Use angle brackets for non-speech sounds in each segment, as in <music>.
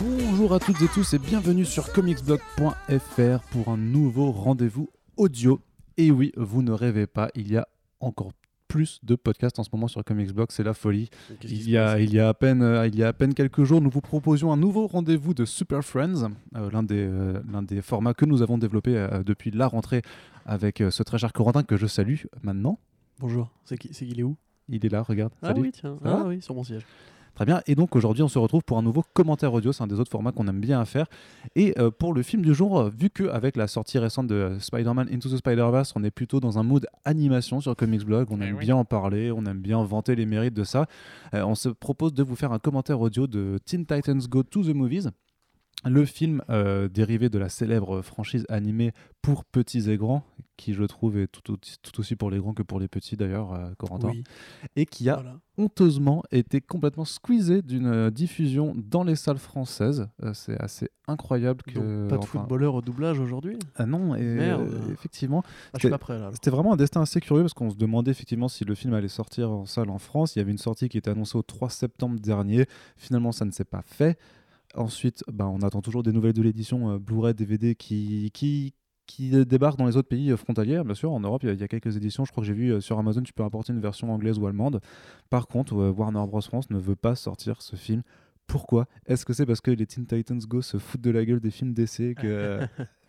Bonjour à toutes et tous et bienvenue sur comicsblog.fr pour un nouveau rendez-vous audio. Et oui, vous ne rêvez pas, il y a encore plus de podcasts en ce moment sur Comicsblog, c'est la folie. Qu'est-ce qui Il se y, a, passe il, y a à peine, euh, il y a à peine quelques jours, nous vous proposions un nouveau rendez-vous de Super Friends, euh, l'un des, euh, l'un des formats que nous avons développé euh, depuis la rentrée avec euh, ce très cher Corentin que je salue maintenant. Bonjour, c'est qui- c'est qu'il est où Il est là, regarde. Ah Salut. oui, tiens, Ça va ah oui, sur mon siège. Très bien. Et donc aujourd'hui, on se retrouve pour un nouveau commentaire audio. C'est un des autres formats qu'on aime bien à faire. Et euh, pour le film du jour, euh, vu que avec la sortie récente de euh, Spider-Man Into the Spider-Verse, on est plutôt dans un mood animation sur Comics Blog. On Eh aime oui. bien en parler, on aime bien vanter les mérites de ça. Euh, on se propose de vous faire un commentaire audio de Teen Titans Go to the Movies. Le film euh, dérivé de la célèbre franchise animée pour petits et grands, qui je trouve est tout, au- tout aussi pour les grands que pour les petits d'ailleurs, euh, Corentin, Oui, et qui a voilà. honteusement été complètement squeezé d'une euh, diffusion dans les salles françaises. Euh, c'est assez incroyable que. Donc, pas de enfin, footballeur au doublage aujourd'hui Ah non, et Merde. euh, effectivement. ah, Je suis pas prêt là. alors. C'était vraiment un destin assez curieux parce qu'on se demandait effectivement si le film allait sortir en salle en France. Il y avait une sortie qui était annoncée au 3 septembre dernier. Finalement, ça ne s'est pas fait. Ensuite, bah, on attend toujours des nouvelles de l'édition euh, Blu-ray, DVD qui, qui, qui débarquent dans les autres pays euh, frontaliers. Bien sûr, en Europe, il y a- il y, a quelques éditions. Je crois que j'ai vu euh, sur Amazon, tu peux importer une version anglaise ou allemande. Par contre, euh, Warner Bros. France ne veut pas sortir ce film. Pourquoi Est-ce que c'est parce que les Teen Titans Go se foutent de la gueule des films d'essai <laughs> que. euh,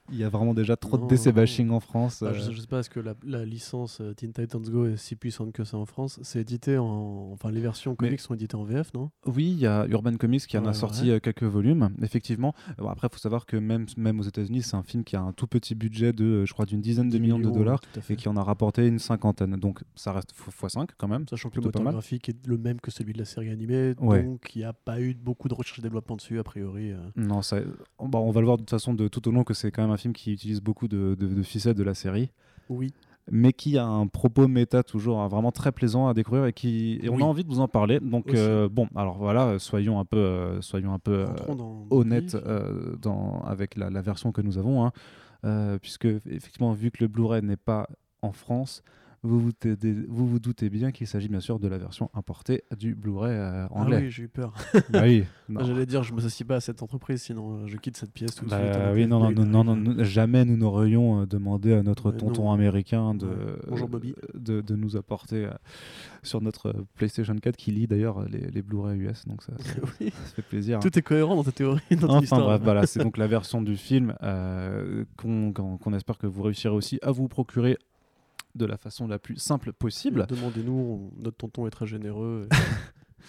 Il y a vraiment déjà trop Non, de DC non. bashing en France. Ah, euh. je, sais- je sais pas, est-ce que la, la licence euh, Teen Titans Go est si puissante que ça en France C'est édité en. Enfin, les versions Mais- comics sont éditées en VF, non Oui, il y a Urban Comics qui en a Ouais, sorti euh, quelques volumes, effectivement. Bon, après, il faut savoir que même, même aux États-Unis, c'est un film qui a un tout petit budget de, euh, je crois, d'une dizaine de 10 millions de ouais, dollars tout à fait. et qui en a rapporté une cinquantaine. Donc, ça reste x5 quand même. Sachant que le plutôt pas moteur mal. graphique est le même que celui de la série animée, Ouais. donc il n'y a pas eu beaucoup de recherche et développement dessus, a priori. euh. Non, ça, bon, on va le voir de toute façon de, tout au long que c'est quand même un film qui utilise beaucoup de, de, de ficelles de la série, Oui, mais qui a un propos méta toujours hein, vraiment très plaisant à découvrir et, qui, et on Oui. a envie de vous en parler. Donc, Aussi. euh, bon, alors voilà, euh, soyons un peu, euh, soyons un peu euh, rentrons dans. honnête dans le vif. euh, dans, avec la, la version que nous avons, hein. Euh, puisque effectivement, vu que le Blu-ray n'est pas en France, vous vous, taidez- vous vous doutez bien qu'il s'agit bien sûr de la version importée du Blu-ray euh, Ah anglais. oui, j'ai eu peur. Bah oui, non. Ah, <laughs> J'allais dire, je m'associe pas à cette entreprise, sinon euh, je quitte cette pièce tout de Bah suite. alors oui, que non, non, il non, arrive, non, non, euh, nous- jamais nous n'aurions euh, demandé à notre Ouais, tonton non. américain de, Ouais. Bonjour, Bobby. de, de nous apporter euh, sur notre euh, PlayStation 4 qui lit d'ailleurs les, les Blu-ray US, donc ça, ça <laughs> oui, fait plaisir. hein. tout est cohérent dans ta théorie, <laughs> dans ton Enfin histoire. bref, voilà, c'est donc la version du film euh, qu'on qu'on- qu'on espère que vous réussirez aussi à vous procurer de la façon la plus simple possible. Demandez-nous, on- notre tonton est très <laughs> généreux. et-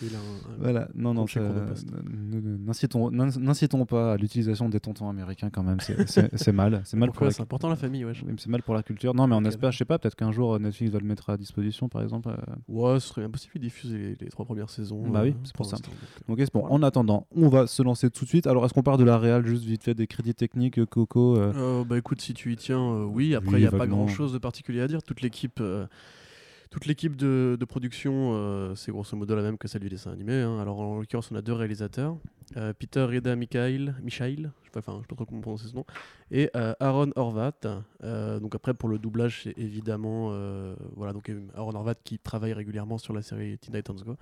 il a un- un- Voilà, non, non, Comme chez ça- Chronopost. n- n- n'incitons n'in- n'incitons pas à l'utilisation des tontons américains quand même, c'est- c'est <laughs> c'est mal, c'est mal pour Pourquoi la c'est important la famille, wesh oui, mais c'est mal pour la culture. Non, mais on Ok. espère, je sais pas, peut-être qu'un jour euh, Netflix va le mettre à disposition, par exemple. euh. Ouais, ce serait impossible de diffuser les, les trois premières saisons. euh, Bah oui, c'est pour ça. l'instant, donc, Donc, est-ce- bon, en attendant, on va se lancer tout de suite. Alors, est-ce qu'on part de la réal juste vite fait des crédits techniques, euh, Coco euh, euh. Euh, bah écoute, si tu y tiens, euh, oui. Après, il Oui, n'y a pas vaguement. grand-chose de particulier à dire. Toute l'équipe. euh, Toute l'équipe de, de production, euh, c'est grosso modo la même que celle du dessin animé. hein. Alors en l'occurrence, on a deux réalisateurs, euh, Peter Reda Mikhail, Michail, je sais pas, enfin, je sais pas trop comment prononcer ce nom, et euh, Aaron Horvat. Euh, donc après pour le doublage, c'est évidemment euh, voilà donc euh, Aaron Horvat qui travaille régulièrement sur la série Teen Titans Go.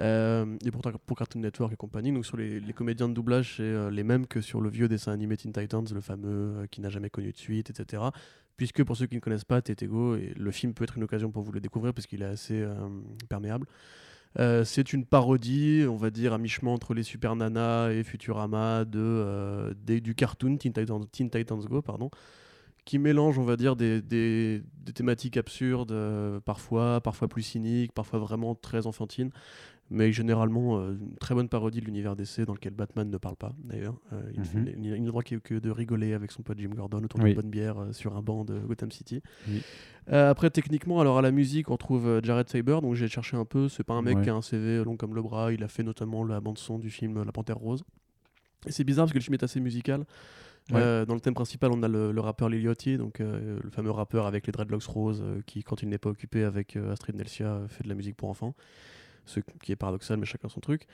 Euh, et pour, pour Cartoon Network et compagnie, donc sur les, les comédiens de doublage, c'est euh, les mêmes que sur le vieux dessin animé Teen Titans, le fameux euh, qui n'a jamais connu de suite, etc puisque pour ceux qui ne connaissent pas Tetego, et le film peut être une occasion pour vous le découvrir parce qu'il est assez euh, perméable. Euh, c'est une parodie, on va dire, à mi-chemin entre les Super Nana et Futurama de, euh, des- du cartoon Teen Titans, Teen Titans Go, pardon, qui mélange, on va dire, des, des- des thématiques absurdes, euh, parfois, parfois plus cyniques, parfois vraiment très enfantines, mais généralement euh, une très bonne parodie de l'univers DC dans lequel Batman ne parle pas, d'ailleurs. Euh, il, Mhm. il- il n'a droit que, que de rigoler avec son pote Jim Gordon autour Oui. d'une bonne bière euh, sur un banc de Gotham City. Oui. Euh, après, techniquement, alors à la musique, on trouve euh, Jared Saber, donc j'ai cherché un peu. C'est pas un mec Ouais. qui a un CV long comme le bras. Il a fait notamment la bande-son du film euh, La Panthère Rose. Et c'est bizarre parce que le film est assez musical. Ouais. Euh, dans le thème principal, on a le, le rappeur Lil Yachty, donc euh, le fameux rappeur avec les dreadlocks roses, euh, qui, quand il n'est pas occupé avec euh, Astrid Nelsia, euh, fait de la musique pour enfants. Ce qui est paradoxal, mais chacun son truc.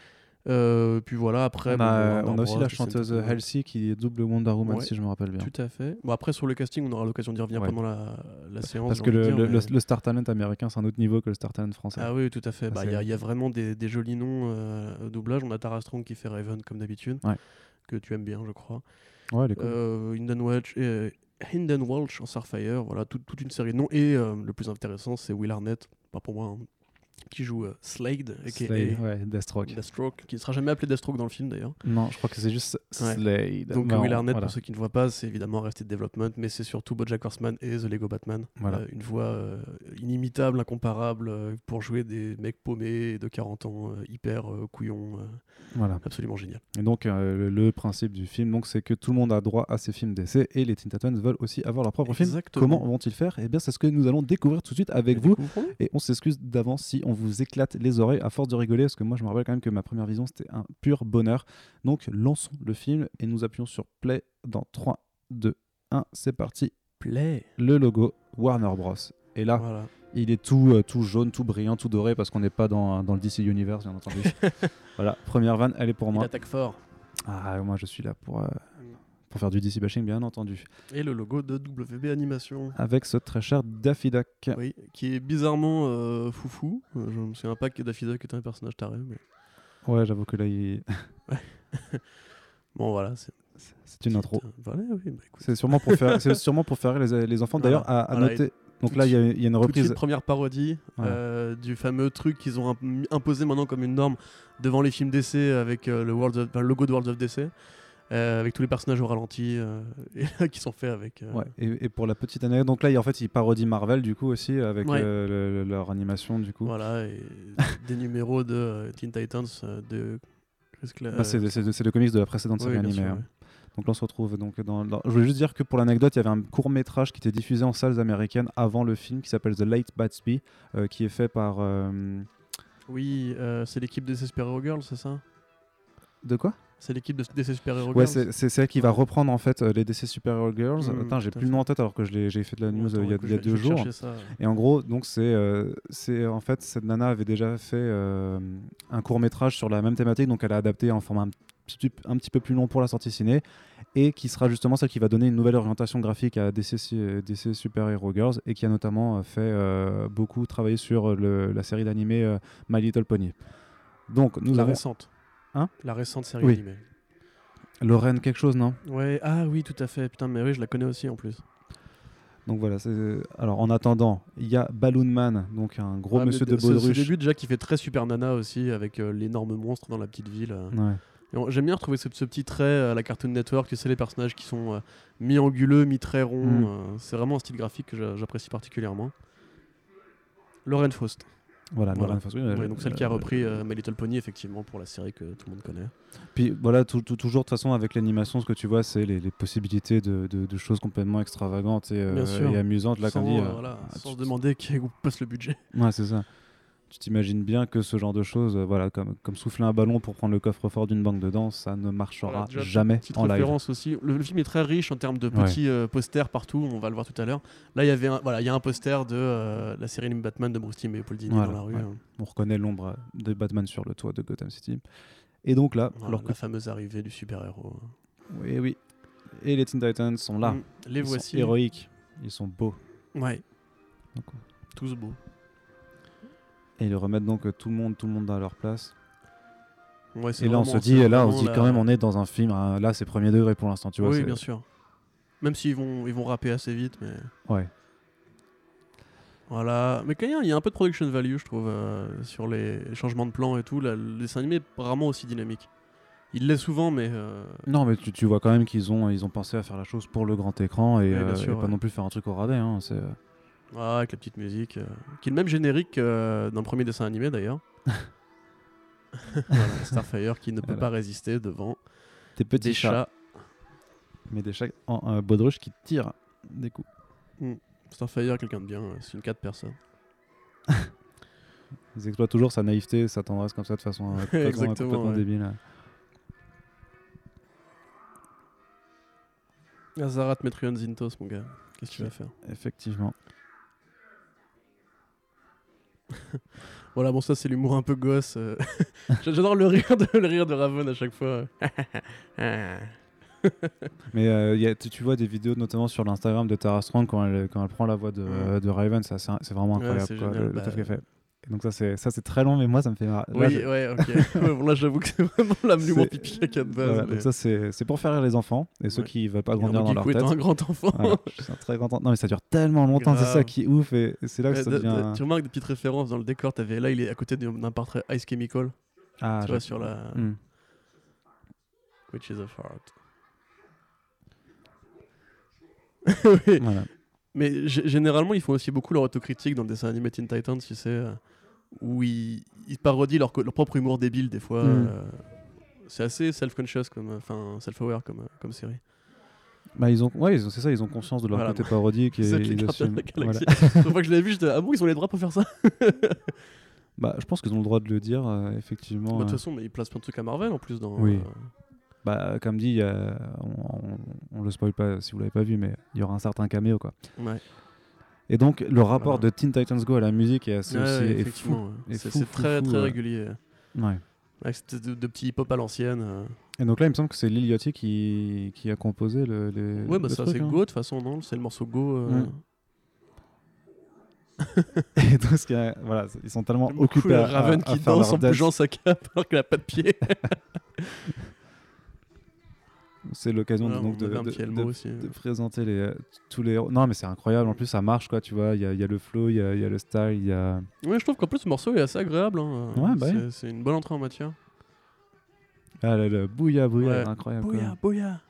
Euh, puis voilà, après. Bah, on, bon, a, Warner on a aussi Bros, la Disney, chanteuse tout ça. Halsey qui est double Wonder Woman, Ouais. si je me rappelle bien. Tout à fait. Bon, après, sur le casting, on aura l'occasion d'y revenir Ouais. pendant la, la séance. Parce j'ai que envie le, de dire, le- le- mais- le star talent américain, c'est un autre niveau que le star talent français. Ah oui, tout à fait. Ah, Bah, Il c'est- y, a- il y a vraiment des, des jolis noms euh, au doublage. On a Tara Strong qui fait Raven, comme d'habitude. Ouais. que tu aimes bien, je crois. Ouais, elle est cool. Euh, Hinden Welch et Hinden Walsh en Starfire, voilà, tout- toute une série de noms. Et euh, le plus intéressant, c'est Will Arnett, pas pour moi, hein, qui joue euh, Slade, aka Slade, ouais, Deathstroke. Deathstroke, qui ne sera jamais appelé Deathstroke dans le film d'ailleurs. Non, je crois que c'est juste Ouais. Slade. Donc Bah, Marrant, Will Arnett, voilà. pour ceux qui ne voient pas, c'est évidemment Arrested Development, mais c'est surtout BoJack Horseman et The Lego Batman. Voilà. Euh, une voix euh, inimitable, incomparable, euh, pour jouer des mecs paumés de 40 ans, euh, hyper euh, couillons, euh, Voilà. absolument génial. Et donc, euh, le, le principe du film, donc, c'est que tout le monde a droit à ses films d'essai et les Teen Titans veulent aussi avoir leur propre film. Exactement. Comment vont-ils faire Eh bien, c'est ce que nous allons découvrir tout de suite avec Et vous. découvrons-le. Et on s'excuse d'avance si on vous éclate les oreilles à force de rigoler, parce que moi je me rappelle quand même que ma première vision c'était un pur bonheur. Donc lançons le film et nous appuyons sur play dans 3, 2, 1, c'est parti. Play. Le logo Warner Bros. Et là, Voilà. il est tout, euh, tout jaune, tout brillant, tout doré, parce qu'on n'est pas dans, dans le DC Universe, bien entendu. voilà, première vanne, elle est pour Il moi. attaque fort. Ah, moi je suis là pour, euh, pour faire du DC bashing, bien entendu. Et le logo de WB Animation. Avec ce très cher Daffy Duck. Oui, qui est bizarrement euh, foufou. Euh, Je me souviens pas que Daffy Duck était un personnage taré, mais Ouais, j'avoue que là, il- <laughs> bon voilà. C'est c'est une intro. c'est- Voilà, oui, bah, écoute. C'est sûrement pour faire, c'est sûrement pour faire rire les, les enfants. Voilà. D'ailleurs, à, à Voilà, et noter. Donc là, il y, a- il y a une Tout de suite, reprise. première parodie Voilà. euh, du fameux truc qu'ils ont imp- imposé maintenant comme une norme devant les films d'essai avec euh, le, World of- enfin, le logo de World of DC, euh, avec tous les personnages au ralenti euh, <laughs> et là, qui sont faits avec. euh, Ouais, et, et pour la petite année, donc là, il- en fait, ils parodient Marvel du coup aussi avec Ouais. euh, le- le- leur animation du coup. Voilà, et des numéros de euh, Teen Titans euh, de Chris Cla- Bah, c'est, c'est- c'est le comics de la précédente euh, Oui, série bien animée. sûr, hein. ouais. Donc là, on se retrouve donc dans. dans- Je voulais juste dire que pour l'anecdote, il y avait un court métrage qui était diffusé en salles américaines avant le film qui s'appelle The Late Batsby, euh, qui est fait par. euh, Oui, euh, c'est l'équipe des Super Girls, c'est ça De quoi C'est l'équipe de des Super Hero Ouais, Girls c'est, c'est celle qui va reprendre en fait euh, les DC Superhero Girls. Mm, Attends, j'ai tout à plus le nom en tête alors que je l'ai- j'ai fait de la news Attends, euh, il y a, écoute, il y a je vais- deux je vais jours. chercher ça. Et en gros, donc c'est, euh, c'est en fait cette nana avait déjà fait euh, un court métrage sur la même thématique, donc elle a adapté en format un petit, un petit peu plus long pour la sortie ciné, et qui sera justement celle qui va donner une nouvelle orientation graphique à DC, su- euh, DC Super Hero Girls et qui a notamment euh, fait euh, beaucoup travailler sur le- la série d'animé euh, My Little Pony. Donc nous La avons récente. Hein La récente série Oui. animée. Lorraine quelque chose, non Ouais, ah oui, tout à fait. Putain, mais oui, je la connais aussi en plus. Donc voilà. c'est- Alors en attendant, il y a Balloon Man, donc un gros Ah, mais monsieur d- de ce- Ce Baudruche. début déjà qui fait très super nana aussi avec euh, l'énorme monstre dans la petite ville. euh. Ouais. Et on- J'aime bien retrouver ce, ce petit trait euh, à la Cartoon Network, tu sais, les personnages qui sont euh, mi-anguleux, mi-très ronds. Mm. euh, c'est vraiment un style graphique que j'a- j'apprécie particulièrement. Lauren Faust, Voilà, Voilà. Lorraine Fosbury, elle- Ouais, donc celle qui a elle- repris euh, My Little Pony, effectivement, pour la série que tout le monde connaît. Puis voilà, tou- tou- toujours de toute façon avec l'animation, ce que tu vois, c'est les, les possibilités de, de- de choses complètement extravagantes et, euh, Bien sûr. et amusantes. Là, sans, comme dit, euh, euh, voilà, ah, sans tu- se demander <laughs> qui- où passe le budget. Ouais, c'est ça. Tu t'imagines bien que ce genre de choses, euh, voilà, comme, comme souffler un ballon pour prendre le coffre-fort d'une banque dedans, ça ne Voilà, marchera déjà, jamais Petite en live. référence aussi. Le, le film est très riche en termes de Ouais. petits euh, posters partout. On va le voir tout à l'heure. Là, il y avait un, voilà, il y a un poster de euh, la série animée Batman de Bruce Timm et Paul Dini Voilà, dans la rue. ouais. hein. On reconnaît l'ombre euh, de Batman sur le toit de Gotham City. Et donc là, Voilà, alors que la fameuse arrivée du super héros. oui, oui, et les Teen Titans sont là, Mm. Les ils sont voici. héroïques, ils sont beaux. Ouais. Donc, Tous beaux. Et ils remettent donc euh, tout le monde, tout le monde à leur place. Ouais, c'est Et là, on vraiment- se dit, c'est là, on vraiment se dit la- quand même, on est dans un film. hein, là, c'est premier degré pour l'instant, tu vois. oui, c'est- bien sûr. Même s'ils vont, ils vont rapper assez vite, mais Ouais. voilà. Mais quand même, il y a un peu de production value, je trouve, euh, sur les changements de plan et tout. Là, le dessin animé est rarement aussi dynamique. Il l'est souvent, mais euh, Non, mais tu, tu vois quand même qu'ils ont, ils ont pensé à faire la chose pour le grand écran et, Oui, bien euh, sûr, et pas ouais. non plus faire un truc au radais. hein, c'est, euh, Ah, avec la petite musique, euh, qui est le même générique euh, dans le premier dessin animé <laughs> d'ailleurs. voilà, Starfire qui ne peut Voilà. pas résister devant des petits des chats. chats. Mais des chats en euh, baudruche qui tirent des coups. Starfire, quelqu'un de bien, euh, c'est une 4 personnes. Ils exploitent toujours sa naïveté, sa tendresse comme ça de façon <laughs> euh, complètement, Exactement, complètement ouais. débile. hein. Azarat Metrion Zintos, mon gars. Qu'est-ce que tu vas faire Effectivement. Voilà, bon, ça c'est l'humour un peu gosse. euh. <laughs> J'adore le rire de le rire de Raven à chaque fois. <laughs> Ah, Mais euh, il y a- tu, tu vois des vidéos notamment sur l'Instagram de Tara Strong quand elle, quand elle prend la voix de, Mm. de Raven, ça, c'est, c'est vraiment Ouais, incroyable c'est quoi, génial, le, le taf bah, qu'elle fait. Donc ça c'est ça c'est très long, mais moi ça me fait marrer. Là, Oui, je- ouais, ok. <laughs> Ouais, bon, là, j'avoue que c'est vraiment l'amusement C'est- pipi à quatre voilà, balles. donc ça c'est c'est pour faire rire les enfants et ceux Ouais. qui ne veulent pas grandir dans leur tête. un grand enfant. Voilà, je suis un très grand. Non mais ça dure tellement longtemps, c'est ça Grave. qui est ouf et et c'est là que Euh, ça d- devient. d- Tu remarques des petites références dans le décor. Avais, là, il est à côté d'un d'un portrait Ice Chemical. Ah, tu je- vois, sur la Hmm. Which is a fart. <laughs> oui. Voilà. Mais gé- généralement, ils font aussi beaucoup leur autocritique dans le dessin animé Teen Titans, tu sais, euh, où ils, ils parodient leur, co- leur propre humour débile des fois. Mm. euh, c'est assez self-conscious, comme, euh, enfin self-aware comme, euh, comme série. Bah, ils ont, ouais, ils ont- c'est ça, ils ont conscience de leur Voilà. côté parodique et C'est les ils gardiens de assument. la Voilà. galaxie. <laughs> Une fois que je l'ai vu, j'étais ah bon, ils ont les droits pour faire ça. Bah, je pense qu'ils ont le droit de le dire, euh, Bah, De effectivement. toute euh. façon, mais ils placent plein de trucs à Marvel en plus dans. Oui. euh, Bah, comme dit, il y a- on, on- on le spoil pas si vous l'avez pas vu, mais il y aura un certain caméo quoi. ouais. Et donc le rapport Voilà. de Teen Titans Go à la musique est assez Ouais, aussi ouais, est fou. effectivement. ouais. est C'est fou, c'est fou, très, fou, très ouais. régulier. Ouais. Avec cette espèce de, de petit hip-hop à l'ancienne. euh. Et donc là, il me semble que c'est Lil Yachty qui, qui a composé le. les- Ouais, bah le ça, truc, c'est hein. Go de toute façon, non C'est le morceau Go. euh, Mm. <laughs> Et donc, ce qui est- voilà, ils sont tellement J'aime beaucoup occupés le à, à- Raven à qui faire danse leur en date. bougeant sa cape <laughs> alors qu'elle a pas de pied. C'est l'occasion Voilà, donc on de, avait un de- petit Elmo de- aussi. de présenter les, euh, tous les héros. Non, mais c'est incroyable. En plus, ça marche, quoi. Tu vois, il y a, il y a le flow, il y a, il y a le style, il y a. Ouais, je trouve qu'en plus ce morceau est assez agréable. hein. Ouais, bah c'est, c'est une bonne entrée en matière. Ah, le, le bouilla, bouilla, Ouais. incroyable. quoi. Booyah, booyah.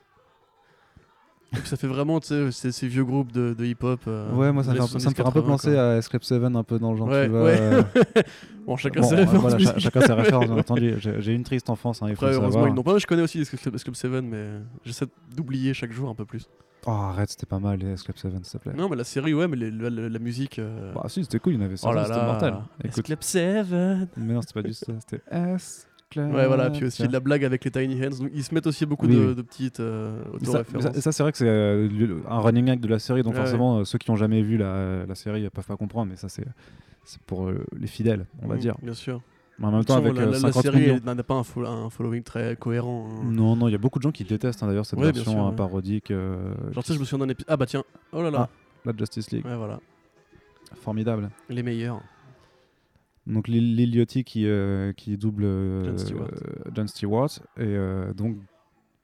Et puis ça fait vraiment tu sais, ces, ces vieux groupes de, de hip-hop. euh, Ouais, moi ça, des fait un peu- ça me fait un peu 70-80, penser quoi. à Scrap 7 un peu dans le genre. Ouais, tu vois, ouais. euh, <laughs> Bon, chacun bon, ses références. voilà, cha- musicales. chacun <laughs> ses références, bien entendu. J'ai j'ai une triste enfance, hein, il faut Après, le heureusement, savoir. ils n'ont pas. Je connais aussi les Club 7, mais j'essaie d'oublier chaque jour un peu plus. Oh, arrête, c'était pas mal les Scrap 7 s'il te plaît. Non, mais la série, ouais, mais les- la, la- la musique. euh, Bah, si, c'était cool, il y en avait 5 oh là c'était mortel. là. Écoute, Club 7. mais non, c'était pas juste ça, c'était S. Ouais, voilà, puis Ah, aussi de la blague avec les Tiny Hands. Donc, ils se mettent aussi beaucoup Oui, de, oui. de petites euh, Mais ça, mais ça, auto-références. ça, c'est vrai que c'est euh, le- un running gag de la série, donc Ouais, forcément euh, ceux qui n'ont jamais vu la, la série euh, peuvent pas comprendre, mais ça c'est c'est pour euh, les fidèles, on va Mm, dire. Bien sûr. Mais en même De temps, toute façon, avec la, euh, la- la 50 série millions. Mm. elle n'a pas un, fo- un following très cohérent. hein. Non, non, il y a beaucoup de gens qui détestent hein, d'ailleurs cette Ouais, bien version sûr, hein, ouais. parodique. euh, Genre, tu sais, je me souviens d'un épisode. Ah bah tiens, oh là là. La Justice League, Ouais, voilà. formidable. Les meilleurs. Donc Lil Lil Yachty qui, euh, qui double euh, Jon Stewart. euh, Jon Stewart. Et euh, donc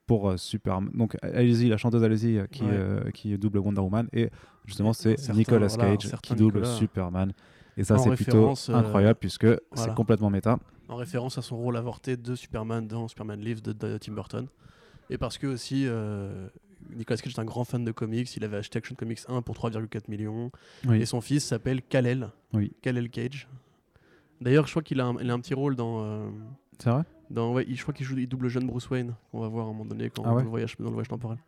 pour euh, Superman. Donc Allez-y, la chanteuse Allez-y euh, qui, Ouais. euh, qui double Wonder Woman. Et justement, Et c'est certains, Nicolas voilà, Cage certains qui double Nicolas. Superman. Et ça, En c'est plutôt référence, euh, incroyable puisque c'est voilà. complètement méta. En référence à son rôle avorté de Superman dans Superman Lives de, de Tim Burton. Et parce que aussi, euh, Nicolas Cage est un grand fan de comics. Il avait acheté Action Comics 1 pour 3,4 millions. Et Oui. son fils s'appelle Kal-El. Oui. Kal-El Cage. D'ailleurs, je crois qu'il a, un- il a un petit rôle dans. euh, C'est vrai dans ouais, il- je crois qu'il joue, il double jeune Bruce Wayne. On va voir à un moment donné quand Ah ouais dans, le voyage, dans le voyage temporel.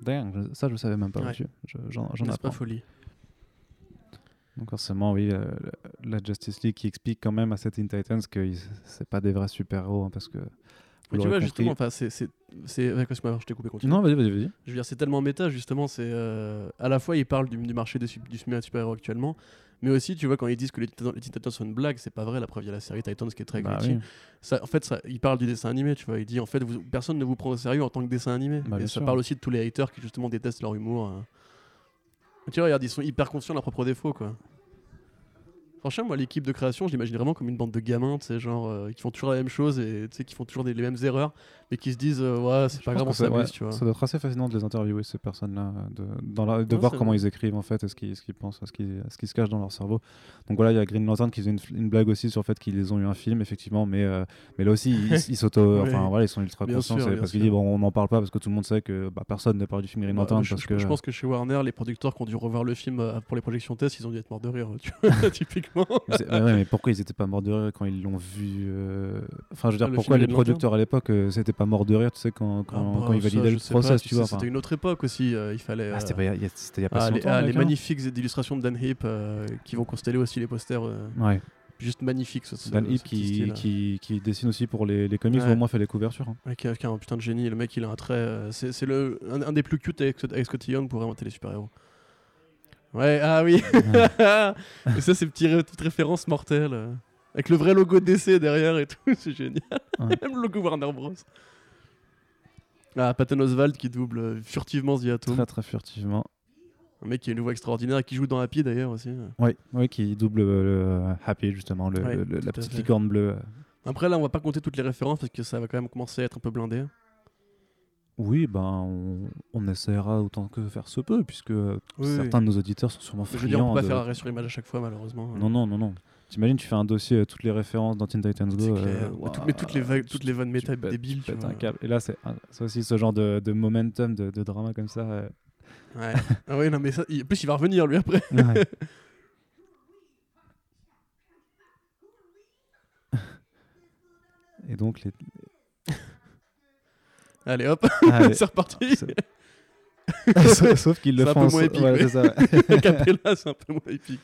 Dingue, je- ça je savais même pas, Ouais. monsieur. Je- J'en Ah, j'en C'est pas apprends. folie. Donc forcément, oui, euh, la Justice League qui explique quand même à cette Teen Titans que ils- c'est pas des vrais super-héros hein, parce que... vous Mais tu l'aurez vois, compris- justement, enfin, c'est. c'est- c'est- ouais, excuse-moi, je t'ai coupé, continue. Non, vas-y, vas-y, vas-y. Je veux dire, c'est tellement méta, justement. C'est euh, à la fois, ils parlent du, du marché des sup- du cinéma de super-héros actuellement, mais aussi, tu vois, quand ils disent que les, Titan- les Teen Titans sont une blague, c'est pas vrai. La preuve, il y a la série Titans qui est très Bah critique. oui. Ça, en fait, ça, il parle du dessin animé, tu vois. Il dit, en fait, vous- personne ne vous prend au sérieux en tant que dessin animé. Bah, et bien ça sûr. parle aussi de tous les haters qui, justement, détestent leur humour. euh. Tu vois, regarde, ils sont hyper conscients de leurs propres défauts, quoi. Franchement, moi, l'équipe de création, je l'imagine vraiment comme une bande de gamins, tu sais, genre, euh, qui font toujours la même chose et tu sais, qui font toujours des- les mêmes erreurs, mais qui se disent, euh, ouais, c'est Je pas pense grave, que on ça- s'amuse, ouais, tu vois. Ça doit être assez fascinant de les interviewer, ces personnes-là, euh, de, dans la- de Ouais, voir c'est comment vrai. ils écrivent, en fait, et ce qu'ils ce qu'ils pensent, ce qu'ils ce qui se cache dans leur cerveau. Donc voilà, il y a Green Lantern qui faisait une, une blague aussi sur le fait qu'ils ont eu un film, effectivement, mais, euh, mais là aussi, ils ils <laughs> s'auto. Ouais. Enfin, voilà, ils sont ultra Bien conscients. sûr, c'est bien parce qu'ils sûr. disent, bon, on n'en parle pas parce que tout le monde sait que bah, personne ne parle du film Green Bah, Lantern. je, parce je- que... je pense que chez Warner, les producteurs qui ont dû revoir le film euh, pour les projections test, ils ont dû être morts de rire, tu vois, <laughs> typiquement. Mais c'est- <laughs> ouais, ouais, mais pourquoi ils étaient pas morts de rire quand ils l'ont vu euh, Enfin, je veux dire, Ah, le pourquoi film les Green Lantern producteurs à l'époque euh, c'était pas morts de rire, tu sais, quand, quand, Ah bah, quand ils ça, validaient je le sais pas, process, tu tu sais, vois. C'était enfin. une autre époque aussi, euh, il fallait. Ah, c'était euh, pas il y a- c'était il y a pas Ah, si les, longtemps, ah, mec, les hein. magnifiques illustrations de Dan Heap euh, qui vont consteller aussi les posters. euh, Ouais. juste magnifiques. ce- ce- Dan ce Heap petit qui, style. qui, qui dessine aussi pour les, les comics, Ouais. ou au moins fait les couvertures. hein. Ouais, qui a, qui a un putain de génie. Le mec, il a un trait. euh, c'est c'est le un, un des plus cute avec, avec Scotty Young pour inventer les super-héros. Ouais, ah oui. <laughs> et ça, c'est petit ré- petite référence mortelle. euh, Avec le vrai logo DC derrière et tout, <laughs> c'est génial. Ouais. Et <laughs> même le logo Warner Bros. Ah, Patton Oswald qui double euh, furtivement The Atom. Très très furtivement. Un mec qui a une voix extraordinaire, qui joue dans Happy d'ailleurs aussi. euh. Oui, ouais, qui double euh, le Happy, justement, le, Ouais, le- le- tout la à petite fait. licorne bleue. Après, là, on va pas compter toutes les références parce que ça va quand même commencer à être un peu blindé. Oui, ben, on, on essaiera autant que faire se peut, puisque euh, Oui, certains de nos auditeurs sont sûrement Je veux dire, on friands. peut pas de- faire arrêt sur image à chaque fois, malheureusement. hein. Non, non, non, non. T'imagines, tu fais un dossier, euh, toutes les références dans Teen Titans C'est Go. clair. euh, Mais ouah, tout- mais toutes les, vagues- toutes les vannes tu méta pètes- débiles. tu tu pètes vois. un câble. Et là, c'est un- c'est aussi ce genre de, de momentum, de, de drama comme ça. euh. Ouais. ah ouais, non, mais ça, il- en plus, il va revenir lui après. <laughs> Ouais. Et donc, les... Allez hop, Ah, <laughs> les- <laughs> c'est reparti. c'est- <laughs> Sauf- Sauf qu'ils le C'est un font peu en moins so- épique, voilà, ouais. c'est ça, <laughs> ouais. <laughs> Capella, c'est un peu moins épique.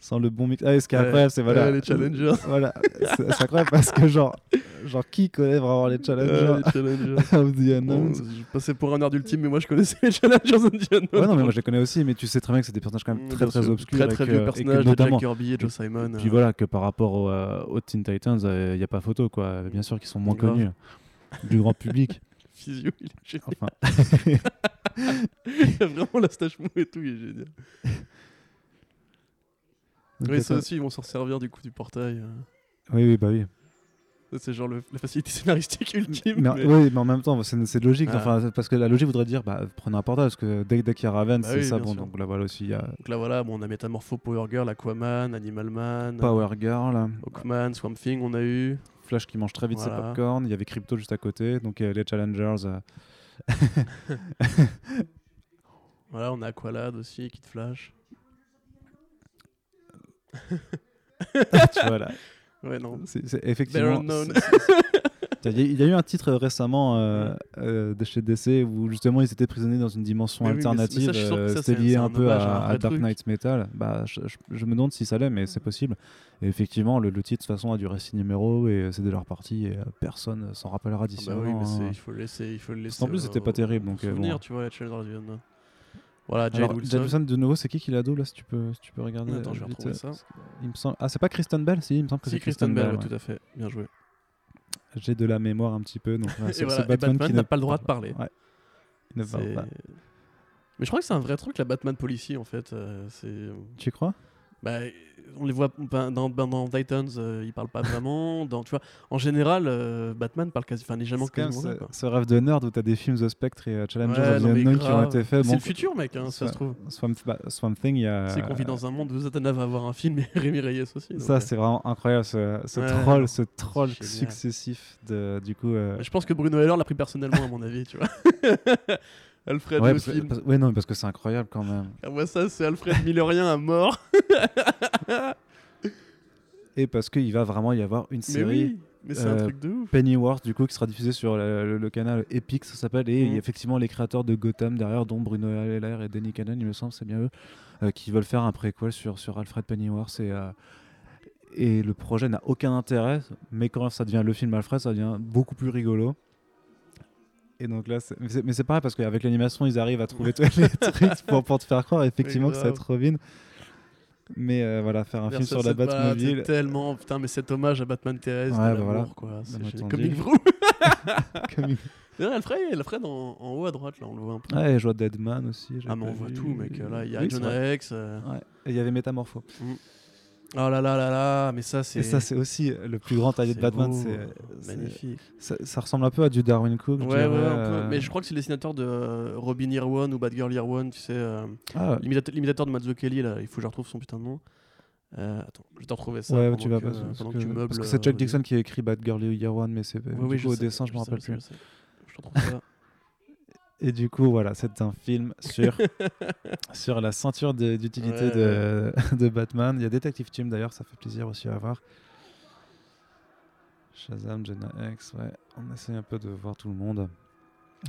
sans le bon mix. Ah, et ce qui est Ouais. incroyable, c'est voilà. Ouais, les challengers. Voilà, c'est c'est incroyable parce que, genre, genre, qui connaît vraiment les <laughs> Ah, <laughs> challengers les challengers. of the Bon, unknowns je passais pour un nerd ultime, mais moi je connaissais les <laughs> challengers and the Unknown. Ouais, non, <laughs> mais moi je les connais aussi, mais tu sais très bien que c'est des personnages quand même Mm, très bien très sûr. obscurs. Très très et que, vieux et que personnages de notamment. Jack Kirby et Joe Simon. Puis euh, voilà, que par rapport au, euh, aux Teen Titans, il n'y a pas photo, quoi. Bien sûr qu'ils sont moins Grave. connus hein, du grand <laughs> public. euh, Physio, il est génial. <laughs> Enfin, Il a vraiment la stache mou et tout, il est génial. donc, Mais ça attends. aussi, ils vont s'en servir du coup du portail. euh. oui, oui, <laughs> bah oui. Ça, C'est genre le- la facilité scénaristique <laughs> ultime. Mais, mais- Oui, mais en même temps, c'est c'est logique. Ah. Enfin, c'est- parce que la logique voudrait dire, bah, prenez un portable, parce que dès, dès qu'il y a Raven, Bah c'est oui, ça. bien Bon, sûr. donc là, voilà aussi, il y a Donc là, voilà, bon, on a Métamorpho, Power Girl, Aquaman, Animal Man, Power Girl, Hawkman, Swamp Thing, on a eu. Flash qui mange très vite ses Oh. Voilà. popcorn, il y avait Crypto juste à côté, donc euh, les Challengers. <laughs> euh, Voilà, on a Aqualad aussi, Kid Flash. tu vois, là, Ouais, non. c'est c'est They're effectivement. unknown. Il y, a- il y a eu un titre récemment euh, euh, de chez DC où justement ils étaient prisonniers dans une dimension Mais oui, mais c'est- mais ça, alternative. je suis sûr que euh, ça, C'était c'est- lié c'est un, un peu hommage à, à un à vrai Dark truc. Knight Metal. Bah, je, je- je me demande si ça l'est, mais c'est possible. Et effectivement, le, le titre de toute façon a duré 6 numéros et euh, c'est de leur partie et euh, personne s'en rappellera Ah d'ici bah un oui, an, mais c'est- hein. il faut le laisser. Il faut le laisser En plus, euh, c'était pas au- terrible, donc, euh, souvenir, bon. tu vois, la Challengers du Unknown. Voilà, Jade Alors, Wilson. Jade Wilson, de nouveau, c'est qui qui l'a dos là si tu peux, si tu peux regarder Attends, euh, je vais vite, retrouver euh, ça. Il me semble... Ah, c'est pas Kristen Bell Si, il me semble que Si, c'est Kristen Bell, ouais, ouais. tout à fait. Bien joué. J'ai de la mémoire un petit peu. Donc, voilà, Et c'est- voilà, c'est et Batman qui n'a ne pas le droit de parler. Ouais. Il ne parle C'est- pas. Mais je crois que c'est un vrai truc, la Batman policier, en fait. euh, c'est... Tu crois Bah, on les voit ben, dans, ben, dans Titans, euh, ils parlent pas <laughs> vraiment. dans, tu vois, en général, euh, Batman parle quasi, enfin, légèrement C'est quand même quasiment rien, ce, quoi. ce rêve de nerd où t'as des films The Spectre et euh, Challengers Ouais, of the non, mais Unknown qui ont grave. été faits. C'est bon, le futur, mec, hein, ça ça- se trouve. Swamp, bah, Swamp Thing, il y a. C'est qu'on vit dans un monde où Zatanna va avoir un film et <laughs> Rémi Reyes aussi. donc, Ça, euh, c'est vraiment incroyable, ce, ce Ouais, troll, non, ce troll c'est génial. successif de, du coup. euh, mais Je pense que Bruno Heller l'a pris personnellement, à mon avis, tu vois. <laughs> Alfred ouais, le parce que- film. parce- ouais, non, mais parce que c'est incroyable quand même. Ah, Moi, ça, c'est Alfred Millerien <laughs> à mort. Et parce qu'il va vraiment y avoir une mais série oui, mais c'est un euh, truc de ouf. Pennyworth, du coup, qui sera diffusée sur le, le- le canal Epic, ça s'appelle. Et il y Mhm. a effectivement les créateurs de Gotham derrière, dont Bruno Heller et Danny Cannon, il me semble, c'est bien eux, euh, qui veulent faire un préquel sur, sur Alfred Pennyworth. Et, euh, et le projet n'a aucun intérêt, mais quand ça devient le film Alfred, ça devient beaucoup plus rigolo. Et donc là, c'est- mais c'est- mais c'est pareil parce qu'avec l'animation, ils arrivent à trouver tous les <laughs> trucs pour, pour te faire croire effectivement que ça grave. te revine. Mais euh, voilà, faire un film Versus sur la Batman, Batmobile, C'est tellement putain, mais cet hommage à Batman Thérèse, Ouais, de bah l'amour, voilà. quoi. C'est mais génial. attendez. comme Big Vroom. <laughs> <laughs> comme D'ailleurs, Alfred, Alfred en, en haut à droite, là, on le voit un peu. Ouais, je vois Deadman aussi. j'ai Ah, mais pas on voit vu. tout, mec. Là, il y a Oui, c'est vrai. Jonah Hex. euh, Ouais. Et il y avait Métamorpho. Oh là là là là, mais ça, c'est. Et ça, c'est aussi le plus grand taillé de c'est Batman. beau, c'est- euh, c'est- Magnifique. Ça, ça ressemble un peu à du Darwin Cook. Ouais, je dirais, ouais, ouais, un peu. euh, Mais je crois que c'est le dessinateur de euh, Robin Year One ou Batgirl Year One, tu sais. euh, Ah, l'imitateur, l'imitateur de Matt Zucchelli, là, il faut que je retrouve son putain de nom. Euh, attends, je vais te retrouver ça. ouais, pendant tu vas que, pas. euh, parce pendant que- que tu meubles, parce que euh, c'est Jack vas-y. Dixon qui a écrit Bad Girl Year One, mais c'est Ouais, du oui, coup, au sais, dessin, je me sais, rappelle sais, plus. Je, sais. Je te retrouve <laughs> ça. Et du coup, voilà, c'est un <laughs> film sur, sur la ceinture de- d'utilité Ouais, de, <laughs> de Batman. Il y a Detective Team d'ailleurs, ça fait plaisir aussi à voir. Shazam, Jenna X, ouais. On essaie un peu de voir tout le monde.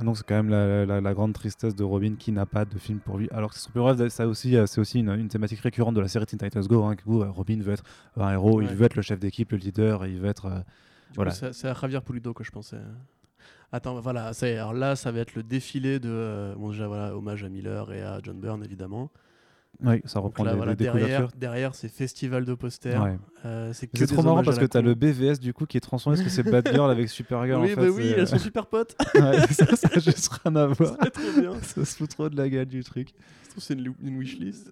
Ah Donc c'est quand même la, la- la grande tristesse de Robin qui n'a pas de film pour lui. Alors que c'est son plus rêve, ça aussi, euh, c'est aussi une, une thématique récurrente de la série Teen Titans Go. hein, que, euh, Robin veut être un héros, il Ouais. veut être le chef d'équipe, le leader, et il veut être... euh, Du Voilà. coup, C'est c'est à Javier Pulido que je pensais. Attends, bah voilà, ça y est. Alors là, ça va être le défilé de. euh, bon, déjà, voilà, hommage à Miller et à John Byrne, évidemment. Oui, ça reprend Donc là, des, voilà, des- des derrière, couvertures. derrière c'est festival de posters. Ouais. euh, c'est que C'est des trop marrant hommages à parce la que t'as con. le BVS du coup qui est transformé parce que c'est Batgirl avec Supergirl Oui, en fait. bah oui, c'est- euh, elles sont <laughs> super potes. Ouais, ça, ça a juste rien à voir. C'est trop bien. Ça se fout trop de la gueule du truc. Je trouve que C'est une, lou- une wishlist.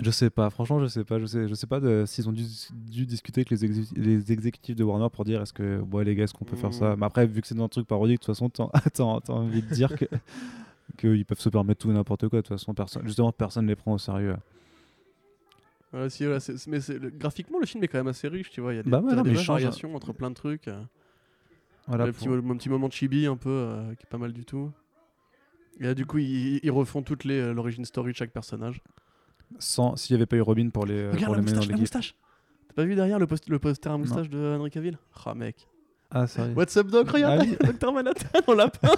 Je sais pas, franchement, je sais pas. Je sais, je sais pas de- s'ils ont dû, dû discuter avec les, exé- les exécutifs de Warner pour dire est-ce que, bon, les gars, est-ce qu'on peut faire ça Mm. Mais après, vu que c'est dans un truc parodique, de toute façon, t'en- <laughs> attends, t'as envie de <laughs> dire que. Qu'ils peuvent se permettre tout et n'importe quoi, de toute façon, personne, justement, personne les prend au sérieux. Voilà, si, voilà, c'est- mais c'est- le- graphiquement, le film est quand même assez riche, tu vois. Il y a des, Bah ouais, t'as non, des mais vraies change- variations entre plein de trucs. euh. Voilà, Le pour- petit, mo- mon petit moment chibi un peu, euh, qui est pas mal du tout. Et là, du coup, ils, ils refont toutes les euh, l'origin story de chaque personnage. sans s'il n'y avait pas eu Robin pour les, euh, pour Regarde les la mener dans moustache, la l'équipe. moustache T'as pas vu derrière le, post- le poster à moustache de Henry Cavill Ah mec. Ah, sérieux. What's up Doc, regarde Ah oui. <laughs> Docteur Manhattan, on l'a pas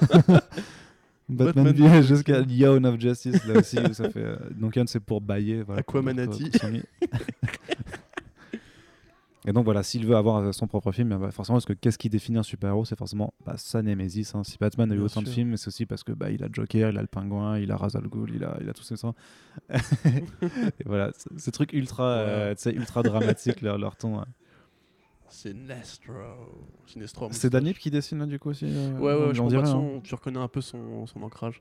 Batman, Batman vient jusqu'à Yawn of Justice, là aussi, où ça fait. euh, donc, Yawn, c'est pour bailler. Voilà, pour dire Aquamanati. quoi- quoi qu'on dit. Et donc, voilà, s'il veut avoir euh, son propre film, bah, forcément, parce que qu'est-ce qui définit un super-héros C'est forcément bah, sa némésis. hein. Si Batman a eu Bien autant de sûr. films, c'est aussi parce que bah, il a Joker, il a le pingouin, il a Ra's al Ghul, il a, il a tous ces <laughs> ça. Et voilà, c- ce truc ultra, euh, Ouais. tu sais, ultra dramatique, leur, leur ton. hein. Sinestro. Sinestro. à C'est moustache. Danip qui dessine, là, du coup, aussi euh, Ouais, on- ouais, on je comprends dirait, pas hein. son- tu reconnais un peu son, <laughs> son ancrage.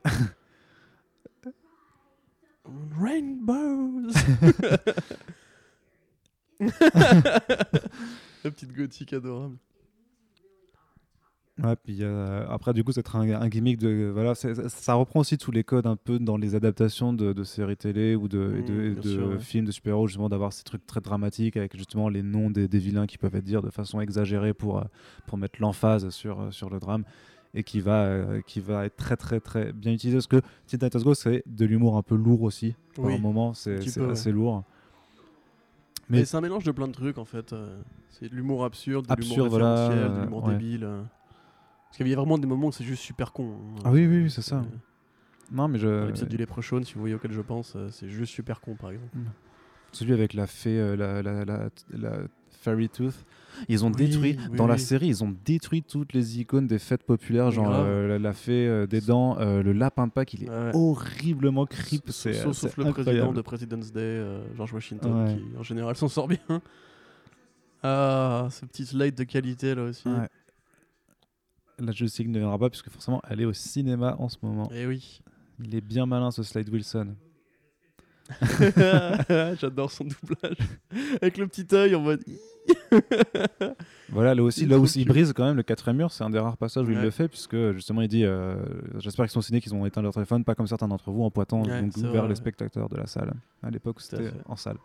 Rainbows <laughs> La petite gothique adorable. Ouais, puis euh, après, du coup, c'est un, un gimmick de. Voilà, c'est- ça, ça reprend aussi tous les codes un peu dans les adaptations de, de séries télé ou de, et de, Mm, et bien de sûr, ouais. films de super-héros, justement, d'avoir ces trucs très dramatiques avec justement les noms des, des vilains qui peuvent être dire de façon exagérée pour, euh, pour mettre l'emphase sur, euh, sur le drame et qui va, euh, qui va être très, très, très bien utilisé. Parce que Teen Titans Go, c'est de l'humour un peu lourd aussi. Par Oui. moment, c'est petit c'est peu, ouais. assez lourd. Mais- Mais, c'est un mélange de plein de trucs en fait. euh, C'est de l'humour absurde, de l'humour Absurde, voilà, référentiel, euh, de l'humour ouais. débile. euh. Parce qu'il y a vraiment des moments où c'est juste super con. hein. Ah oui, oui, oui, c'est ça. Euh, Euh, Non, mais dans je. L'épisode du Leprechaun, si vous voyez auquel je pense, euh, c'est juste super con par exemple. Celui avec la fée, euh, la, la, la, la Fairy Tooth. Ils ont Oui, détruit, oui, dans la oui. série, ils ont détruit toutes les icônes des fêtes populaires, genre Grave. euh, la, la fée euh, des dents, euh, le lapin de Pâques, il est Ouais. horriblement creep. Sauf- C'est, euh, sauf, c'est le président incroyable. de President's Day, euh, George Washington, Ouais. qui en général s'en sort bien. <laughs> Ah, ce petit slide de qualité là aussi. Ouais. La Justice League ne viendra pas, puisque forcément, elle est au cinéma en ce moment. Eh <laughs> oui. <laughs> Il est bien malin, ce Slade Wilson. J'adore son doublage. Avec le petit œil en mode. Voilà, là aussi, Il est là où trop il cute. brise quand même le quatrième mur, c'est un des rares passages où il Ouais. le fait, puisque justement il dit euh, J'espère qu'ils sont ciné, qu'ils ont éteint leur téléphone, pas comme certains d'entre vous, en pointant Ouais, donc c'est vers vrai, les ouais. spectateurs de la salle. À l'époque, Tout à c'était fait. en salle.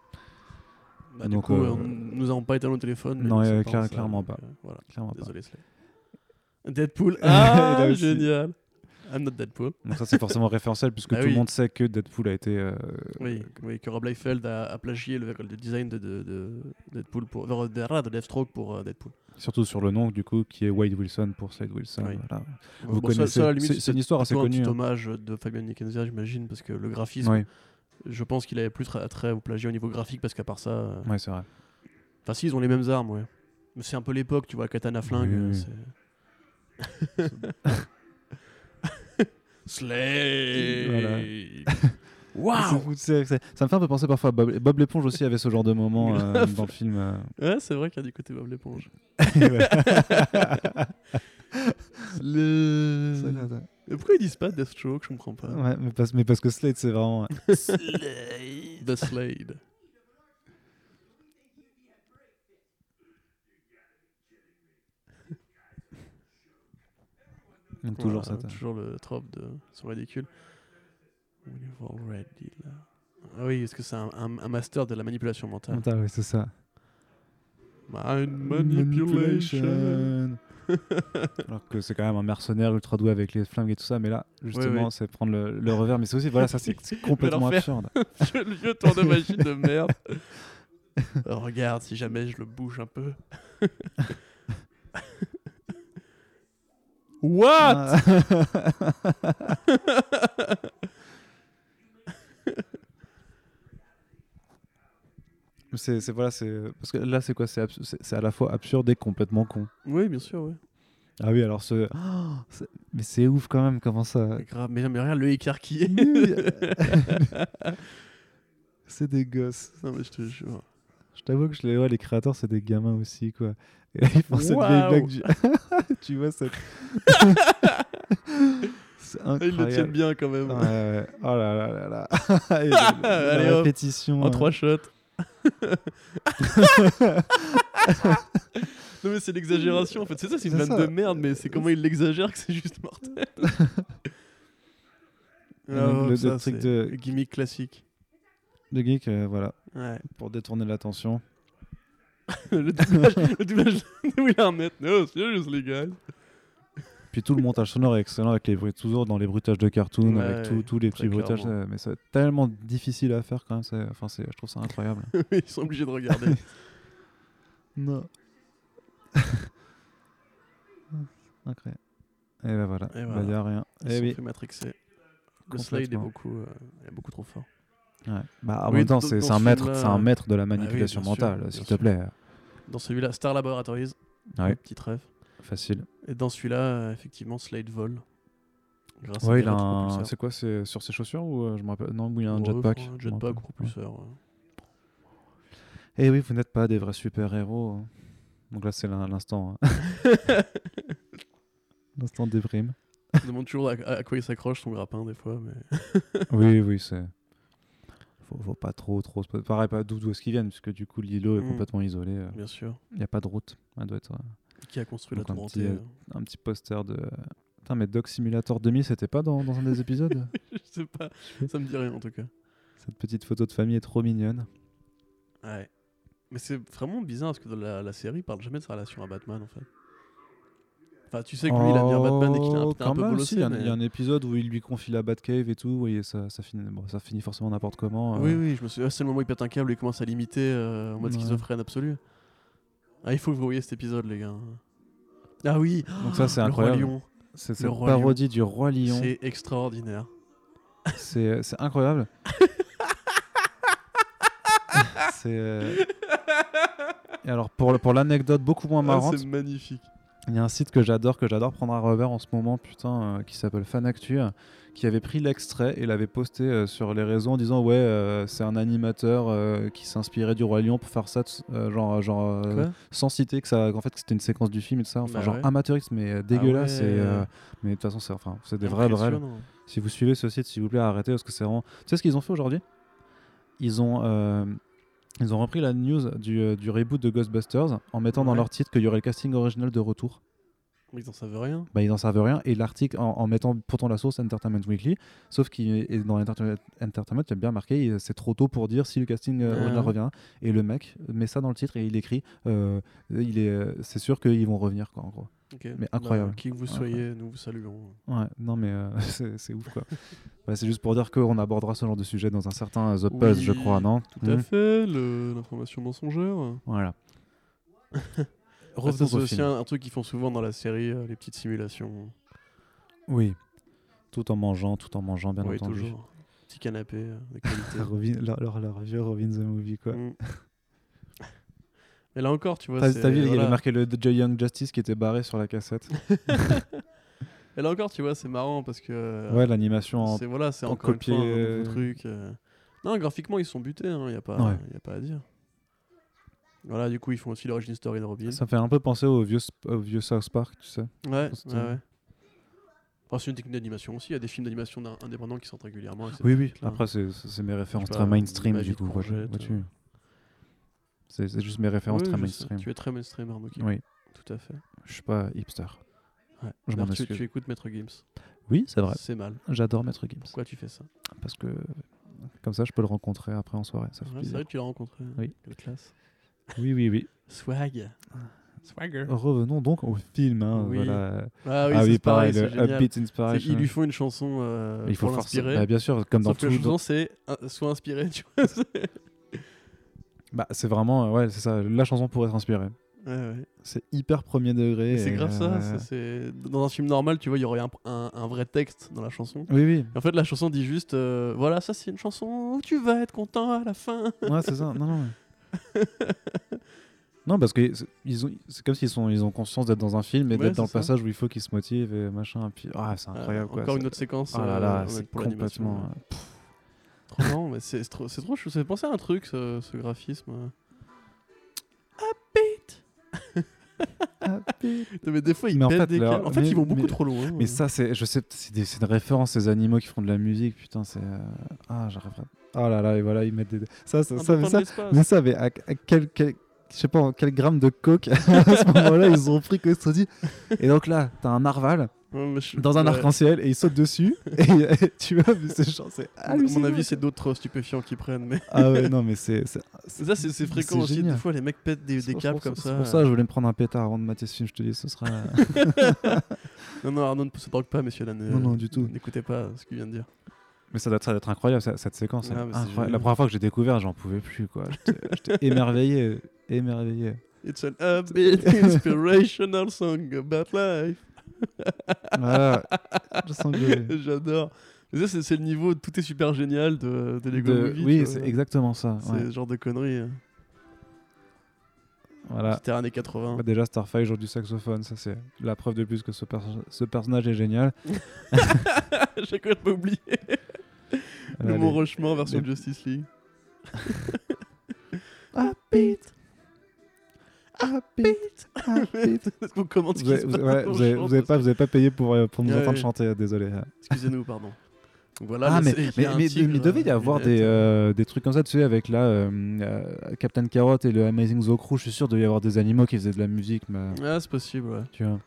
Bah, du Donc, coup, euh, on- nous n'avons pas éteint nos téléphones. mais non, nous euh, sommes pas clair- en salle, clairement donc, pas. euh, voilà. Clairement pas. Désolé, Slay. <laughs> Deadpool. Là Ah, aussi. Euh, génial. I'm not Deadpool. Donc ça c'est forcément référentiel puisque Bah tout le oui. monde sait que Deadpool a été euh, Oui, oui, que Rob Liefeld a, a plagié le, le design de, de, de Deadpool pour. De, de, de Deathstroke pour euh, Deadpool. surtout sur le nom du coup qui est Wade Wilson pour Slade Wilson. Oui. voilà. Bon, Vous ça- ça, à la connaissez. limite, c'est, c'est une histoire assez plutôt un connue. petit hein. hommage de Fabian Nickensia, j'imagine, parce que le graphisme, Oui, je pense qu'il avait plus tra- attrait au plagiat au niveau graphique, parce qu'à part ça. euh, ouais, c'est vrai. Enfin, si, ils ont les mêmes armes, ouais. Mais c'est un peu l'époque, tu vois, katana flingue. Oui, euh, oui. c'est- <laughs> Slay Waouh C'est- c'est- ça me fait un peu penser parfois à Bob, Bob l'éponge aussi avait ce genre de moment euh, Grave. dans le film. euh. <laughs> Ouais, c'est vrai qu'il y a du côté Bob l'éponge. Mais pourquoi ils disent pas Deathstroke Je comprends pas. Ouais, mais parce, mais parce que Slade, c'est vraiment. euh, Slade The Slade. Donc, toujours ça. Voilà, t'as- Toujours le trope de. Ils sont ridicules. We've already là. Ah oui, est-ce que c'est un, un- un master de la manipulation mentale Mental, oui, c'est ça. Mind manipulation. Alors que c'est quand même un mercenaire ultra doué avec les flingues et tout ça, mais là, justement, ouais. c'est prendre le, le revers. Mais c'est aussi, voilà, ça <laughs> c'est c'est complètement l'enfer. absurde. <laughs> le vieux tour de <laughs> machine de merde. Oh, regarde, si jamais je le bouge un peu. <laughs> What Ah. <laughs> Mais c'est c'est- voilà, c'est parce que là, c'est quoi C'est abs- c'est- c'est à la fois absurde et complètement con. Oui, bien sûr, oui. Ah oui, alors ce. Ah, c'est- mais c'est ouf quand même, comment ça. <laughs> Mais grave, mais, mais regarde le écart qui Mmh. est. <laughs> c'est des gosses. non, mais je te jure. Ah, Je t'avoue que je les vois, les créateurs, c'est des gamins aussi, quoi. Et là, ils font cette Waouh. vieille blague du- <laughs> tu vois, <laughs> cette. c'est Ah, Ils le tiennent incroyable. bien quand même. Ouais, ouais. Oh là là là <laughs> <laughs> là. Et le- la Allez, hop. répétition. En hein. trois shots. <laughs> non mais c'est l'exagération en fait, c'est ça, c'est une C'est vanne ça. de merde, mais c'est comment il l'exagère que c'est juste <laughs> mortel. Et donc, ouais, le- Oh, ça, le truc c'est de- gimmick classique. Le geek, euh, voilà, Ouais. pour détourner l'attention. <laughs> le doublage, le doublage de Will Arnett. No, serious les gars. Puis tout le montage sonore est excellent avec les bruits, toujours dans les bruitages de cartoon, Ouais, avec tout- ouais, tous les très petits bruitages. clairement. euh, mais c'est tellement difficile à faire quand même. c'est- Enfin, c'est- je trouve ça incroyable. <laughs> Ils sont obligés de regarder. Eh non. <laughs> incroyable. Et ben voilà. Et Il voilà. n'y a rien. Ils Et sont oui. fait matrixer. Le slide est Complètement. beaucoup, euh, est beaucoup trop fort. Ouais. Bah, en Oui, même temps, dans- c'est dans c'est un ce maître, film-là- c'est un maître de la Ah oui, manipulation bien sûr, bien mentale, s'il te sûr. plaît. Dans celui-là, Star Laboratories, Ouais. petit rêve. Facile. Et dans celui-là, euh, effectivement, Slade vole. Grâce Ouais, des il a un. rétropropulseurs. C'est quoi C'est sur ses chaussures ou euh, je me rappelle Non, où il a un Ouais, jetpack. enfin, je Un me jetpack rappelle. Ouais. propulseur. ouais. Eh oui, vous n'êtes pas des vrais super-héros. hein. Donc là, c'est l'in- l'instant. hein. <laughs> l'instant déprime. Je me demande toujours à, à quoi il s'accroche son grappin des fois. Mais... oui, oui, c'est. Faut, faut pas trop, trop. se poser- Pareil, pas d'où d'où est-ce qu'ils viennent, puisque du coup, l'îlot est Mm. complètement isolé. euh. Bien sûr. Il n'y a pas de route. Elle doit être euh, Qui a construit Donc la un tour petit, hantée, euh, un petit poster de. Putain, mais Doc Simulator 2000, c'était pas dans, dans un des <laughs> épisodes euh, <laughs> Je sais pas. Ça me dit rien en tout cas. Cette petite photo de famille est trop mignonne. Ouais. Mais c'est vraiment bizarre parce que dans la, la série, il parle jamais de sa relation à Batman en fait. Enfin, tu sais que lui, il admire Batman et qu'il est un, Oh, peut-être un quand peu même, bolossé. si, Il y a un- mais- il y, a un épisode où il lui confie la Batcave et tout. Vous voyez, ça, ça, finit, bon, ça finit forcément n'importe comment. euh. Oui, oui, je me souviens. C'est le moment où il pète un câble et il commence à l'imiter euh, en mode Ouais. schizophrène absolu. Ah, il faut que vous voyez cet épisode, les gars. Ah oui, Donc ça, c'est le Roi incroyable. Lion, C'est Le cette Roi parodie du Roi Lion. Oh, c'est extraordinaire. C'est euh, c'est incroyable. <laughs> c'est. euh, Et alors, pour le- pour l'anecdote beaucoup moins Ah, marrante, c'est magnifique. il y a un site que j'adore, que j'adore prendre à revers en ce moment, putain, euh, qui s'appelle Fanactu, euh, qui avait pris l'extrait et l'avait posté euh, sur les réseaux en disant Ouais, euh, c'est un animateur euh, qui s'inspirait du Roi Lion pour faire ça, t- euh, genre, genre euh, Quoi sans citer que ça, qu'en fait que c'était une séquence du film et tout ça, enfin, Bah genre ouais. amateuriste, mais euh, dégueulasse. ouais. et, euh, mais de toute façon, c'est enfin, c'est des vrais brels. Impressionnant. Si vous suivez ce site, s'il vous plaît, arrêtez parce que c'est vraiment. Tu sais ce qu'ils ont fait aujourd'hui Ils ont. euh, Ils ont repris la news du, euh, du reboot de Ghostbusters en mettant dans Ouais. leur titre qu'il y aurait le casting original de retour. Mais ils en savent rien. Bah, ils n'en savent rien. Et l'article, en, en mettant pourtant la source Entertainment Weekly, sauf qu'il dans Entertainment, Entertainment, il y a bien marqué il- c'est trop tôt pour dire si le casting euh, Ah original ouais. revient. Et le mec met ça dans le titre et il écrit euh, il est, euh, c'est sûr qu'ils vont revenir, quoi, en gros. Ok. Mais incroyable. Bah, qui que vous Incroyable. soyez, nous vous saluons. Ouais, non mais <laughs> euh, c'est c'est ouf <laughs> quoi. Voilà, c'est juste pour dire qu'on abordera ce genre de sujet dans un certain euh, The Oui, Buzz, je crois, non Tout à Mhm. fait, le- l'information mensongère. Voilà. Ah, ça, Revenons c'est au aussi film. un, un truc qu'ils font souvent dans la série, euh, les petites simulations. Oui. Tout en mangeant, tout en mangeant, bien oui, entendu. toujours. Petit canapé, euh, de qualité. <laughs> Robin- leur, leur- leur vieux Robin the Movie quoi. Mm. Mais là encore, tu vois. T'as c'est- t'as vu, il y avait voilà. marqué le DJ Young Justice qui était barré sur la cassette. Et là encore, tu vois, c'est marrant parce que. euh, ouais, l'animation en... c'est voilà, c'est en encore une fois un copier, nouveau euh, truc. euh. Non, graphiquement, ils sont butés, il n'y a, pas- Ouais. y a pas à dire. Voilà, du coup, ils font aussi l'origine story de Robin. Ça me fait un peu penser au vieux, sp- au vieux South Park, tu sais. Ouais, Parce que- ouais, ouais. Enfin, c'est une technique d'animation aussi. Il y a des films d'animation d'in- indépendants qui sortent régulièrement. et c'est- Oui, oui. clair. Après, c'est c'est- c'est mes références pas, euh, très mainstream, Magic du coup. vois- Courgette, vois-tu. euh. C'est c'est juste mes références Oui, très je mainstream. sais, Tu es très mainstream, Arnaud. Kim. Oui, Tout à fait. je suis pas hipster. Ouais. Je m'en D'ailleurs, tu, excuse. tu écoutes Maître Gims. Oui, c'est vrai. C'est mal. J'adore Maître Gims. Pourquoi tu fais ça Parce que comme ça, je peux le rencontrer après en soirée. Ça fait Ouais, C'est plaisir. vrai que tu l'as rencontré. Oui. Quelle classe. Oui, oui, oui. Swag. Swagger. Revenons donc au film. hein, Oui. voilà. Ah oui, ah c'est oui, pareil, pareil, c'est le génial. Upbeat C'est- Inspiration. Ils lui font une chanson euh, Il faut pour forcément. l'inspirer. Bah, bien sûr, comme dans Sauf que tout. la chanson, dans- c'est euh, Sois inspiré, <laughs> tu vois. c'est- ouais, Bah, c'est vraiment, euh, ouais, c'est ça. La chanson pour être inspirée. ouais. C'est hyper premier degré. Mais C'est et, grave ça. euh, ça, c'est- Dans un film normal, tu vois, il y aurait un, un- un vrai texte dans la chanson. Oui, oui. Et En fait, la chanson dit juste euh, Voilà, ça c'est une chanson où tu vas être content à la fin. <laughs> Ouais, c'est ça. Non, non. mais- Non, parce que c'est- ils ont- c'est comme s'ils sont, ils ont conscience d'être dans un film et Ouais, d'être dans le c'est ça. passage où il faut qu'ils se motivent et machin. et puis, ah, c'est Ah, incroyable. quoi, encore c'est- une autre séquence. Ah là euh, là, ouais, c'est pour l'animation. complètement. euh, <laughs> Trop marrant, mais c'est c'est trop, c'est trop chou. Ça fait penser à un truc, ce, ce graphisme. euh, Non, mais des fois, ils Mais en pètent fait, des leur- câbles. En fait, mais- ils vont beaucoup mais- trop loin. euh. Mais ça, c'est, je sais, c'est, des, c'est une référence, ces animaux qui font de la musique, putain, c'est. euh, Ah, j'arriverai. Ah là là, et voilà, ils mettent des. Ça, ça, ça, mais ça, mais ça, mais à, à quel, quel- je sais pas, en quel gramme de coke <laughs> à ce moment-là, ils ont pris que se dit. Et donc là, t'as un narval dans un arc-en-ciel et il saute dessus. Et, et <laughs> tu vois, Ah, mais c'est genre, c'est. À mon hallucinant, avis, quoi. c'est d'autres stupéfiants qui prennent. Mais Ah ouais, non, mais c'est. c'est- mais ça, c'est c'est C'est fréquent aussi. Des génial. fois, les mecs pètent des, des c'est câbles pour comme C'est ça. pour ça, je voulais me prendre un pétard avant de mater ce film, je te dis, ce <laughs> sera. Non, non, Arnaud ne se drogue pas, messieurs. dames, Non, non, euh, du tout. N'écoutez pas ce qu'il vient de dire. Mais ça doit, ça doit être incroyable ça- cette séquence. Ah, elle est mais c'est incroyable. La génial. première fois que j'ai découvert, j'en pouvais plus quoi. J'étais- J'étais émerveillé, émerveillé. It's an a <laughs> bit inspirational song about life. Voilà. je sens <laughs> que J'adore. Mais ça, c'est- c'est le niveau de tout est super génial de, de Lego de- Movie. tu oui, vois. c'est exactement ça. C'est ouais. ce genre de conneries. hein. Voilà. C'était années 80. Bah, déjà Starfire joue du saxophone, ça c'est la preuve de plus que ce, perso- ce personnage est génial. <laughs> Chaque fois, je peux oublier. Voilà, Le les- Mont Rushmore version les- Justice League. <laughs> Est-ce qu'on commente ce Ah, Vous avez, qui se vous, passe ouais, dans vous le avez- champ, vous avez pas, parce vous avez pas payé pour, euh, pour nous Ouais, entendre ouais. chanter, euh, désolé. euh. que- Excusez-nous, pardon. Donc voilà, ah, là, mais, c'est- il y a mais, un mais- tigre, mais il devait y euh, avoir lunette. des, euh, des trucs comme ça, tu sais, avec la euh, euh, Captain Carrot et le Amazing Zoo Crew, je suis sûr, il devait y avoir des animaux qui faisaient de la musique, mais Ah, c'est possible, ouais. tu vois.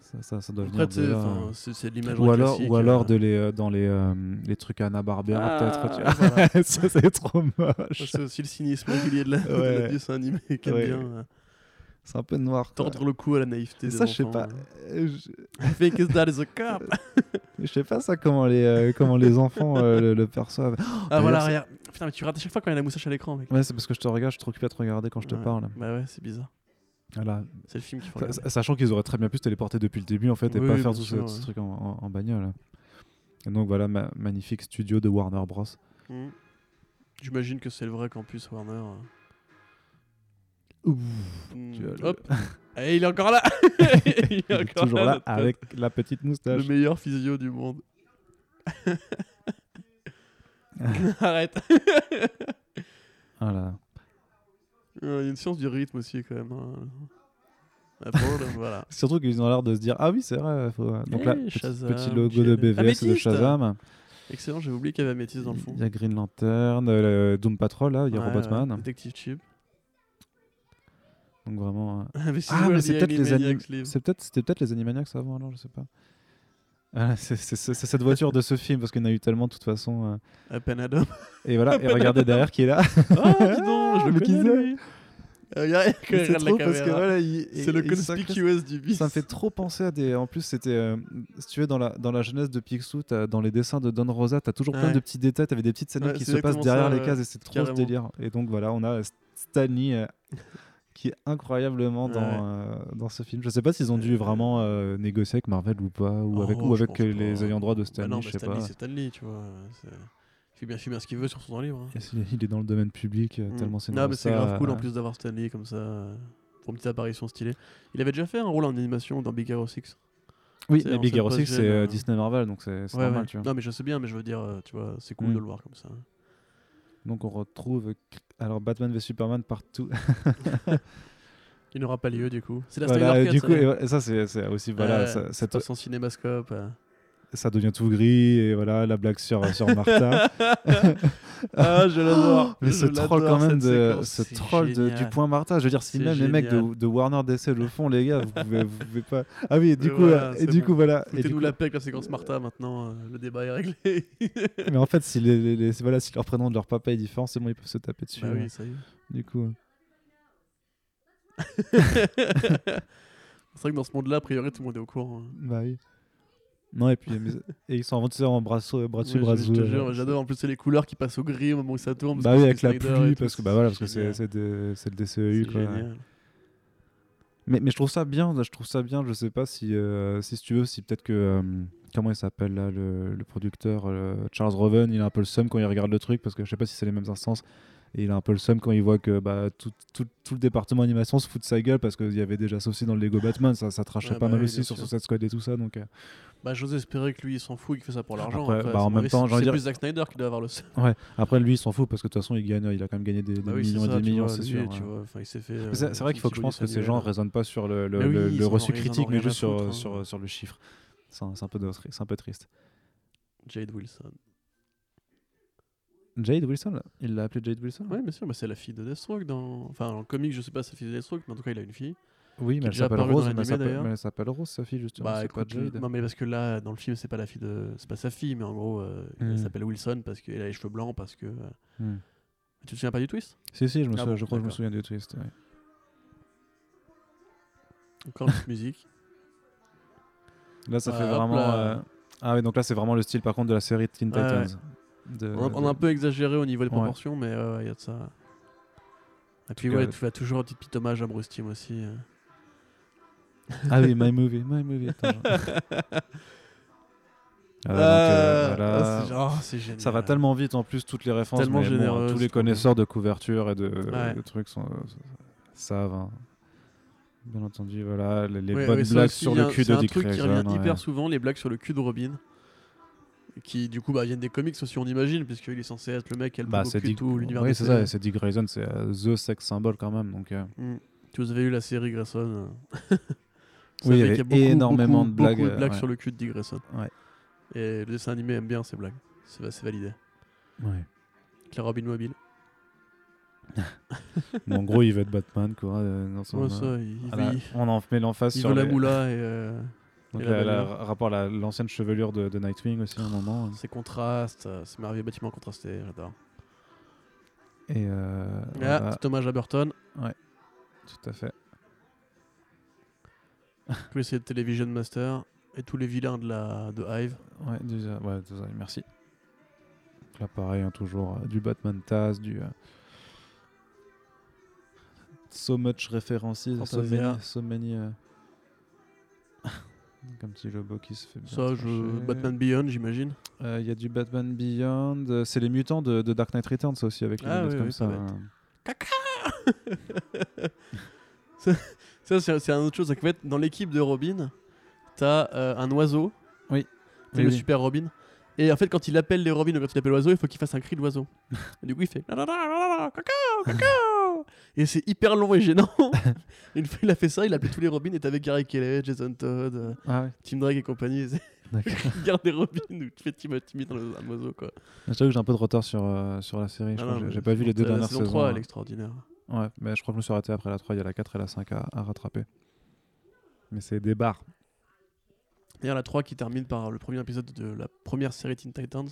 Ça, ça, ça doit Après, venir tu de sais, là. hein. enfin, c'est c'est de l'image Ou alors, classique, ou alors euh. de les, euh, dans les, euh, les trucs Anna Barbera, Ah, peut-être. tu vois. voilà. <laughs> ça, c'est trop Ça, moche. C'est aussi le <laughs> cynisme régulier de la, de la Ouais. dessin animé qui aime Ouais. bien euh, C'est un peu noir. quoi. tordre le cou à la naïveté. des Ça, je sais enfants, pas. Oh, Euh, Je hein. I think it's that is a cop. <laughs> je sais pas ça, comment les, euh, comment les <laughs> enfants euh, le, le perçoivent. Ah, voilà, c'est- regarde. Putain, mais tu rates à chaque fois quand il y a la moustache à l'écran, mec. Ouais, c'est parce que je te regarde, je suis trop occupé à te regarder quand je te Ouais. parle. Bah ouais, c'est bizarre. Voilà, C'est le film qu'il faut Sa- regarder. sa- Sachant qu'ils auraient très bien pu se téléporter depuis le début en fait et Oui, pas oui, faire bien tout ce, sûr, tout ce ouais. truc en, en- en bagnole. Et donc voilà, ma- magnifique studio de Warner Bros. Mm. J'imagine que c'est le vrai campus Warner. hein. Mm. tu as le- Hop. <laughs> Et il est encore là. <laughs> il est Il est encore toujours là notre pote. avec la petite le moustache. meilleur physio du <laughs> monde. <laughs> Arrête. Voilà. Euh, Il y a une science du rythme aussi quand même. hein. <laughs> Apple, voilà. Surtout qu'ils ont l'air de se dire Ah oui, c'est vrai. faut- Donc Eh, là, petit, Shazam, petit logo Shazam. de Ah, BVS Métiste de Shazam. Excellent, j'ai oublié qu'il y avait Métis dans le fond. Il y a Green Lantern, euh, le Doom Patrol, là, il y a Ouais, Robotman. ouais, Détective Chip. <laughs> Donc vraiment. euh, ah, mais Ah, mais c'est peut-être les anim- Animaniacs. Live. c'est peut-être- C'était peut-être les Animaniacs avant, alors je sais pas. Voilà, c'est c'est- c'est- c'est cette voiture de ce film parce qu'il y en a eu tellement de toute façon. euh. À <laughs> peine Adam. Et voilà, et regardez derrière qui est <laughs> là. Ah, dis donc, je le Le connais, teaser. lui. Euh, Regarde, quand il Mais c'est regarde la trop parce que caméra. voilà, il- C'est et- le et il s'incruste. conspicuous du bis. Ça me fait trop penser à des. En plus, c'était. euh, si tu veux, dans la, dans la jeunesse de Picsou, t'as- dans les dessins de Don Rosa, t'as toujours plein Ouais. de petits détails. T'avais des petites scènes Ouais, qui c'est se passent exactement derrière ça, les ouais. cases et c'est trop Carrément. ce délire. Et donc, voilà, on a Stanley euh, qui est incroyablement dans, Ouais. euh, dans ce film. Je sais pas s'ils ont dû vraiment euh, négocier avec Marvel ou pas, ou Oh, avec, ou je avec pense euh, les pas. ayants droit de Bah Stanley, non, je mais sais Stanley, pas. c'est Stanley, tu vois. c'est- Il fait bien, il fait bien ce qu'il veut sur son temps libre. hein. Il est dans le domaine public, euh, Mm. tellement c'est Non, mais c'est Rosa, grave cool en euh, plus d'avoir Stanley comme ça. euh, Pour une petite apparition stylée. Il avait déjà fait un rôle en animation dans Big Hero 6. Oui, c'est mais en Big fait Hero pas 6, gêne, c'est euh, euh. Disney Marvel, donc c'est c'est Ouais, normal, ouais. tu vois. Non, mais je sais bien, mais je veux dire, euh, tu vois, c'est cool Mm. de le voir comme ça. Donc on retrouve alors Batman v Superman partout. Il n'aura pas lieu du coup. C'est la Voilà, Snyder et Cut, du ça. coup, et ouais, ça c'est c'est aussi voilà, Ouais, ça, c'est cette- pas sans cinémascope. euh. ça devient tout gris et voilà la blague sur euh, sur <laughs> Martha. <laughs> <laughs> ah, je l'adore. Mais ce Je troll l'adore, quand même cette de séquence, ce c'est troll de- du génial. point Martha. Je veux dire, si C'est même les mecs de, génial. de Warner DC le font, les gars, vous pouvez, vous pouvez pas. Ah oui, du Et coup, voilà, euh, c'est et du bon. coup voilà. Et du Foutez-nous coup- la paix avec la séquence Martha maintenant, euh, le débat <laughs> est réglé. bah Mais en fait, si les, les- les- voilà, si leur prénom de leur papa est différent, c'est bon, ils peuvent se taper dessus. ouais. Bah <laughs> oui, ça y est. Du coup. c'est vrai que dans ce monde-là, a priori, tout le monde est au courant. hein. Bah oui. Non, et puis mais- et ils sont inventés en bras dessus, bras dessus, Ouais, bras je- je dessous, te euh, jure, J'adore, en plus, c'est les couleurs qui passent au gris au moment où ça tourne. parce Bah que oui, c'est avec la Snyder et pluie, tout, parce que bah voilà, parce que c'est génial. c'est de- c'est le DCEU C'est quoi. génial. Mais, mais je trouve ça bien, je trouve ça bien. Je sais pas si, euh, si, si tu veux, si peut-être que euh, comment il s'appelle là le, le producteur euh, Charles Roven, il a un peu le seum quand il regarde le truc parce que je sais pas si c'est les mêmes instances Et il a un peu le seum quand il voit que bah, tout, tout- tout le département animation se fout de sa gueule parce qu'il y avait déjà ça aussi dans le Lego Batman. Ça, ça trachait Ouais, pas bah mal oui, bien aussi sur sûr. Suicide Squad et tout ça. Donc, euh, Bah, j'ose espérer que lui, il s'en fout, il fait ça pour l'argent. Après, Après, bah, en c'est- même mais temps, c'est- j'ai envie c'est de plus Zack Snyder qui doit avoir le seul. ouais. Après, lui, il s'en fout parce que de toute façon, il gagne. Il a quand même gagné des, des Bah oui, c'est millions et ça, des tu millions, vois, c'est lui, sûr. tu ouais. vois, enfin, il s'est fait, euh, Mais C'est c'est vrai son qu'il faut que petit je pense que bonus ces gens annuel. raisonnent pas sur le, le- Mais oui, le- ils le en ont reçu rien- ils en ont critique, mais rien juste à sur, foutre, hein. sur, sur le chiffre. C'est un, c'est un peu dommage- c'est un peu triste. Jade Wilson. Jade Wilson, là. il l'a appelé Jade Wilson Ouais, bien sûr, mais c'est la fille de Deathstroke dans. Enfin, en comique, je sais pas sa fille de Deathstroke, mais en tout cas, il a une fille. Oui, mais elle déjà s'appelle apparue dans Rose, mais l'animé, elle s'appelle- d'ailleurs. mais elle s'appelle Rose, sa fille, justement. bah, c'est pas écoute, Jade. non, mais parce que là, dans le film, c'est pas la fille de. C'est pas sa fille, mais en gros, euh, Hmm. elle s'appelle Wilson parce qu'elle a les cheveux blancs, parce que. euh, Hmm. Tu te souviens pas du twist Si, si, je, me Ah souviens, bon, je crois que je me d'accord. souviens du twist. ouais. <laughs> Encore une petite musique. Là, ça Ah, fait hop vraiment. là. euh, Ah oui, donc là, c'est vraiment le style, par contre, de la série Teen Ouais, ouais. Titans. De- On a, on a un de- peu exagéré au niveau des Ouais. proportions, mais euh, il y a de ça. Et puis, cas, ouais, le- tu fais toujours un petit, petit hommage à Bruce Timm aussi. euh. Ah oui, My Movie, My Movie. attends, <laughs> je- euh. <laughs> Voilà, donc, euh, Ah, voilà. c'est- oh, c'est génial. Ça va tellement vite en plus, toutes les références. Tellement mais bon, généreuse, tous les je trouve. connaisseurs de couverture et de, Ouais. de trucs sont, savent. hein. Bien entendu, voilà, les, les Ouais, bonnes ouais, ça blagues aussi, sur il y a le un- cul c'est de un Dick truc qui Grayson, revient ouais. hyper souvent, les blagues sur le cul de Robin. Qui du coup bah, viennent des comics aussi, on imagine, puisque il est censé être le mec qui a le Bah, plus c'est beau cul de Dick... tout l'univers. Oui, de c'est télé. ça, c'est Dick Grayson, c'est euh, The Sex Symbol quand même. Donc, euh, Mm. Tu vous avez eu la série Grayson euh, ça Oui, il y fait avait qu'il beaucoup, énormément beaucoup, de blagues, beaucoup euh, ouais. sur le cul de Dick Grayson. Ouais. Et le dessin animé aime bien ces blagues. C'est va- c'est validé. ouais. Avec La Robin Mobile. Bon, en gros, il veut être Batman, quoi. euh, dans son, Ouais, euh, ça, il, il à la- veut- On en met l'emphase il sur veut la les- moula et euh, <laughs> Donc, et la la- la- bagnole. rapport à la- l'ancienne chevelure de, de Nightwing aussi, à un moment. hein. ses contrastes, euh, ces merveilleux bâtiments contrastés, j'adore. Et euh, Ah, voilà, petit hommage à Burton. tout à fait. Tous les Television Master et tous les vilains de, la, de Hive. Ouais, déjà, ouais, tout ça, merci. Donc Là, pareil, hein, toujours euh, du Batman Taz, du. euh, So much references, so Fantasia. many. So many euh, <laughs> Donc un petit logo qui se fait bien. Ça, je... trancher. Euh, Batman Beyond, j'imagine. Il y a du Batman Beyond. euh, C'est les mutants de, de Dark Knight Returns ça aussi avec les Ah lunettes oui, comme oui, ça. pas bête. hein. Ça, c'est c'est une autre chose. c'est qu'en fait, dans l'équipe de Robin, t'as euh, un oiseau. Oui. C'est Oui, le oui. super Robin. Et en fait, quand il appelle les Robins ou quand il appelle l'oiseau, il faut qu'il fasse un cri de l'oiseau. Et du coup, il fait la la la la la, cacao, cacao. Et c'est hyper long <laughs> et gênant. Une fois, il a fait ça, il a appelé tous les Robins et t'avais Gary Kelly, Jason Todd, euh, Ah <laughs> ouais, Tim Drake et compagnie. C'est- d'accord. Il garde des Robins ou tu fais Timothy dans le- un oiseau quoi. Je t'avoue que j'ai un peu de retard sur, euh, sur la série. je Ah crois non, que j'ai- mais J'ai pas vu les deux la dernières saison saisons. 3, hein. elle est extraordinaire. Ouais, mais je crois que je me suis arrêté après la 3. Il y a la 4 et la 5 à, à rattraper. Mais c'est des barres. D'ailleurs, la 3 qui termine par le premier épisode de la première série Teen Titans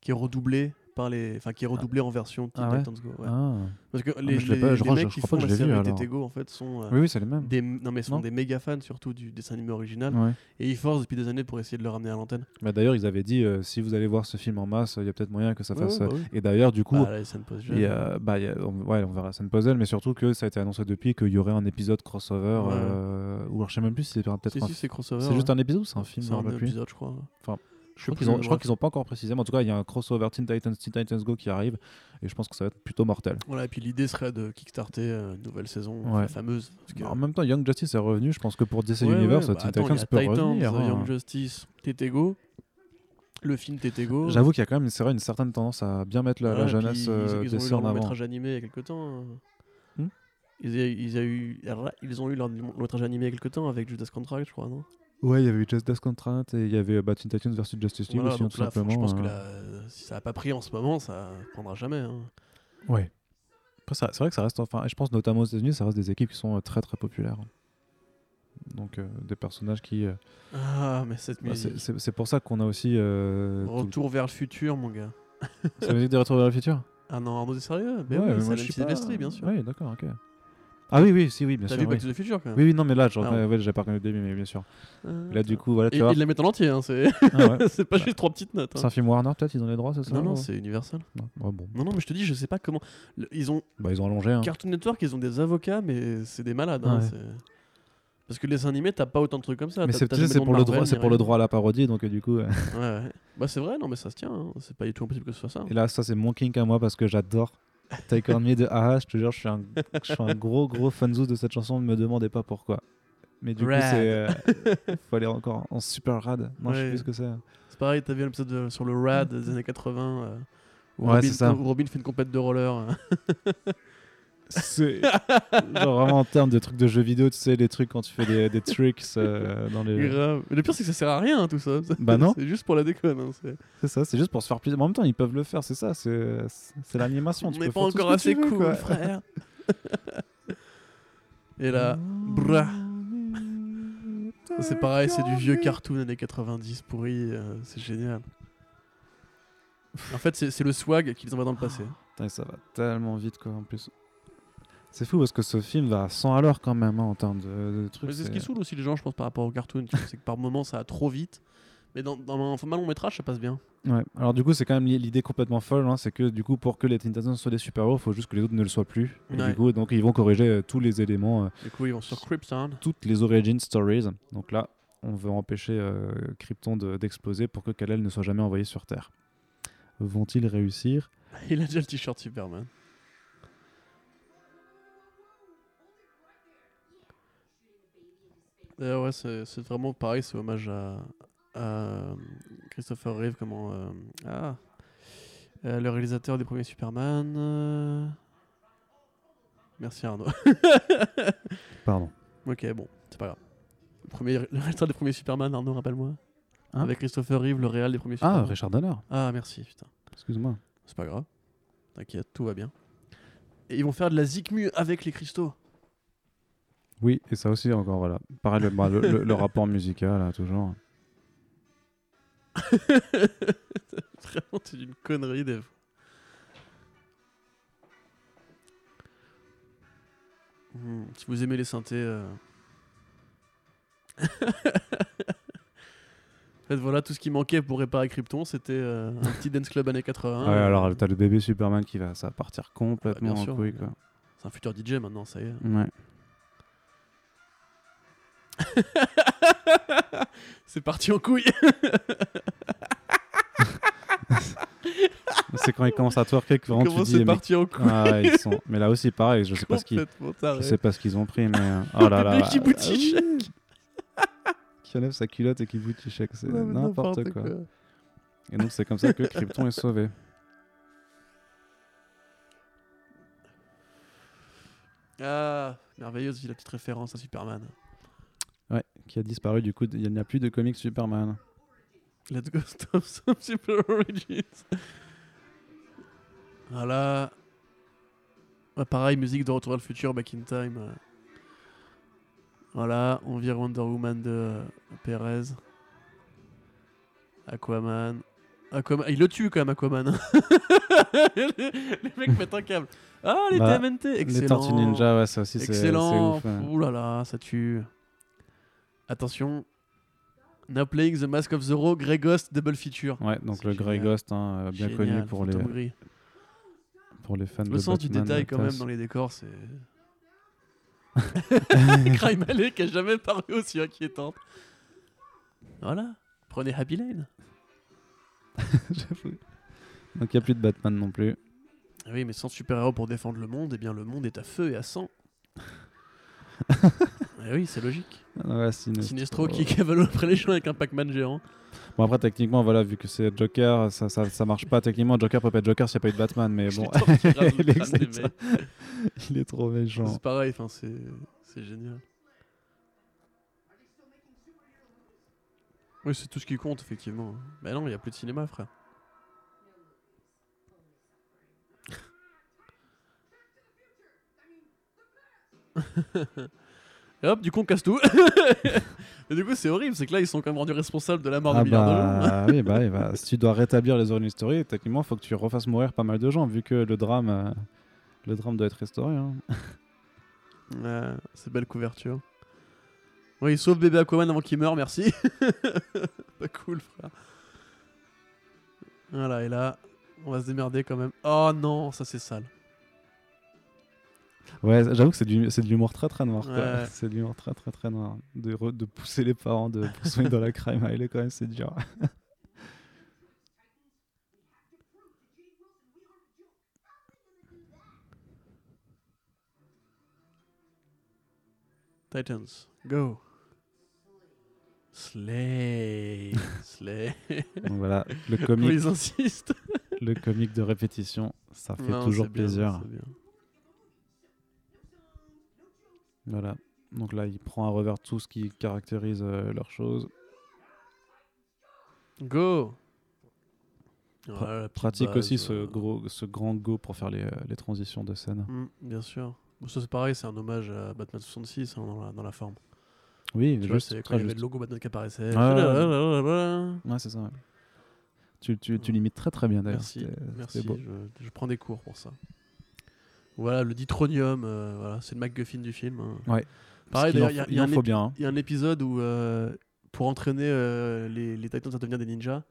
qui est redoublé par les enfin qui est redoublé en version Teen Ah ouais Titans Go. ouais. Ah. Parce que mais les, je l'ai les- pas- je les crois- mecs je qui crois font pas que je la l'ai vu, série alors. Teen Go en fait sont euh, Oui, oui, c'est les mêmes. des non mais sont Non des méga fans surtout du dessin animé original Ouais. et ils forcent depuis des années pour essayer de le ramener à l'antenne. Bah, d'ailleurs, ils avaient dit euh, si vous allez voir ce film en masse, il y a peut-être moyen que ça Ouais, fasse. ouais, euh, bah oui. Et d'ailleurs, du coup, Bah, là, les scènes post-jeunes. il y a- bah, il y a- on, ouais, on verra la scène puzzle, mais surtout que ça a été annoncé depuis qu'il y aurait un épisode crossover. Ouais. euh, ou alors, je sais même plus si c'est peut-être Si, un si, c'est crossover. hein. C'est juste un épisode ou c'est un film je me un rappelle plus. épisode, je crois. Enfin, je Je sais crois plus, qu'ils ont- mais je crois bref. qu'ils ont pas encore précisé, mais en tout cas, il y a un crossover Teen Titans, Teen Titans Go qui arrive, et je pense que ça va être plutôt mortel. Voilà, et puis l'idée serait de kickstarter euh, une nouvelle saison Ouais. la fameuse. Parce que- Bah, En même temps, Young Justice est revenu, je pense que pour DC Ouais, Universe, ouais, bah Teen attends, Titans il y a peut Titans, revenir. euh, hein. Young Justice, Tetego, le film Tetego. J'avoue qu'il y a quand même c'est vrai, une certaine tendance à bien mettre la, la Voilà, et puis jeunesse ils- euh, Ils, ont eu DC leur en long avant. métrage animé il y a quelques temps. hein. Hmm ils, a- ils a eu, ils ont eu leur long métrage animé il y a quelques temps avec Judas Contract, je crois, non Ouais, il y avait eu Just Dance Contraint et il y avait euh, bah, Teen Titans versus Justice League Voilà, aussi, hein, donc tout là, faut- simplement. Je pense que hein. là, euh, si ça n'a pas pris en ce moment, ça prendra jamais. hein. Ouais. Après, ça- c'est vrai que ça reste, enfin, et je pense notamment aux États-Unis, ça reste des équipes qui sont euh, très très populaires. Donc euh, des personnages qui. euh, Ah, mais cette bah, c'est- musique. c'est c'est pour ça qu'on a aussi. euh, tout- Retour vers le futur, mon gars. C'est la musique des Retours vers le futur Ah non, Arnaud, c'est sérieux Ben Ouais, oui, mais c'est moi, Alan je suis Silvestri, pas- bien sûr. Ouais, d'accord, ok. Ah oui, oui, si, oui, bien T'as sûr. vu Oui. Back to the Future, quand même Oui, oui, non, mais là, genre, Ah, ouais. ouais, ouais, j'ai pas reconnu le début, mais bien sûr. Ah, Là, du coup, voilà, Et tu vois. ils la mettent en entier, hein, c'est Ah <laughs> ouais. c'est pas juste trois petites notes. hein. C'est un film Warner, peut-être, ils ont les droits, c'est ça Non, non, ou- c'est Universal. Non, ouais, bon. Non, non, mais je te dis, je sais pas comment. Le- Ils ont Bah, ils ont allongé. Hein. Cartoon Network, ils ont des avocats, mais c'est des malades. hein, Ouais. c'est- Parce que les dessins animés, t'as pas autant de trucs comme ça. Mais t'as- c'est t'as peut-être- jamais c'est de pour, le Marvel, droit, c'est ni pour le rien. droit à la parodie, donc euh, du coup. euh, Ouais, ouais. Bah, c'est vrai, non, mais ça se tient. hein. C'est pas du tout impossible que ce soit ça. Et là, ça, c'est mon kink à moi parce que j'adore Take On Me de Aha, je te jure, je suis un, je suis un gros, gros fanzou de cette chanson, ne me demandez pas pourquoi. Mais du coup, Rad. c'est. <laughs> euh, faut aller encore en super rad. Non, je sais Ouais. plus ce que c'est. C'est pareil, t'as vu l'épisode de- sur le RAD des années 80 euh, où, Ouais, Robin, c'est ça. où Robin fait une compète de roller. hein. C'est genre vraiment en termes de trucs de jeux vidéo, tu sais, les trucs quand tu fais des, des tricks euh, dans les. Grave. Mais le pire, c'est que ça sert à rien hein, tout ça. <laughs> Bah non. c'est juste pour la déconne. hein, c'est- C'est ça, c'est juste pour se faire plaisir. Mais En même temps, ils peuvent le faire, c'est ça, c'est c'est l'animation. On tu n'est peux pas faire tout ce encore que tu assez veux, cool, quoi. <laughs> frère. Et là, brah. c'est pareil, c'est du vieux cartoon années 90 pourri. euh, c'est génial. En fait, c'est c'est le swag qu'ils envoient dans le passé. Putain, ça va tellement vite, quoi, en plus. C'est fou parce que ce film va à 100 à l'heure quand même, hein, en termes de, de trucs. Mais c'est ce c'est- qui saoule aussi les gens, je pense, par rapport au cartoon. tu vois, c'est que par moments, ça va trop vite. Mais dans, dans un format long métrage, ça passe bien. Ouais. Alors du coup, c'est quand même li- l'idée complètement folle, hein, c'est que du coup, pour que les Teen Titans soient des super-héros, faut juste que les autres ne le soient plus. Et Ouais. du coup, donc ils vont corriger euh, tous les éléments, euh, Du coup, ils vont sur hein. Krypton. toutes les origin stories. Donc là, on veut empêcher euh, Krypton de- d'exploser pour que Kal-El ne soit jamais envoyé sur Terre. Vont-ils réussir Il a déjà le t-shirt Superman. D'ailleurs, ouais, c'est c'est vraiment pareil, c'est hommage à, à euh, Christopher Reeve, comment. euh, ah euh, Le réalisateur des premiers Superman. euh. Merci Arnaud. <laughs> Pardon. ok, bon, c'est pas grave. Le, premier, le réalisateur des premiers Superman, Arnaud, rappelle-moi. Hein Avec Christopher Reeve, le réal des premiers Ah, Superman. Richard Donner, ah, merci, putain. excuse-moi. C'est pas grave. T'inquiète, tout va bien. Et ils vont faire de la zikmu avec les cristaux. Oui, et ça aussi, encore, voilà. Pareil, le, bah, le- le- le rapport musical, là, toujours. Vraiment, <laughs> c'est une connerie, Dev. Hmm, si vous aimez les synthés. <laughs> euh. en fait, voilà, tout ce qui manquait pour réparer Krypton, c'était euh, un petit dance club années Euh, 80. Ouais, alors, euh, t'as le bébé Superman qui va, ça va partir complètement Bah, bien en sûr, couille, mais- quoi. C'est un futur DJ maintenant, ça y est. Ouais. C'est parti en couille. C'est quand il commence à twerker que vraiment Comment tu dis. c'est Mais... parti en couille Ah, ils sont... mais là aussi, pareil, je sais pas ce qu'ils, Complètement je taré. sais pas ce qu'ils ont pris, mais euh, oh là là, Le mec qui ah, boutiche. oui. qui enlève sa culotte et qui boutiche, <laughs> c'est Non, mais n'importe quoi. Et donc c'est comme ça que Krypton est sauvé. Ah, merveilleuse aussi la petite référence à Superman. Ouais, <laughs> qui a disparu du coup, il n'y a plus de comics Superman. Let's go <laughs> stop some super origins. Voilà. Ouais, pareil, musique de Retour à le futur, Back in Time. euh. Voilà, on vire Wonder Woman de euh, Perez. Aquaman. Aquaman. Il le tue quand même, Aquaman. les, <laughs> les mecs mettent un câble. Ah, les Bah, TMNT, Les excellent. Tortues Ninja, ouais, ça aussi c'est- c'est Excellent. ouf. hein. ouais. Ouh là là, ça tue. Attention. Now playing the Mask of Zorro, Grey Ghost, double feature. Ouais, donc C'est le Grey génial. Ghost, hein, euh, bien Génial, connu pour les, fantôme gris. pour les fans de Le sens du Batman, détail quand même classe. dans les décors, <laughs> c'est. <laughs> Crime Alley qui a jamais paru aussi inquiétante. Voilà. Prenez Happy Lane. <laughs> J'avoue. Donc il n'y a plus de Batman non plus. Ah Oui, mais sans super-héros pour défendre le monde, eh bien le monde est à feu et <laughs> à sang. Eh oui, c'est logique. Ah ouais, Sinestro. Sinestro qui <laughs> cavale après les gens avec un Pac-Man géant. Bon après techniquement voilà vu que c'est Joker ça, ça, ça marche pas techniquement Joker peut pas être Joker s'il n'y a pas eu de Batman mais Je bon les torture, je rase <laughs> le Il est crâne des excellent. mecs. il est trop méchant. C'est pareil, enfin c'est c'est génial. Oui, c'est tout ce qui compte effectivement. Mais non, il y a plus de cinéma, frère. <laughs> Et hop, du coup on casse tout. <laughs> Et du coup c'est horrible, c'est que là ils sont quand même rendus responsables de la mort Ah de milliards de gens. <laughs> bah, oui, bah, oui, bah, si tu dois rétablir les origines story, techniquement, faut que tu refasses mourir pas mal de gens, vu que le drame, euh, le drame doit être restauré. hein. Ouais, c'est belle couverture. Oui, sauve bébé Aquaman avant qu'il meure, merci. <laughs> Pas cool, frère. Voilà, et là, on va se démerder quand même. Oh non, ça c'est sale. Ouais, j'avoue que c'est du- c'est de l'humour très très noir. quoi. Ouais. C'est de l'humour très très très noir. De, re- de pousser les parents de poursuivre dans la crime, ah, il est quand même, c'est dur. Titans, go. <laughs> Slay. Slay. Donc voilà, le Comment comique, ils insistent. le comique de répétition, ça fait Non, toujours c'est bien, plaisir. c'est bien. Voilà. Donc là, il prend à revers tout ce qui caractérise euh, leurs choses. Go. Voilà, la petite Pratique base, aussi ce, euh. gros, ce grand go pour faire les, euh, les transitions de scène. Mm, bien sûr. Bon, ça c'est pareil, c'est un hommage à Batman 66 hein, dans, la, dans la forme. Oui, Tu vois, juste, c'est quand très il y avait juste. le logo Batman qui apparaissait. Ouais, ouais, ouais. Blablabla. Ouais, c'est ça. ouais. Tu, tu, tu l'imites très très bien d'ailleurs. Merci, C'était- c'était merci. beau. Je, je prends des cours pour ça. Voilà, le Ditronium, euh, voilà, c'est le MacGuffin du film. hein. Ouais. Parce Pareil, qu'il en d'ailleurs, il y a- faut- il y, il a en un faut épi- bien. hein. il y a un épisode où, euh, pour entraîner euh, les, les Titans à devenir des ninjas,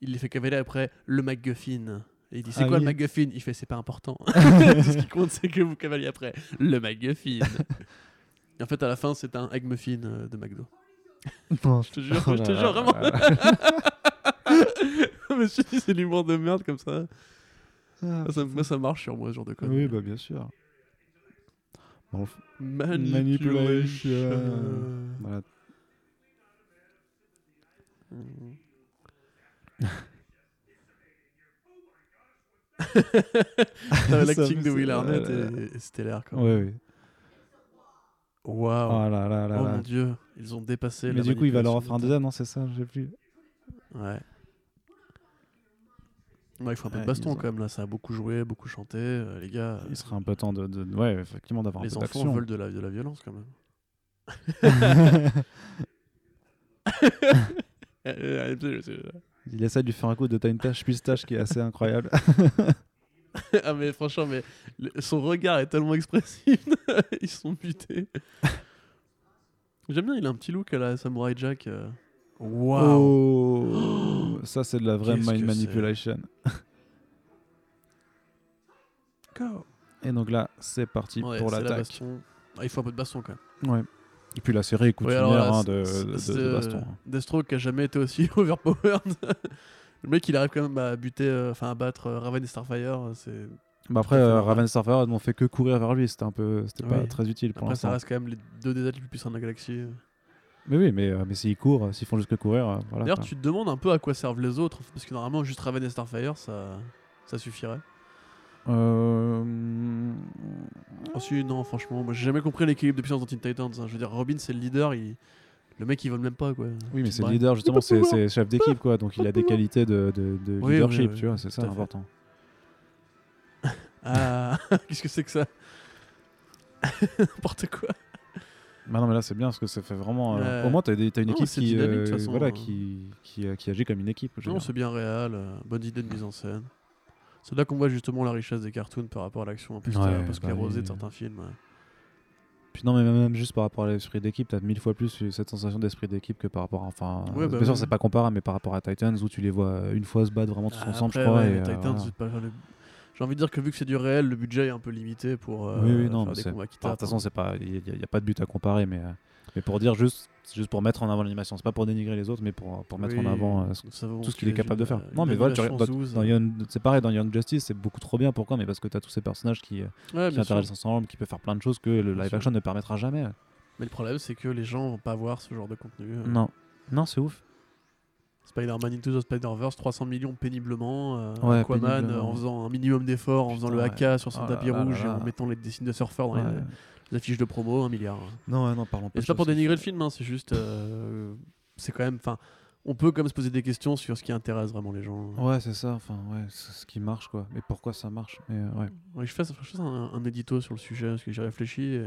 il les fait cavaler après le MacGuffin. Et il dit, c'est Ah quoi oui. le MacGuffin Il fait, c'est <laughs> pas important. <laughs> Tout ce qui compte, c'est que vous cavaliez après <laughs> le MacGuffin. Et en fait, à la fin, c'est un Egg Muffin euh, de McDo. <laughs> Oh Je te jure, je te jure, vraiment. <laughs> je me suis dit, c'est l'humour de merde comme ça. Ah, ça- moi, ça marche sur moi, ce genre de code. oui, bah bien sûr. Bon, f- Manipulation. Manipulation. voilà. Mm. <laughs> Non, L'acting de c'est- Will Arnett euh, est, est stellaire. Quoi. Ouais, ouais. Waouh. Oh là là là oh là. mon dieu, ils ont dépassé. Mais la du coup, il va leur offrir manipulation un du deuxième, non C'est ça, je sais plus. temps. Ouais. Ouais, il faut un peu Ouais, de baston ils ont- quand même là. Ça a beaucoup joué, beaucoup chanté, euh, les gars. euh, Il serait un peu temps de, de- de- ouais, effectivement, d'avoir un les peu enfants d'action. veulent de la, de la violence quand même. <laughs> <laughs> il essaie de lui faire un coup de t'as une tache pistache qui est assez incroyable. ah mais franchement, mais le- son regard est tellement expressif, <laughs> ils sont butés. J'aime bien, il a un petit look à la Samurai Jack. euh. Waouh. Oh, ça c'est de la vraie Qu'est-ce mind que c'est <laughs> manipulation. Et donc là, c'est parti Ouais, pour c'est la l'attaque. baston. Ah, il faut un peu de baston quand même. Ouais. Et puis la série est Ouais, coutumière alors là, hein, c'est- de, c'est- c'est, de, de euh, baston. hein. Deathstroke qui a jamais été aussi <laughs> overpowered. Le mec, il arrive quand même à buter, euh, enfin à battre euh, Raven et Starfire. euh, C'est... Bah après, Tout à fait euh, normal. Raven Surfer n'ont fait que courir vers lui. C'était un peu, c'était pas Ouais. très utile pour Après, ça l'instant. reste quand même les deux des athlètes les plus puissants de la galaxie. euh. Mais oui, mais, euh, mais s'ils courent, euh, s'ils font juste que courir, euh, voilà. D'ailleurs, quoi. tu te demandes un peu à quoi servent les autres, parce que normalement, juste Raven et Starfire, ça, ça suffirait. Euh, Ensuite, non, franchement, moi j'ai jamais compris l'équilibre de puissance dans Teen Titans. hein. Je veux dire, Robin, c'est le leader, il... le mec, il vole même pas, quoi. Oui, mais c'est Ouais. le leader, <laughs> justement, pas c'est pouvoir. c'est chef d'équipe, quoi. Donc <laughs> il a des qualités de, de- de Oui, leadership, oui, oui, tu vois, c'est ça tout à fait. important. Ah, <laughs> qu'est-ce que c'est que ça N'importe quoi. Bah non, mais là, c'est bien parce que ça fait vraiment. euh, Ouais. Au moins, t'as des- t'as une Non, équipe c'est qui, dynamique, de euh, toute façon, voilà, hein. qui, qui, euh, qui agit comme une équipe. je veux Non, dire. c'est bien réel, euh, bonne idée de mise en scène. C'est là qu'on voit justement la richesse des cartoons par rapport à l'action un peu Ouais, stylée, parce bah qu'il y a rosé oui. de certains films. ouais. Puis non, mais même même juste par rapport à l'esprit d'équipe, t'as mille fois plus euh, cette sensation d'esprit d'équipe que par rapport à. Enfin, Ouais, euh, bah bien sûr, oui. c'est pas comparable, mais par rapport à Titans où tu les vois euh, une fois se battre vraiment tous Ah, ensemble, je après, crois. ouais, et, les euh, Titans, voilà. c'est pas- le- j'ai envie de dire que vu que c'est du réel, le budget est un peu limité pour euh, oui, oui, non, faire mais des c'est- combats qui hein. enfin, de toute tapent, façon, c'est pas, il n'y a, y a pas de but à comparer, mais, euh, mais pour dire juste, c'est juste pour mettre en avant l'animation, c'est pas pour dénigrer les autres, mais pour, pour mettre Oui, en avant euh, ce- nous savons tout ce qu'il est qu'une- capable de faire. euh, Non, une mais voilà, tu animation regardes Zouz, dans euh, Young- c'est pareil, dans Young Justice, c'est beaucoup trop bien. Pourquoi Mais parce que t'as tous ces personnages qui, euh, ouais, qui bien sûr. interagissent ensemble, qui peuvent faire plein de choses que le Bien live sûr. action ne permettra jamais. Mais le problème, c'est que les gens vont pas voir ce genre de contenu. euh. Non, non, c'est ouf. Spider-Man Into the Spider-Verse, 300 millions péniblement. euh, Ouais, Aquaman, péniblement. euh, en faisant un minimum d'efforts, en faisant le Putain, haka sur son Oh là tapis là rouge là et là. en mettant les dessins de surfeurs dans les- Ouais. les affiches de promo, un milliard. hein. Non, ouais, non, parlons Et de c'est pas pour choses. dénigrer le film, hein, c'est juste. euh, c'est quand même. Enfin, on peut quand même se poser des questions sur ce qui intéresse vraiment les gens. Ouais, c'est ça. Enfin, ouais, c'est ce qui marche, quoi. Mais pourquoi ça marche Mais, euh, ouais. Ouais, je fais, je fais un, un édito sur le sujet parce que j'y réfléchis. et-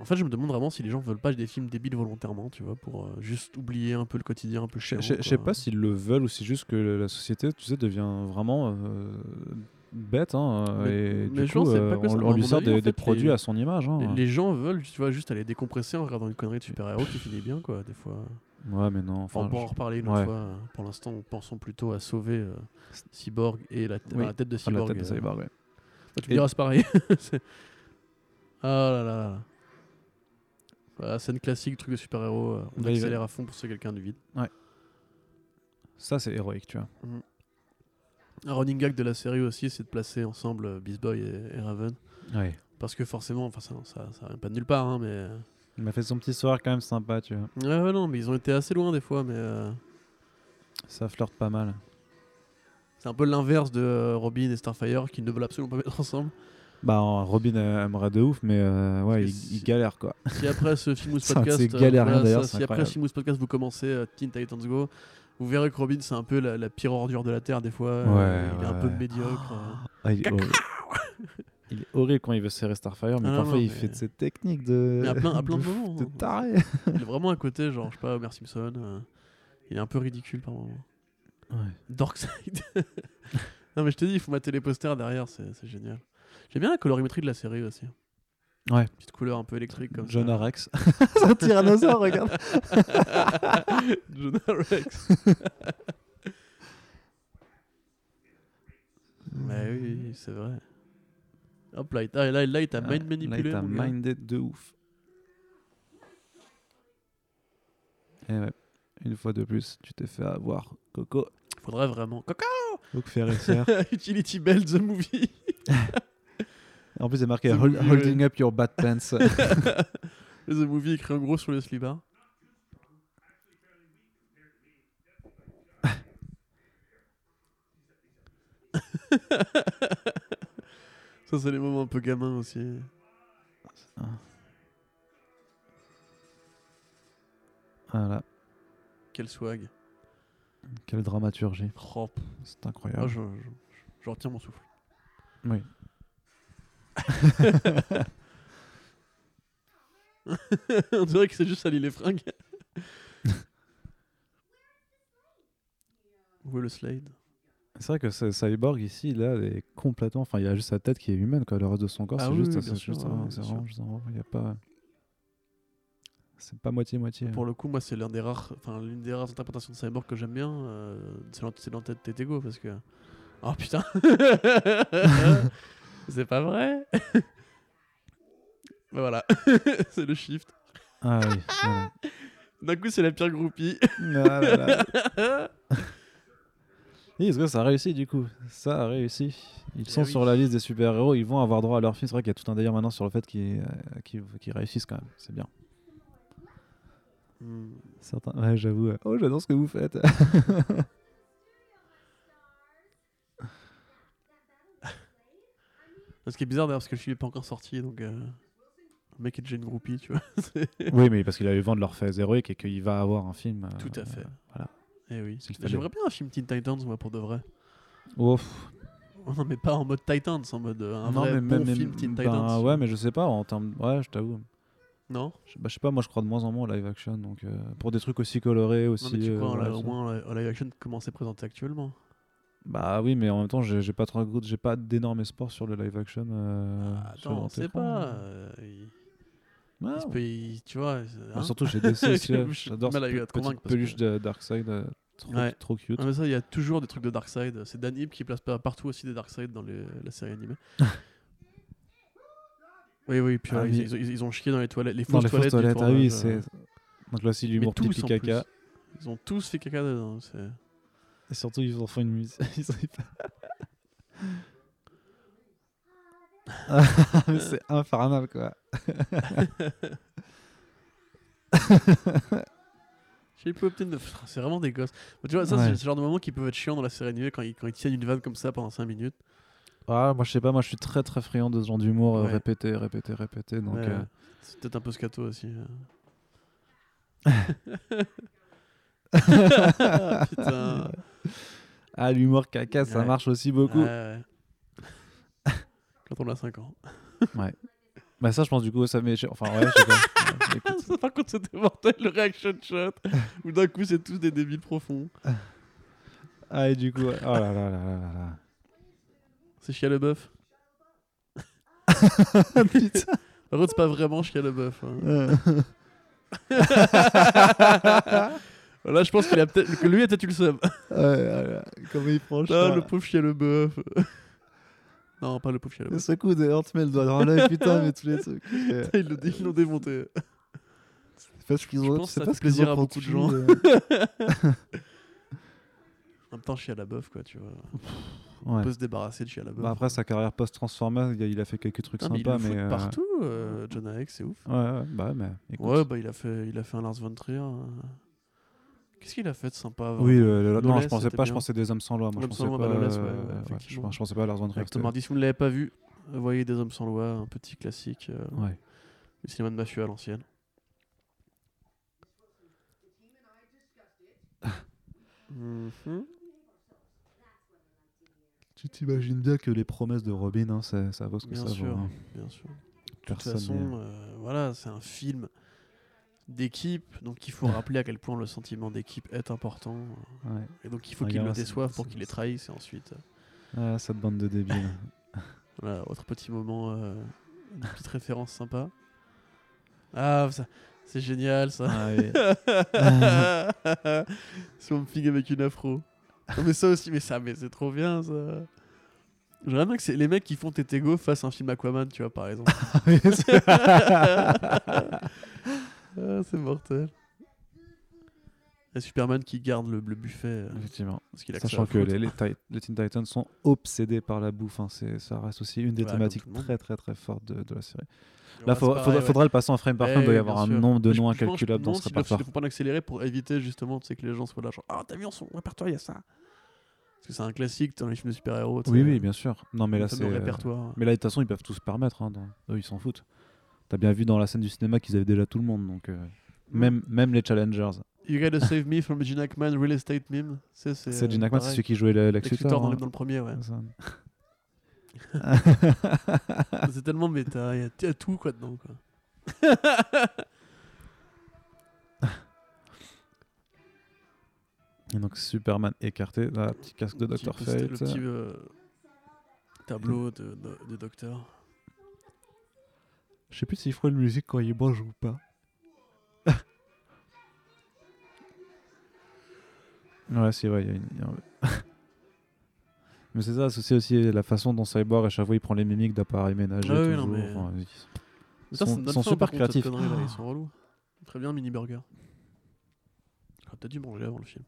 En fait, je me demande vraiment si les gens veulent pas des films débiles volontairement, tu vois, pour euh, juste oublier un peu le quotidien, un peu Je- chiant. Je je sais quoi. pas s'ils le veulent ou si c'est juste que le- la société, tu sais, devient vraiment euh, bête. Hein, euh, Mais- et mais du je pense coup, que c'est euh, pas que ça. on, À on lui mon sert avis, des, en des fait, produits les- à son image. Hein. Les, les gens veulent, tu vois, juste aller décompresser en regardant une connerie de super-héros qui finit bien, quoi, des fois. Ouais, mais non. Enfin, Enfin, on pourra en reparler une autre ouais. fois. hein. Pour l'instant, pensons plutôt à sauver euh, Cyborg et la, Oui, enfin, la tête de je- la Cyborg. tête de euh. Cyborg, ouais. Bah, tu me Et- diras, c'est pareil. <laughs> C'est- ah là là là. Voilà, scène classique, truc de super-héros. euh, On Là, Bah, il va- accélère à fond pour sauver quelqu'un du vide. Ça, c'est héroïque, tu vois. Un running gag de la série aussi, c'est de placer ensemble euh, Beast Boy et, et Raven. Parce que forcément, enfin ça, ça, ça vient pas de nulle part, hein, mais. Il m'a fait son petit soir quand même sympa, tu vois. Ouais, ouais, non, mais ils ont été assez loin des fois, mais euh, Ça flirte pas mal. c'est un peu l'inverse de euh, Robin et Starfire qui ne veulent absolument pas mettre ensemble. Bah, en- Robin euh, aimerait de ouf, mais euh, ouais, que il, il c'est- galère quoi. Si après ce Filmous <laughs> C'est un de Podcast. euh, ces galériens, voilà, ça, d'ailleurs, c'est si après incroyable. Filmous Podcast vous commencez euh, Teen Titans Go, vous verrez que Robin c'est un peu la, la pire ordure de la Terre des fois. euh, Ouais, il est un ouais, peu ouais. médiocre. euh. Ah, il, est horrible. <laughs> Il est horrible quand il veut serrer Starfire, mais Ah non, parfois non, il mais- fait de ses techniques de. Mais à plein, à plein <laughs> de, de, moments. de hein. taré. Il est vraiment à côté, genre, je sais pas, Homer Simpson. euh, il est un peu ridicule par moment. <laughs> Darkseid. <laughs> non, mais je te dis, il faut mater les posters derrière, c'est c'est génial. J'aime bien la colorimétrie de la série aussi. Ouais. Petite couleur un peu électrique comme John ça. Arax. <laughs> C'est un tyrannosaure, regarde. <laughs> John Rex. Hmm. mais oui, c'est vrai. Hop là, il t'a- là, là, il t'a mind Ah, Là, il manipulé. t'a mon gars. minded de ouf. Et Eh ouais, une fois de plus, tu t'es fait avoir, Coco. Faudrait vraiment. Coco Donc Ferré <laughs> serre. <laughs> Utility Bell the Movie. <laughs> En plus, il y a marqué C'est Hold- oublié. Holding up your bad pants. The Movie écrit en gros sur le slibard. <laughs> Ça, c'est les moments un peu gamins aussi. <laughs> hein. voilà, Quel swag. quelle dramaturgie. Oh, pff, C'est incroyable. ah, je, je- je retiens mon souffle. Oui. <laughs> On dirait que c'est juste salir les <laughs> fringues. Où est le Slade C'est vrai que ce cyborg ici, là, il est complètement. Enfin, il y a juste sa tête qui est humaine, quoi. Le reste de son corps, Ah c'est oui, juste. oui, c'est bien sûr, juste ouais, un- bien c'est sûr. vraiment juste un- Il n'y a pas. C'est pas moitié-moitié. Pour le coup, moi, c'est l'un des rares, enfin l'une des rares interprétations de Cyborg que j'aime bien. euh, c'est l'ent- c'est l'entête de Tetego parce que. Oh putain. <laughs> c'est pas vrai. <laughs> Ben voilà, <laughs> c'est le shift. Ah <laughs> oui. voilà. D'un coup, c'est la pire groupie. Ah là là. Et Est-ce que ça a réussi du coup Ça a réussi. Ils Eh sont oui. sur la liste des super-héros, ils vont avoir droit à leur film. C'est vrai qu'il y a tout un délire maintenant sur le fait qu'ils euh, qu'ils- qu'ils réussissent quand même. C'est bien. Hmm. Certains... Ouais, j'avoue. euh, Oh, j'adore ce que vous faites. <laughs> Ce qui est bizarre d'ailleurs, parce que le film n'est pas encore sorti, donc euh, le mec est déjà une groupie, tu vois. C'est- oui, mais parce qu'il a eu vent de leur fait héroïque et qu'il va avoir un film. euh, Tout à fait. voilà. Eh oui. C'est le fallait. J'aimerais bien un film Teen Titans, moi, pour de vrai. Oh, pff, Non, mais pas en mode Titans, en mode euh, un non, mais vrai bon même. mais- film Teen ben, Titans. ouais, mais je sais pas, en termes. Ouais, je t'avoue. Non Je, bah, je sais pas, moi je crois de moins en moins au live action. Donc, euh, pour des trucs aussi colorés, aussi. Non, mais tu euh, crois en voilà, la- au ça. moins en live action comment c'est présenté actuellement Bah oui, mais en même temps, j'ai j'ai pas trop de goût- j'ai pas d'énorme espoir sur le live action. euh, Ah, sur Attends, on grand sait écran. pas. euh, il- Ouais, il se peut- il- tu vois. c'est- Bah, hein surtout <laughs> chez DC, aussi, J'ai ouais. du j'adore mal à cette pe- te convaincre, petite parce que- peluche de Darkseid, euh, trop, Ouais. trop cute. Ah, mais ça, il y a toujours des trucs de Darkseid. C'est Dan Hip qui place pas partout aussi des Darkseid dans les- la série <laughs> animée. oui, oui, puis Ah, euh, mais- ils, ils ont- ils ont chié dans les toilettes, les Dans fausses les fausses toilettes. du toilettes, ah oui, c'est. tournage, Donc là aussi euh, mais l'humour tous, en pipi caca. plus. Ils ont tous fait caca dedans. c'est- Et surtout ils en font une musique. <laughs> Ils en- Ah, mais c'est infernal quoi. J'ai pu obtenir de- Pff, C'est vraiment des gosses. Mais tu vois, ça, Ouais. c'est le genre de moment qui peuvent être chiant dans la série animée quand ils, quand ils tiennent une vanne comme ça pendant 5 minutes. Ah, moi je sais pas, moi je suis très très friand de ce genre d'humour euh, Ouais. répété, répété, répété. Donc Ouais, euh, ouais. C'est peut-être un peu scato aussi. <laughs> euh. Ah, Putain. euh, <laughs> ah l'humour caca ça Ouais. marche aussi beaucoup. Ouais, ouais. Quand on a 5 ans. Bah ça je pense du coup ça mais je- enfin ouais je <laughs> sais pas. Ouais, mais <laughs> écoute. Ah, Ça, par contre, c'était mortel le reaction <laughs> shot. Où d'un coup, c'est tous des débiles profonds. Ah et du coup oh là là là là là là. C'est Chia le <laughs> bœuf. Putain. <laughs> Par contre, c'est pas vraiment Chia le bœuf. <laughs> hein. Euh. Là, je pense qu'il a peut-être que lui a peut-être eu le seum. Ouais, ouais, ouais. Comment il prend Ah, le pauvre Chia le bœuf. <laughs> Non, pas le pauvre Chia le Le bœuf. secoue de Hurt met le doigt dans l'œil, putain, mais tous les <laughs> trucs. Putain, <laughs> Ils le- ils l'ont démonté. Parce qu'ils Je ont, pense tu sais que ça pas fait ce qu'ils plaisir ont à pour beaucoup de dessus, gens. euh. En même temps, Chia la bœuf, quoi, tu vois. Ouais. On peut se débarrasser de Shia LaBeouf. Bah, après, sa carrière post-Transformer, il a- il a fait quelques trucs Putain, mais ils sympas. le foutent mais, euh, partout, euh, John Hayek, c'est ouf. Ouais, ouais, bah, mais écoute. Ouais, bah il a fait, il a fait un Lars von Trier. euh. Qu'est-ce qu'il a fait de sympa Oui, vraiment euh, le- bah, Lawless, non, je pensais c'était pas, je bien. pensais des hommes sans loi. Moi, je Hommes sans pensais loi, pas. bah, Lawless, ouais, ouais, euh, ouais, je, effectivement. pense- je pensais pas à Lars von Trier. Avec Tom Hardy, si vous ne l'avez pas vu, vous voyez Des Hommes sans loi, un petit classique euh, Ouais. du cinéma de mafieux <laughs> à l'ancienne. Mhm. Tu t'imagines bien que les promesses de Robin, hein, ça, ça vaut ce que Bien ça sûr, vaut. hein. bien sûr. De toute Personne façon, n'est- euh, voilà, c'est un film d'équipe, donc il faut rappeler à quel point le sentiment d'équipe est important. euh, Ouais. Et donc il faut Ah, qu'il le gars, c'est- déçoive pour c'est- qu'il les trahisse et ensuite. euh, Ah, cette bande de <laughs> débiles. Voilà, autre petit moment, euh, une petite référence sympa. Ah, ça- c'est génial ça. Ah, ouais. <laughs> Swamp Thing avec une afro. Non, mais ça aussi, mais ça, mais c'est trop bien ça. J'aimerais bien que c'est les mecs qui font Tetego fassent un film Aquaman, tu vois, par exemple. <laughs> ah, c'est mortel. Et Superman qui garde le, le buffet euh, Effectivement. parce qu'il a Sachant ça à que foutre. les, les, Ti- les Teen Titans sont obsédés par la bouffe. hein, c'est- ça reste aussi une des Ouais, comme tout thématiques le monde. très très très fortes de, de la série. Et Là, faudra, voilà, c'est faudra- pareil, ouais. faudra le passer en frame par frame. Eh, doit y avoir bien un sûr. nombre de Je- noms je pense- incalculables dans non, ce s'ils le- s'ils répertoire. le font pas en accéléré pour éviter justement tu sais, que les gens soient là genre ah t'as vu en son répertoire il y a ça parce que c'est un classique dans les films de super héros Oui, oui, bien sûr. Non, mais là, c'est. euh, euh, le répertoire Mais là, de toute façon, ils peuvent tous se permettre. hein, dans- Eux, ils s'en foutent. T'as bien vu dans la scène du cinéma qu'ils avaient déjà tout le monde. Donc, euh, Mm. même, même les Challengers. You Gotta Save Me from Gene Hackman Real Estate Meme Ça, c'est C'est euh, Gene Hackman, c'est pareil. celui qui jouait la- l'executor. L'executor dans, le- hein. dans le premier <laughs> ouais Ça. c'est tellement méta il y a- il y, a tout quoi dedans quoi Et donc, Superman écarté, là, petit casque de Petit Dr. poster- le Fate. petit euh, tableau de, de, de docteur Je sais plus s'il faut une musique quand il mange ou pas. <laughs> ouais, c'est vrai. il y a une- il y a un- <laughs> mais c'est ça, c'est aussi la façon dont Cyborg, à chaque fois, il prend les mimiques d'appareils ménagers. Ah oui, toujours. non, mais- enfin, ils sont- Putain, ça sont- me donne sont faim, par super contre, cette créatifs. connerie, là, ils sont relous. Très bien, mini burger. J'aurais peut-être dû manger avant le film.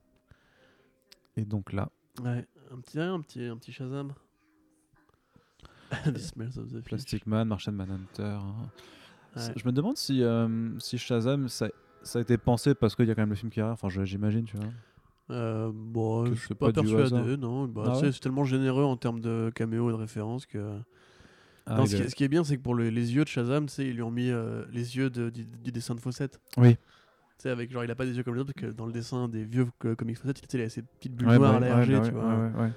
Et donc là, Ouais, un petit, un petit, un <laughs> petit Shazam. the smells of the fish. Plastic Man, Martian Manhunter. hein. Ouais. C'est- Je me demande si, euh, si Shazam, ça, ça a été pensé parce qu'il y a quand même le film qui arrive. Enfin, je- j'imagine, tu vois. Euh, bon, Que je c'est suis pas pas, du persuadé, hasard. non. Bah, Ah tu sais, ouais C'est tellement généreux en termes de caméos et de références que. Ah, Non, il ce, est- qui, ce qui est bien, c'est que pour le- les yeux de Shazam, tu sais, ils lui ont mis euh, les yeux de- du, du dessin de Fawcett. Oui. Tu sais, avec genre, il a pas des yeux comme les autres, parce que dans le dessin des vieux co- comics Fawcett, tu sais, il a ces petites bulles Ouais, noires bah, à ouais, la bah, RG, tu ouais, vois. ouais, ouais, ouais.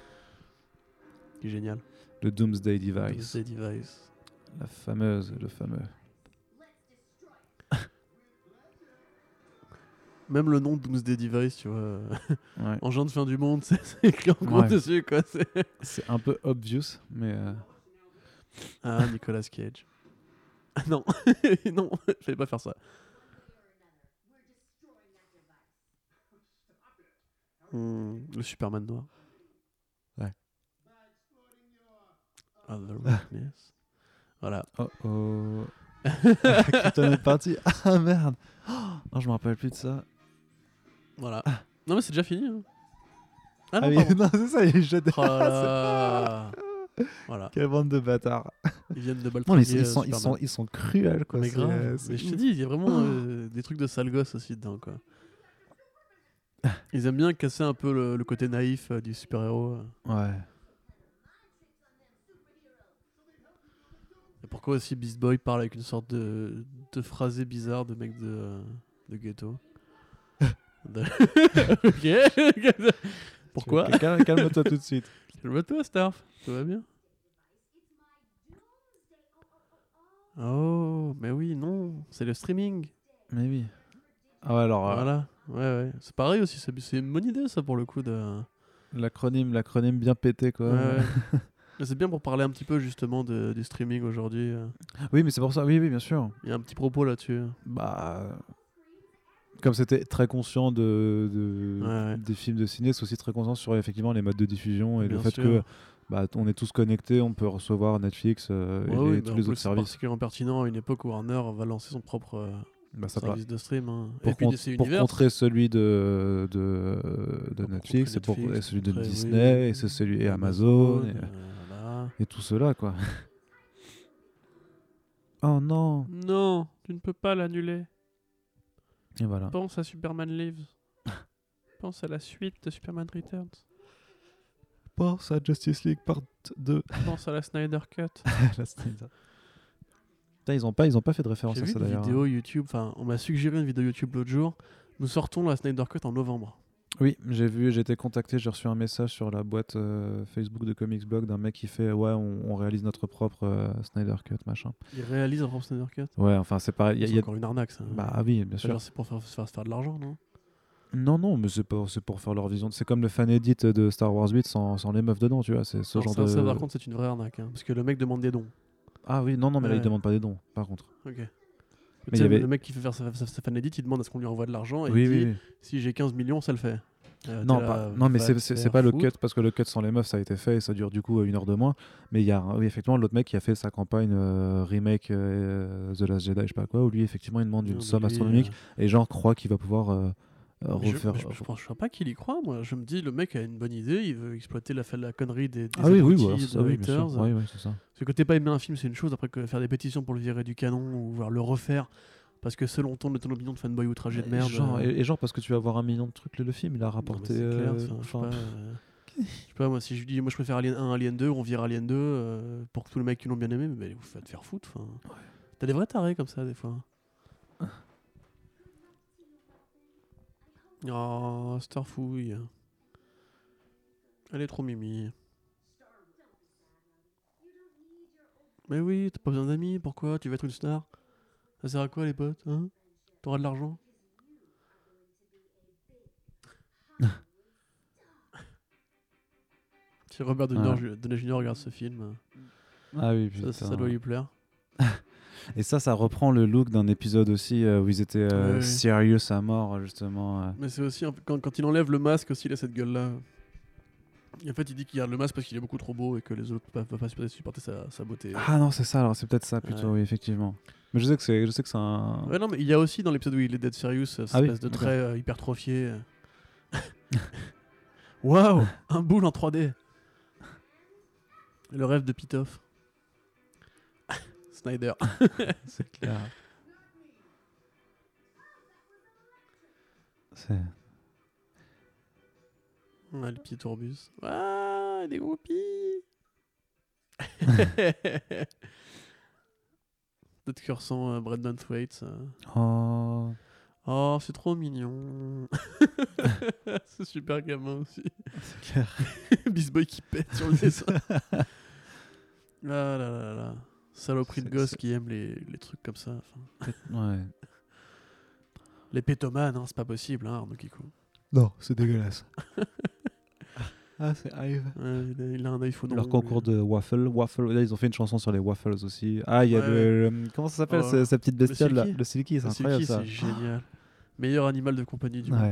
Qui est génial. Le Doomsday Device. Device. Device. La fameuse, le fameux. Même le nom de Doomsday Device, tu vois. euh, Ouais. Engin de fin du monde, <laughs> c'est c'est écrit en gros Ouais. dessus, quoi. c'est- <laughs> C'est un peu obvious, mais. euh, Ah, Nicolas Cage. Ah non, <laughs> non, je vais pas faire ça. Hmm, le Superman noir. Ouais. Other Witness. Voilà. Oh oh. <laughs> Krypton est parti. Ah merde. Oh, je me rappelle plus de ça. Voilà. Non, mais c'est déjà fini. hein. Ah, Ah non, oui, pardon. non, c'est ça, il jette des Oh <laughs> là là. Voilà. Quelle bande de bâtards. Ils viennent de euh, Non, mais Baltimore. ils, sont, ils, sont, ils sont cruels, quoi. Mais c'est- grave. euh, c'est Mais je te ouf. dis, il y a vraiment euh, des trucs de sale gosse aussi dedans, quoi. Ah. Ils aiment bien casser un peu le, le côté naïf euh, du super-héros. euh. Ouais. Et pourquoi aussi Beast Boy parle avec une sorte de, de phrasé bizarre de mec de, euh, <laughs> de ghetto De- <laughs> Ok Pourquoi Calme- Calme-toi tout de suite. Calme-toi, Starf. Tout va bien Oh, mais oui, non, c'est le streaming. Mais oui. Ah ouais, alors, euh, Voilà, ouais, ouais. C'est pareil aussi, c'est c'est une bonne idée, ça, pour le coup, de... l'acronyme, l'acronyme bien pété, quoi. Ouais, ouais. <laughs> Mais c'est bien pour parler un petit peu justement de- du streaming aujourd'hui. euh. Oui, mais c'est pour ça. Oui, oui, bien sûr. Il y a un petit propos là-dessus. Bah. Comme c'était très conscient de, de- Ouais, ouais. des films de ciné, c'est aussi très conscient sur effectivement les modes de diffusion et Bien le fait sûr. que bah, t- on est tous connectés, on peut recevoir Netflix euh, et Ouais, les- oui, bah, tous en les plus, autres c'est services. particulièrement pertinent à une époque où Warner va lancer son propre euh, Bah, ça service va. de stream. hein. Et Pour, puis con- DC pour Universe. contrer celui de, de, de Pour Netflix, contrer et, pour, Netflix, et celui de contrer, oui, Disney, oui. et c'est celui et Amazon, et- euh, voilà. et tout cela, quoi. <laughs> oh non Non, tu ne peux pas l'annuler. Et voilà. <laughs> Pense à Superman <laughs> Lives. Pense à la suite de Superman Returns. Pense à Justice League Part 2. Pense à la Snyder <laughs> Cut. <laughs> Putain, ils ont pas, ils ont pas fait de référence J'ai à vu ça une d'ailleurs. hein. vidéo YouTube, enfin, on m'a suggéré une vidéo YouTube l'autre jour. Nous sortons la Snyder Cut en novembre. Oui, j'ai vu, j'ai été contacté, j'ai reçu un message sur la boîte euh, Facebook de Comics Blog d'un mec qui fait ouais, on, on réalise notre propre euh, Snyder Cut machin. Ils réalisent un propre Snyder Cut. Ouais, enfin c'est pareil. y a- C'est y a- encore une arnaque, ça. Bah ah oui, bien Enfin, sûr. genre, c'est pour faire, se faire, se faire de l'argent, non Non, non, mais c'est pour, c'est pour faire leur vision. C'est comme le fan edit de Star Wars 8 sans, sans les meufs dedans, tu vois. C'est ce Alors, genre ça, de. ça, par contre, c'est une vraie arnaque. hein, parce que le mec demande des dons. Ah oui, non, non, mais là, Ouais. ils demandent pas des dons, par contre. Ok. il Tu y sais, avait- Le mec qui fait faire sa, sa, sa fan edit, il demande à ce qu'on lui envoie de l'argent et Oui, il dit oui, oui. si j'ai 15 millions, ça le fait. Euh, Non, t'es là, pas- euh, non mais va c'est- te c'est c'est faire pas le foutre. cut parce que le cut sans les meufs ça a été fait et ça dure du coup euh, une heure de moins. Mais il y a un- oui, effectivement l'autre mec qui a fait sa campagne euh, remake euh, The Last Jedi, je sais pas quoi, où lui effectivement il demande Non, une mais somme lui, astronomique euh, et genre croit qu'il va pouvoir euh, euh, Mais je- refaire. mais Je, je, pense- je crois pas qu'il y croit, moi. Je me dis, le mec a une bonne idée, il veut exploiter la, fa- la connerie des, des ah oui, oui, abrutis, ouais, alors des ça, oui, bien sûr. haters. Oui, oui, c'est ça. Parce que t'es pas aimé un film, c'est une chose, après que faire des pétitions pour le virer du canon ou voir le refaire, parce que selon ton, ton opinion de fanboy outragé de Et merde. genre, euh, et, et genre parce que tu vas voir un million de trucs, le, le film il a non, mais rapporté. c'est clair, euh, enfin, je sais enfin, pas, euh, je sais pas, moi, si je dis, moi je préfère Alien 1, Alien 2, on vire Alien 2 euh, pour que tous les mecs qui l'ont bien aimé, mais bah, vous faites te faire foutre. enfin. T'as des vrais tarés comme ça, des fois. Ah. Oh, Starfouille. Elle est trop mimi. Mais oui, t'as pas besoin d'amis, pourquoi Tu vas être une star Ça sert à quoi les potes hein T'auras de l'argent <laughs> Si Robert Downey Ouais. Ju- Downey Jr. regarde ce film, Ah oui, ça, putain. ça doit lui plaire. Et ça, ça reprend le look d'un épisode aussi euh, où ils étaient euh, Ouais, ouais. serious à mort justement. euh. Mais c'est aussi un peu- quand, quand il enlève le masque aussi, il a cette gueule là. Et en fait, il dit qu'il garde le masque parce qu'il est beaucoup trop beau et que les autres ne peuvent pas supporter- supporter sa, sa beauté. Ah non, c'est ça, alors c'est peut-être ça plutôt, oui, effectivement. Mais je sais que c'est, je sais que c'est un. Ouais, non, mais il y a aussi dans l'épisode où il est Dead Serious, euh, cette Ah oui, espèce de d'accord. trait <laughs> euh, hypertrophié. euh. Waouh Un boule en 3D Le rêve de Pitoff. <laughs> <laughs> Snyder. C'est clair. C'est... Ouais, le petit tourbus. Ah, Waouh <laughs> Des groupies <laughs> Peut-être que ressent euh, Brendan Thwaites. euh. Oh. Oh, c'est trop mignon. <laughs> c'est super gamin aussi. C'est clair. <laughs> Beast Boy qui pète <laughs> sur le dessin. Ah là là là là. Saloperie de C'est- gosse c'est- qui aime les, les trucs comme ça. enfin. Ouais. les pétomanes, hein, c'est pas possible, hein, Arnaud Kikou. <laughs> Non, c'est dégueulasse. ah, c'est Hive. Ouais, il, a, il a un œil faux. Leur concours de waffle, waffle. Là, ils ont fait une chanson sur les waffles aussi. Ah, il y a Ouais, le, le- Comment ça s'appelle Oh, ce- cette petite bestiole là silky. Le silky, c'est C'est incroyable qui, ça. c'est génial. Meilleur animal de compagnie du monde.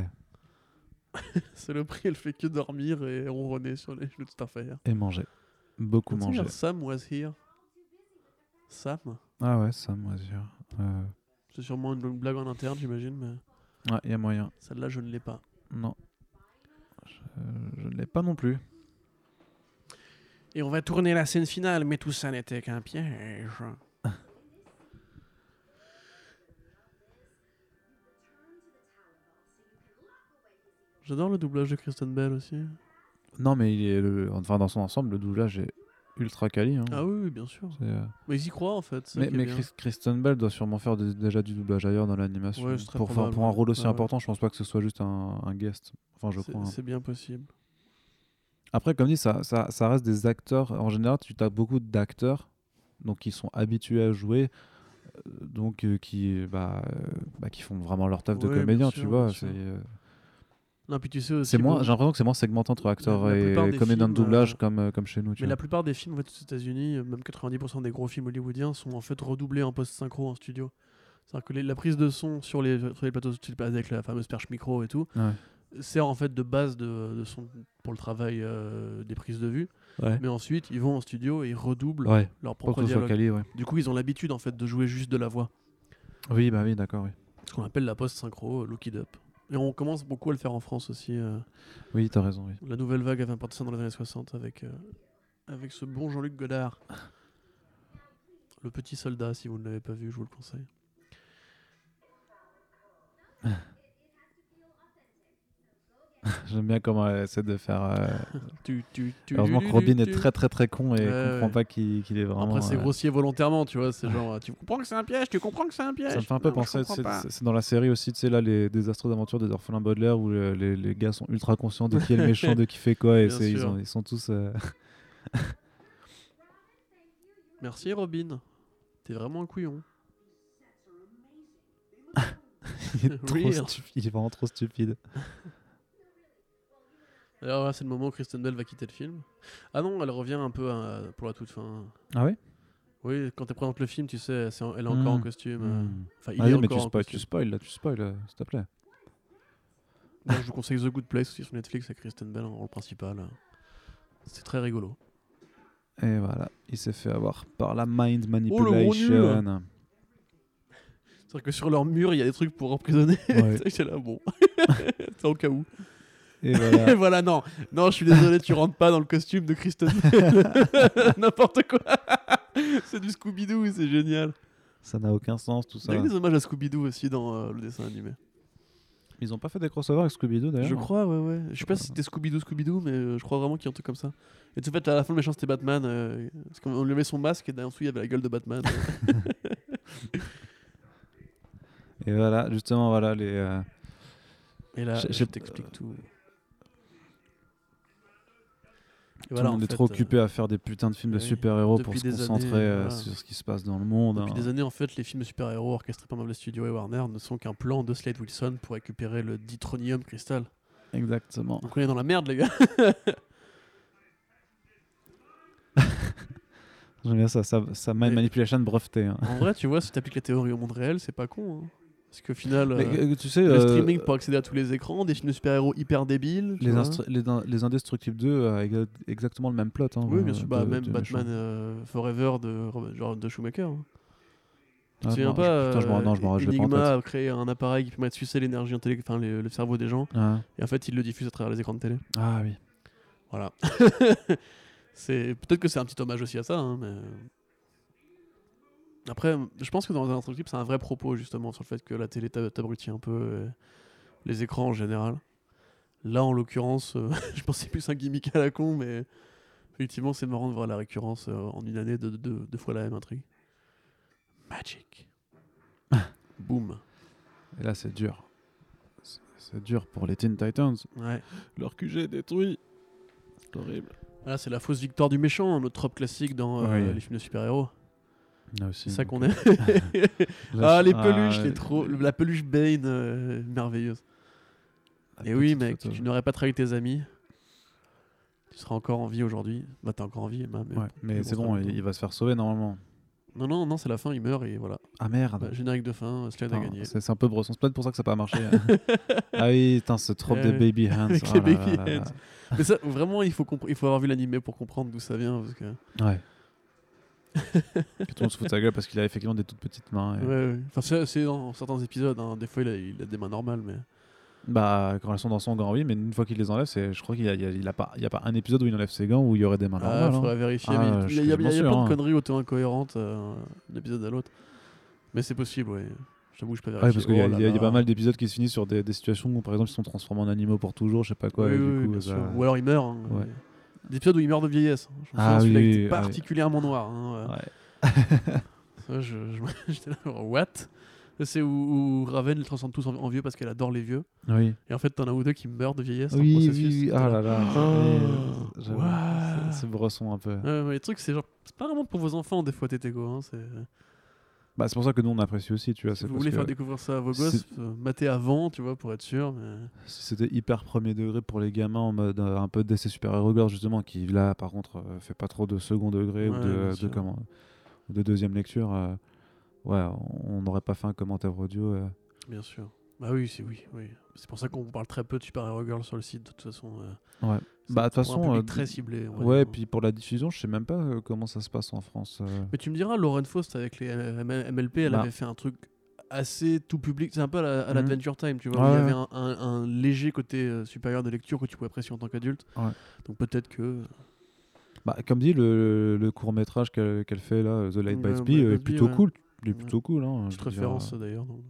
Ouais. Saloperie, elle fait que dormir et ronronner sur les genoux de Starfire. Et manger. Beaucoup Tu sais, manger. genre, Sam was here. Sam Ah ouais, ça, moi, sûr. Euh, C'est sûrement une longue blague en interne, j'imagine, mais Ouais, il y a moyen. celle-là, je ne l'ai pas. Non. Je, je ne l'ai pas non plus. Et on va tourner la scène finale, mais tout ça n'était qu'un piège. J'adore le doublage de Kristen Bell aussi. Mm. Non, mais il est le- enfin, dans son ensemble, le doublage est ultra quali. hein. Ah oui, oui, bien sûr. C'est, euh, Mais ils y croient en fait. c'est ça Mais, qui est mais bien. Chris- Kristen Bell doit sûrement faire des- déjà du doublage ailleurs dans l'animation. Ouais, c'est très pour, faire- probable, pour un ouais. Ah rôle aussi Ouais, ouais. important, je pense pas que ce soit juste un, un guest. Enfin, je C'est- crois. hein. C'est bien possible. Après, comme dit, ça, ça, ça reste des acteurs. En général, tu as beaucoup d'acteurs donc qui sont habitués à jouer, euh, donc euh, qui, bah, euh, bah, qui font vraiment leur taf Ouais, de bien comédien, sûr, tu bien vois. sûr. c'est, euh, Non, puis tu sais aussi. C'est moins, bon, j'ai l'impression que c'est moins segmentant entre acteurs la plupart et des comédiens de films, doublage euh, comme, euh, comme chez nous. Tu Mais vois. la plupart des films en fait, aux États-Unis, euh, même 90% des gros films hollywoodiens, sont en fait redoublés en post-synchro en studio. C'est-à-dire que les- la prise de son sur les, sur les plateaux de style avec la fameuse perche micro et tout, Ouais. sert en fait de base de, de son pour le travail euh, des prises de vue. Ouais. Mais ensuite, ils vont en studio et ils redoublent Ouais, leur pour que propre ce soit dialogue. quali, ouais. Du coup, ils ont l'habitude en fait de jouer juste de la voix. Oui, bah oui, d'accord, oui. ce qu'on appelle la post-synchro, euh, Look It Up. Et on commence beaucoup à le faire en France aussi. euh, Oui, t'as raison. Oui. la nouvelle vague avait importé ça dans les années 60 avec, euh, avec ce bon Jean-Luc Godard. Le petit soldat, si vous ne l'avez pas vu, je vous le conseille. J'aime bien comment elle essaie de faire. euh, Tu, tu, tu, Heureusement tu, que tu, Robin tu, est tu. très très très con et Ouais, comprend ouais. pas qu'il qu'il est vraiment. Après, c'est euh, grossier volontairement, tu vois. C'est genre, euh, tu comprends que c'est un piège, tu comprends que c'est un piège. Ça me fait un peu Non, je penser, comprends c'est- pas. c'est c'est dans la série aussi, tu sais, là, les désastres d'aventure des orphelins Baudelaire où euh, les, les gars sont ultra conscients de qui est le méchant, de qui fait quoi, et Bien c'est- ils, sûr. ont- ils sont tous. euh, <laughs> Merci, Robin. T'es vraiment un couillon. il, est trop Weird. stupide, il est vraiment trop stupide. Alors là, c'est le moment où Kristen Bell va quitter le film. Ah non, elle revient un peu à- pour la toute fin. Ah ouais Oui, quand elle présente le film, tu sais, c'est en- elle est encore Hmm. en costume. euh, Hmm. Enfin, il est Vas-y, mais encore tu en spoil, tu costume. spoil, là, tu spoil, euh, s'il te plaît. Moi, je vous conseille The Good Place aussi sur Netflix avec Kristen Bell en rôle principal. C'est très rigolo. Et voilà, il s'est fait avoir par la mind Oh, gros nul. manipulation. C'est-à-dire que sur leur mur, il y a des trucs pour emprisonner. Ouais. <laughs> C'est <laughs> là, bon. C'est au cas où. et Et <laughs> voilà. voilà, non. Non, je suis désolé, tu rentres pas dans le costume de Kristen Bell. <laughs> N'importe quoi. <laughs> c'est du Scooby-Doo, c'est génial. ça n'a aucun sens tout Il y ça. a eu des hommages à Scooby-Doo aussi dans euh, le dessin animé. Ils ont pas fait des crossovers avec Scooby-Doo d'ailleurs Je crois, ouais, ouais. Je sais pas si c'était Scooby-Doo, Scooby-Doo, mais euh, je crois vraiment qu'il y a un truc comme ça. Et de ce fait, à la fin, le méchant c'était Batman. euh, parce qu'on lui avait son masque et en dessous, il y avait la gueule de Batman. <laughs> Et voilà, justement, voilà, les. euh, et là, Je- je, je- t'explique tout. Et Tout voilà, le en monde est fait, trop euh, occupé à faire des putains de films de oui, super-héros pour depuis se des concentrer années, euh, voilà. sur ce qui se passe dans le monde. Depuis hein. des années, en fait, les films de super-héros orchestrés par Marvel Studios et Warner ne sont qu'un plan de Slade Wilson pour récupérer le Ditronium Crystal. Exactement. Donc on est dans la <laughs> merde, les gars. J'aime bien ça, ça, ça mind Mais- manipulation brevetée. hein. en vrai, tu vois, si t'appliques la théorie au monde réel, c'est pas con. hein. Parce qu'au final, Mais, euh, euh, tu sais, le euh, streaming pour accéder à tous les écrans, des films de super-héros hyper débiles. tu les, vois. instru- les, in- les Indestructibles 2 a exa- exactement le même plot. hein, Oui, euh, bien sûr, bah, de- même de Batman méchant. euh, Forever de, Robert- genre, de Schumacher. hein. Tu Ah, te je souviens m'en- pas je- putain, je m'en- euh, non, je m'en rappelle pas en Enigma tête. a créé un appareil qui permet de sucer l'énergie, intellect- enfin le, le cerveau des gens, Ah, et en fait il le diffuse à travers les écrans de télé. ah oui. Voilà. <laughs> c'est peut-être que c'est un petit hommage aussi à ça, hein, mais après, je pense que dans un truc c'est un vrai propos justement sur le fait que la télé t'ab- t'abrutit un peu, euh, les écrans en général. Là, en l'occurrence, euh, <laughs> je pensais plus un gimmick à la con, mais effectivement, c'est marrant de voir la récurrence euh, en une année de de- de- deux fois la même intrigue. Magic. Boom. Et là, c'est dur. C'est- C'est dur pour les Teen Titans. Ouais. Leur QG est détruit. C'est horrible. Voilà, c'est la fausse victoire du méchant, hein, notre trope classique dans euh, Ouais. les films de super-héros. Là Ah, aussi. C'est ça donc, qu'on là, aime. <laughs> Ah, je- les peluches, les ouais. trop... la peluche Bane, euh, merveilleuse. La Et Eh oui, petite mec, photo. tu n'aurais pas trahi tes amis. Tu seras encore en vie aujourd'hui. Bah, t'es encore en vie, Emma. Mais... Ouais, mais c'est ça bon, va il bientôt. il va se faire sauver normalement. Non, non, non, c'est la fin, il meurt et voilà. Ah merde. Bah, générique de fin, euh, Slade a Putain, gagné. C'est c'est un peu bresson. C'est peut-être pour ça que ça n'a pas <laughs> marché. ah oui, putain, ce trope Ouais, de ouais. baby hands. <laughs> Avec oh les là là baby là là. mais ça, vraiment, il faut, compre- il faut avoir vu l'animé pour comprendre d'où ça vient. Parce que... <laughs> Ouais. que tout le monde se fout de sa gueule parce qu'il a effectivement des toutes petites mains. et- Ouais, ouais. Enfin, c'est- c'est dans certains épisodes, hein. des fois, il a, il a des mains normales, mais. Bah, quand elles sont dans son gants, oui, mais une fois qu'il les enlève, c'est... je crois qu'il n'y a, il y a- il a pas, il y a pas un épisode où il enlève ses gants où il y aurait des mains Ah, normales. hein. faudrait vérifier. Ah, mais il y a- il y a, je suis il y a quasiment plein sûr, hein. de conneries auto-incohérentes euh, d'un épisode à l'autre. Mais c'est possible, ouais. J'avoue, que je peux Ah oui, vérifier. parce qu'il y, a- Oh là il y a il y a là. pas mal d'épisodes qui se finissent sur des, des situations où, par exemple, ils sont transformés en animaux pour toujours, je sais pas quoi. Oui, et du oui, oui, coup, bien ça- sûr. Ou alors il meurt. hein. Ouais. Des épisodes où il meurt de vieillesse. hein. J'en Ah souviens, celui-là, oui, il était oui, oui. particulièrement noir. hein, ouais. Ouais. Ça, je- je- <laughs> J'étais là, genre, what C'est où, où Raven les transforme tous en, en vieux parce qu'elle adore les vieux. Oui. Et en fait, t'en as un ou deux qui meurent de vieillesse. hein. dans le Oui, oui, processus. oui. T'es Ah là là, là. Oh, oui, j'avoue, what c'est- C'est bresson un peu. Ouais, ouais, les trucs, c'est genre. C'est pas vraiment pour vos enfants, des fois, Tétégo. Hein. c'est- Bah, c'est pour ça que nous, on apprécie aussi, tu vois. Si c'est vous parce voulez que- faire découvrir ça à vos gosses, euh, matez avant, tu vois, pour être sûr. mais- Si C'était hyper premier degré pour les gamins en mode euh, un peu d'essai super-héros gore justement qui là par contre euh, fait pas trop de second degré Ouais, ou bien de, de, sûr. comment- ou de deuxième lecture. euh, ouais, on- on n'aurait pas fait un commentaire audio. euh. Bien sûr. Bah oui, c'est oui, oui. C'est pour ça qu'on vous parle très peu de Super Hero Girl sur le site, de toute façon. euh, Ouais. c'est Bah, de toute pour un façon, public euh, très ciblé. on va Ouais, dire. puis pour la diffusion, je sais même pas euh, comment ça se passe en France. euh. Mais tu me diras, Lauren Faust avec les euh, ML- MLP, elle Bah. avait fait un truc assez tout public. C'est un peu à la- à Mhm. l'Adventure Time, tu vois. où Ouais, il y avait un, un- un léger côté euh, supérieur de lecture que tu pouvais apprécier en tant qu'adulte. Ouais. Donc peut-être que. euh, Bah, comme dit, le, le court métrage qu'elle qu'elle fait là, The Light by Ouais, Light Spy, by euh, est Spy, plutôt ouais. cool. Il est Ouais. plutôt cool. Hein, Petite je veux dire, référence d'ailleurs. dans le-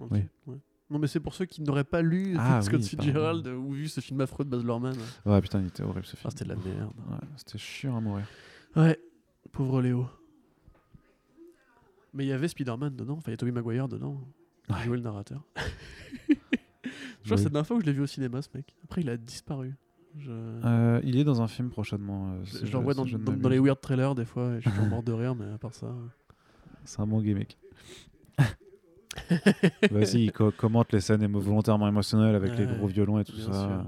dans le oui. film, ouais. Non, mais c'est pour ceux qui n'auraient pas lu Ah Scott oui, Fitzgerald ou vu ce film affreux de Baz Luhrmann. euh, Ouais, putain, il était horrible ce film. Ah, c'était de la merde. Ouais, c'était chiant à mourir. Ouais, pauvre Léo. Mais il y avait Spider-Man dedans, enfin il y a Tobey Maguire dedans, qui Ouais. jouait le narrateur. <laughs> Je crois que c'est la dernière fois que je l'ai vu au cinéma ce mec. Après il a disparu. Je, Euh, il est dans un film prochainement. euh, je- si je l'envoie si dans, je ne dans- dans les m'abuse. weird trailers des fois, et je suis toujours mort de rire, mais à part ça. euh. C'est un bon gimmick. <laughs> Vas-y, il co- commente les scènes émo- volontairement émotionnelles avec les Ouais, gros violons et tout ça. bien sûr.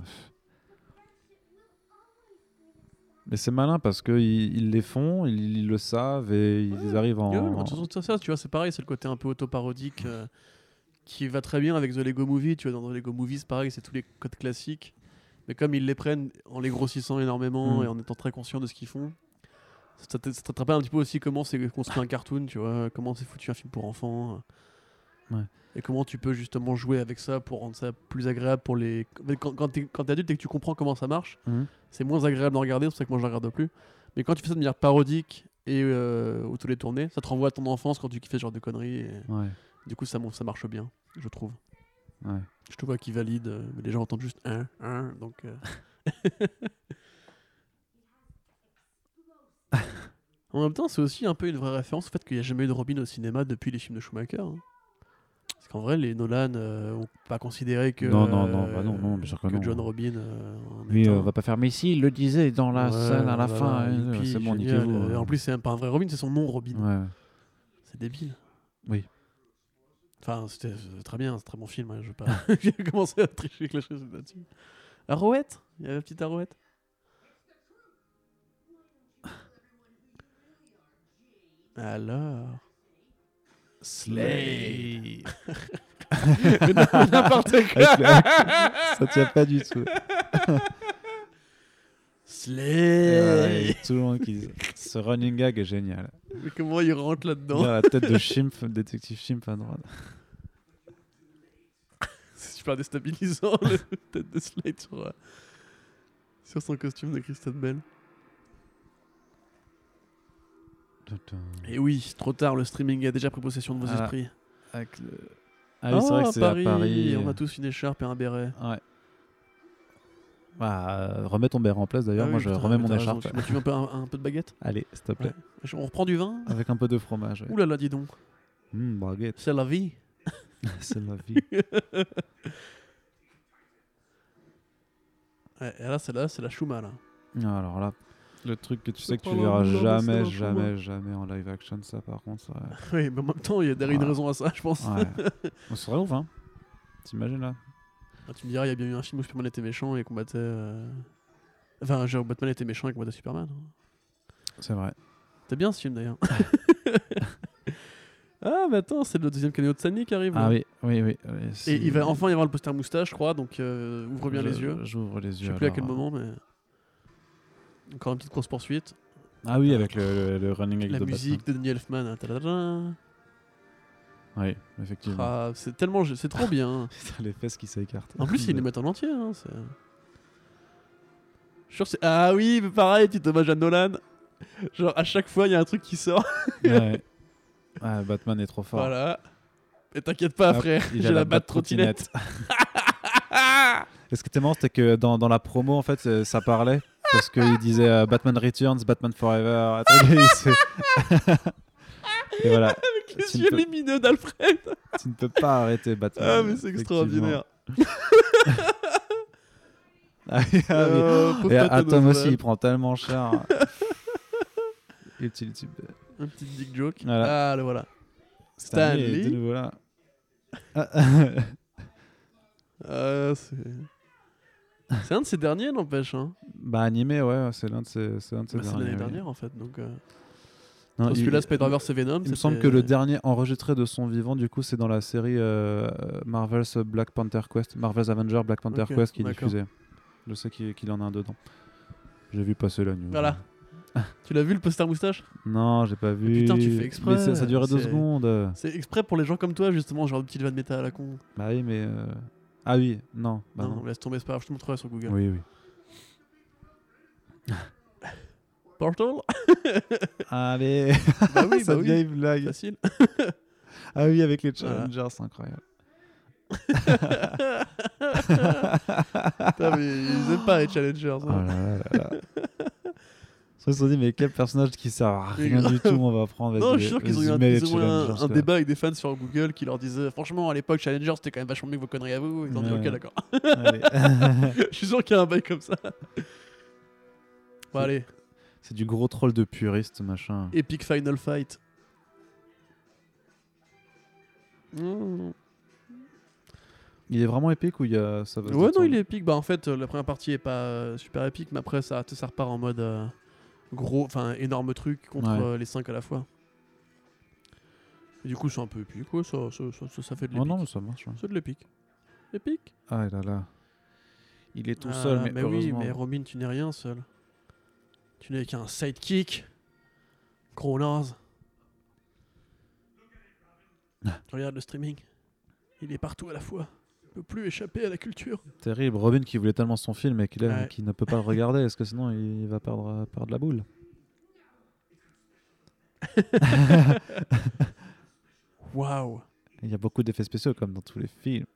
Mais c'est malin parce que ils, ils les font, ils, ils le savent et ils arrivent en. Ouais, mais de toute façon, ça, ça, tu vois, c'est pareil, c'est le côté un peu autoparodique euh, qui va très bien avec The Lego Movie. Tu vois, dans The Lego Movie, c'est pareil, c'est tous les codes classiques. Mais comme ils les prennent en les grossissant énormément Mm. et en étant très conscients de ce qu'ils font, ça te ça te rappelle un petit peu aussi comment c'est construit un cartoon, tu vois, comment c'est foutu un film pour enfants. euh. Ouais. Et comment tu peux justement jouer avec ça pour rendre ça plus agréable pour les. en fait, Quand, quand t'es quand t'es adulte et que tu comprends comment ça marche, Mhm. c'est moins agréable de regarder, c'est pour ça que moi je la regarde plus. Mais quand tu fais ça de manière parodique et euh, autour des tournées, ça te renvoie à ton enfance quand tu kiffais ce genre de conneries. et Ouais, du coup, ça, mon- ça marche bien, je trouve. ouais. Je te vois qui valide, euh, mais les gens entendent juste un, un, donc. euh. <laughs> en même temps, c'est aussi un peu une vraie référence au fait qu'il n'y a jamais eu de Robin au cinéma depuis les films de Schumacher. hein. Parce qu'en vrai, les Nolan euh, ont pas considéré que. euh, Non, non, non, bah non, non, bien sûr que que non. John Robin. euh, en Oui, étant- on va pas faire. Mais si, il le disait dans la Ouais, scène à la voilà, fin. hein, youpi, c'est bon, génial. niquez-vous. hein. Euh, En plus, c'est pas un vrai Robin, c'est son nom Robin. Ouais. <laughs> C'est débile. Oui. Enfin, c'était euh, très bien, c'est un très bon film. hein, je vais <laughs> pas. J'ai commencé à tricher avec la chose là-dessus. Arouette Il y avait la petite Arouette. Alors. Slay Mais non, mais N'importe quoi Avec le- Ça Ah, tient <laughs> pas du tout. Ouais, <laughs> Slay et tout le monde qui... Ce running gag est génial. Mais comment il rentre là-dedans Dans la tête de Chimp, <laughs> détective Chimp à droite. C'est super déstabilisant, <laughs> le tête de Slade sur, euh, sur son costume de Kristen Bell. Et oui, trop tard, le streaming a déjà pris possession de vos Ah, esprits. Avec le- Ah oui, c'est vrai Oh, que c'est à Paris. On a tous une écharpe et un béret. Ouais. Bah, euh, remets ton béret en place d'ailleurs, Ah oui, moi je putain, remets mais mon t'as raison, écharpe. Tu, tu veux un peu, un, un peu de baguette Allez, s'il te plaît. On reprend du vin Avec un peu de fromage. ouais. Ouh là là, dis donc, Hum, baguette, <laughs> c'est la vie. c'est la vie. Ouais, et là, c'est là, c'est la chouma là. <laughs> Ah, Alors là, le truc que tu sais que tu prends verras la boule, là, mais c'est jamais, dans jamais, le jamais en live action, ça par contre, ça. oui, mais en même temps, il y a derrière une Ouais. raison à ça, je pense. Ouais. <laughs> On serait ouf, hein. T'imagines là Ah, tu me diras, il y a bien eu un film où Superman était méchant et combattait. euh, Enfin, genre Batman était méchant et combattait Superman. hein. C'est vrai. C'était bien ce film d'ailleurs. <laughs> ah, mais attends, c'est le deuxième cadeau de Sani qui arrive. là. Ah oui, oui, oui. oui, si- Et il va enfin y avoir le poster moustache, je crois, donc euh, ouvre bien Je- les yeux. J'ouvre les Je yeux. sais plus alors. hein. à euh, quel moment, mais. Encore une petite course poursuite. Ah oui, avec le, le- le running gag La de musique de Danny Elfman. hein, tadadadin. Batman. Oui, effectivement. Ah, c'est tellement. C'est trop bien. Putain, <laughs> les fesses qui s'écartent. Ah. En plus, ils <laughs> les mettent en entier. Hein, c'est- Je suis sûr que c'est- ah oui, mais pareil, petit hommage à Nolan. Genre, à chaque fois, il y a un truc qui sort. Ouais. Ah, Batman est trop fort. Voilà. Et t'inquiète pas, Hop, frère. il J'ai a la, la batte batte trottinette. <laughs> Et ce qui était marrant, c'était que dans, dans la promo, en fait, euh, ça parlait. Parce qu'il disait euh, Batman Returns, Batman Forever. un truc, et <laughs> c'est- Et voilà, Les Tu ne yeux peux- lumineux d'Alfred. tu ne peux pas arrêter Batman. Ah, mais c'est effectivement. extraordinaire. Ah oui, ah oui. Euh, pauvre Et Patton Atom Oswalt. aussi, il prend tellement cher. Utility. Un petit dick joke. Voilà. Ah, le voilà. Stan Lee est Stanley. de nouveau <laughs> là. Ah, <laughs> Ah, c'est. C'est un de ces derniers, n'empêche. Hein. bah animé, ouais, ouais, c'est l'un de ses, c'est l'un de ses Bah, c'est derniers, l'année oui. dernière, en fait. Donc, euh... Non, parce il- que là, Spider-Verse et Venom. Il me semble que c'était- le dernier enregistré de son vivant, du coup, c'est dans la série euh, Marvel's Black Panther Quest, Marvel's Avenger Black Panther Ok, Quest qui est d'accord. diffusé. Je sais qu'il qu'il en a un dedans. J'ai vu passer la news. Voilà. tu l'as vu le poster moustache Non, j'ai pas vu. putain, tu fais exprès, Mais ça, ça durait deux c'est- secondes. C'est exprès pour les gens comme toi, justement, genre une petite vanne méta à la con. Bah oui, mais. euh, Ah oui, non. Bah non, non. laisse tomber, c'est pas grave, je te montrerai sur Google. Oui, <laughs> oui. <laughs> Portal Allez, Bah <laughs> oui, sa bah oui. vieille blague. <laughs> Facile. Ah oui, avec les Voilà. challengers, c'est <laughs> incroyable. Putain, mais ils aiment pas les challengers. Oh hein. là là là <laughs> là. Ils se sont dit, mais quel personnage qui sert à Mais rien grave. du tout, on va prendre. Non, vas-y, je suis sûr les- qu'ils ont les eu un, emails, ils ont eu les un- challengers, un quoi. débat avec des fans sur Google qui leur disaient Franchement, à l'époque, Challenger, c'était quand même vachement mieux que vos conneries à vous. Ils ont dit Ouais. Ok, d'accord. <laughs> Allez. je suis sûr qu'il y a un bail comme ça. Bon, allez, C'est du gros troll de puriste, machin. Epic Final Fight. Mmh. Il est vraiment épique ou il y a... ça va se Ouais, non, détendre il est épique. Bah, en fait, euh, la première partie est pas euh, super épique, mais après, ça, ça repart en mode euh, gros, enfin, énorme truc contre Ouais. euh, les 5 à la fois. Et du coup, c'est un peu épique, quoi. Ça, ça, ça- ça- ça fait de Oh non, l'épique. mais ça marche. ouais. c'est de l'épique. Épique. Ah là là. Il est tout Ah, seul, mais, oui, heureusement. mais Robin, tu n'es rien seul. Tu n'es qu'un sidekick. Gros naze. Ah. Tu regardes le streaming. Il est partout à la fois. Il ne peut plus échapper à la culture. Terrible. Robin qui voulait tellement son film et qu'il aime, Ouais. qu'il ne peut pas le regarder. Est-ce que sinon il va perdre, euh, perdre la boule Waouh. Il y a beaucoup d'effets spéciaux comme dans tous les films.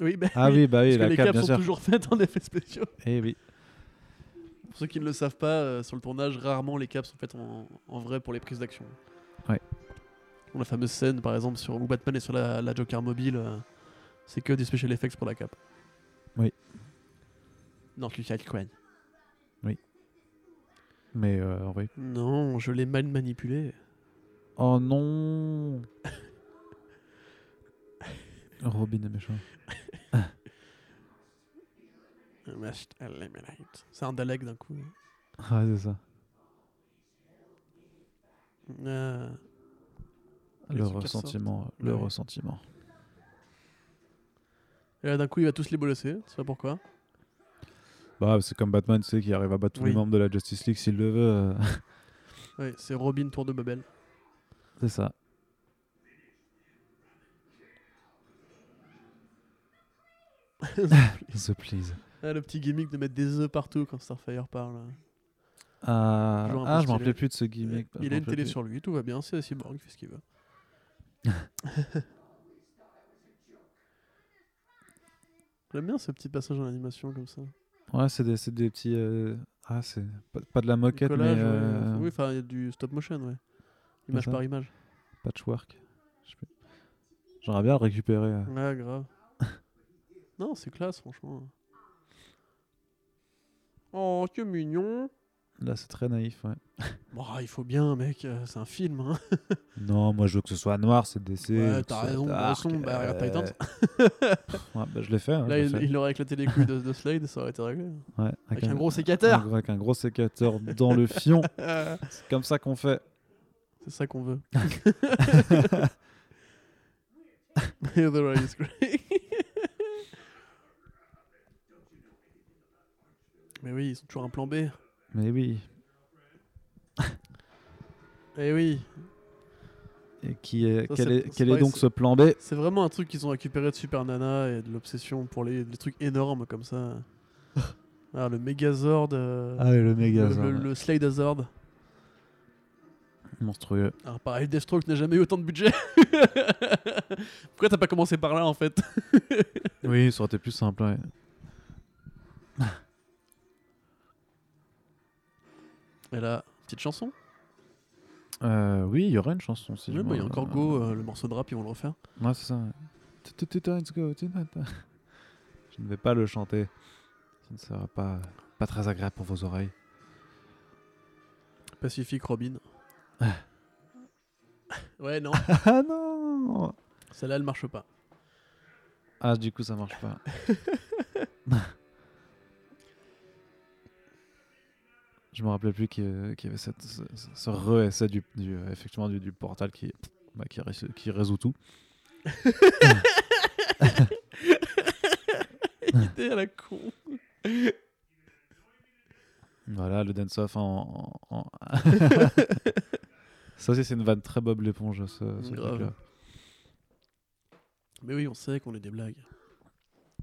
Oui, bah, Ah oui, bah oui, parce que la les cape, caps bien sont sûr. toujours faites en effets spéciaux. Eh oui. Pour ceux qui ne le savent pas, euh, sur le tournage, rarement les caps sont faites en, en vrai pour les prises d'action. Ouais. Dans La fameuse scène, par exemple, sur, où Batman est sur la, la Joker mobile, euh, c'est que des special effects pour la cape. Oui. Non, Lucas Cohen. Mais euh, oui. Non, je l'ai mal manipulé. Oh non Robin est méchant. C'est un Dalek d'un coup. Ah, c'est ça. Euh, Les Le trucs qui ressentiment. Le Ouais. ressentiment. et là, d'un coup, il va tous les bolosser. Tu sais pas pourquoi. Bah, c'est comme Batman, tu sais, qui arrive à battre tous les Oui. membres de la Justice League s'il le veut. euh, Ouais, c'est Robin Tour de Babel. <laughs> c'est <laughs> ça. The Please. Ah, le petit gimmick de mettre des œufs partout quand Starfire parle. Ah, Toujours un peu ah, je stylé. m'en rappelais plus de ce gimmick. je m'en Euh, il a une rappelais télé plus. sur lui, tout va bien, c'est Cyborg, il fait ce qu'il veut. <laughs> J'aime bien ce petit passage en animation comme ça. Ouais, c'est des, c'est des petits. euh, Ah, c'est pas, pas de la moquette, Collage, mais. euh, Oui, enfin, il y a du stop motion, ouais. Image ça. par image. Patchwork. Je sais plus. J'aimerais bien le récupérer. euh. Ouais, grave. <laughs> non, c'est classe, franchement. Oh, que mignon. Là, c'est très naïf, ouais. Bon, il faut bien, mec, euh, c'est un film. Hein. Non, moi, je veux que ce soit noir, c'est DC. je veux Ouais, que t'as ce soit raison, bah, dark, son, bah, regarde euh, Titans. ouais, bah, je l'ai fait. hein, Là, je l'ai il, fait. il aurait éclaté les couilles de, de Slade, ça aurait été réglé. hein. Ouais, Avec un gros sécateur. Euh, Avec un gros sécateur dans le fion. <laughs> c'est C'est comme ça qu'on fait. ça qu'on veut. <laughs> The ride is great. <laughs> Mais oui, ils sont toujours un plan B. Mais oui. Eh oui, Et qui est, Ça, quel c'est- est, c'est quel est pareil, donc c'est- ce plan B c'est vraiment un truc qu'ils ont récupéré de Super Nana et de l'obsession pour les, les trucs énormes comme ça. Ah, le Megazord, euh, Ah, le le, méga le, le Slideazord. monstrueux. Alors pareil, Deathstroke n'a jamais eu autant de budget. <laughs> Pourquoi t'as pas commencé par là en fait Oui, ça aurait été plus simple. ouais. Et là, petite chanson. Euh, oui, il y aura une chanson. Si je Ouais, bah, m'en- il y a encore Go, euh, le morceau de rap, ils vont le refaire. Ouais, c'est ça. ouais. Tu- tu- tu- let's go, tu- Je ne vais pas le chanter. Ça ne sera pas, pas très agréable pour vos oreilles. Pacific <laughs> Robin. ouais, non, Ah non celle-là, elle marche pas. Ah, du coup, ça marche pas. Je me rappelais plus qu'il y avait- qu'il y avait cette, ce, ce- ce re ça du, du, euh, effectivement, du, du portal qui, bah, qui, ré- qui résout tout. Idée à la con. Voilà, Ah, le dance-off en. en- en- ça aussi, c'est une vanne très Bob l'éponge, ce, ce Grave. truc-là. Mais oui, on sait qu'on est des blagues.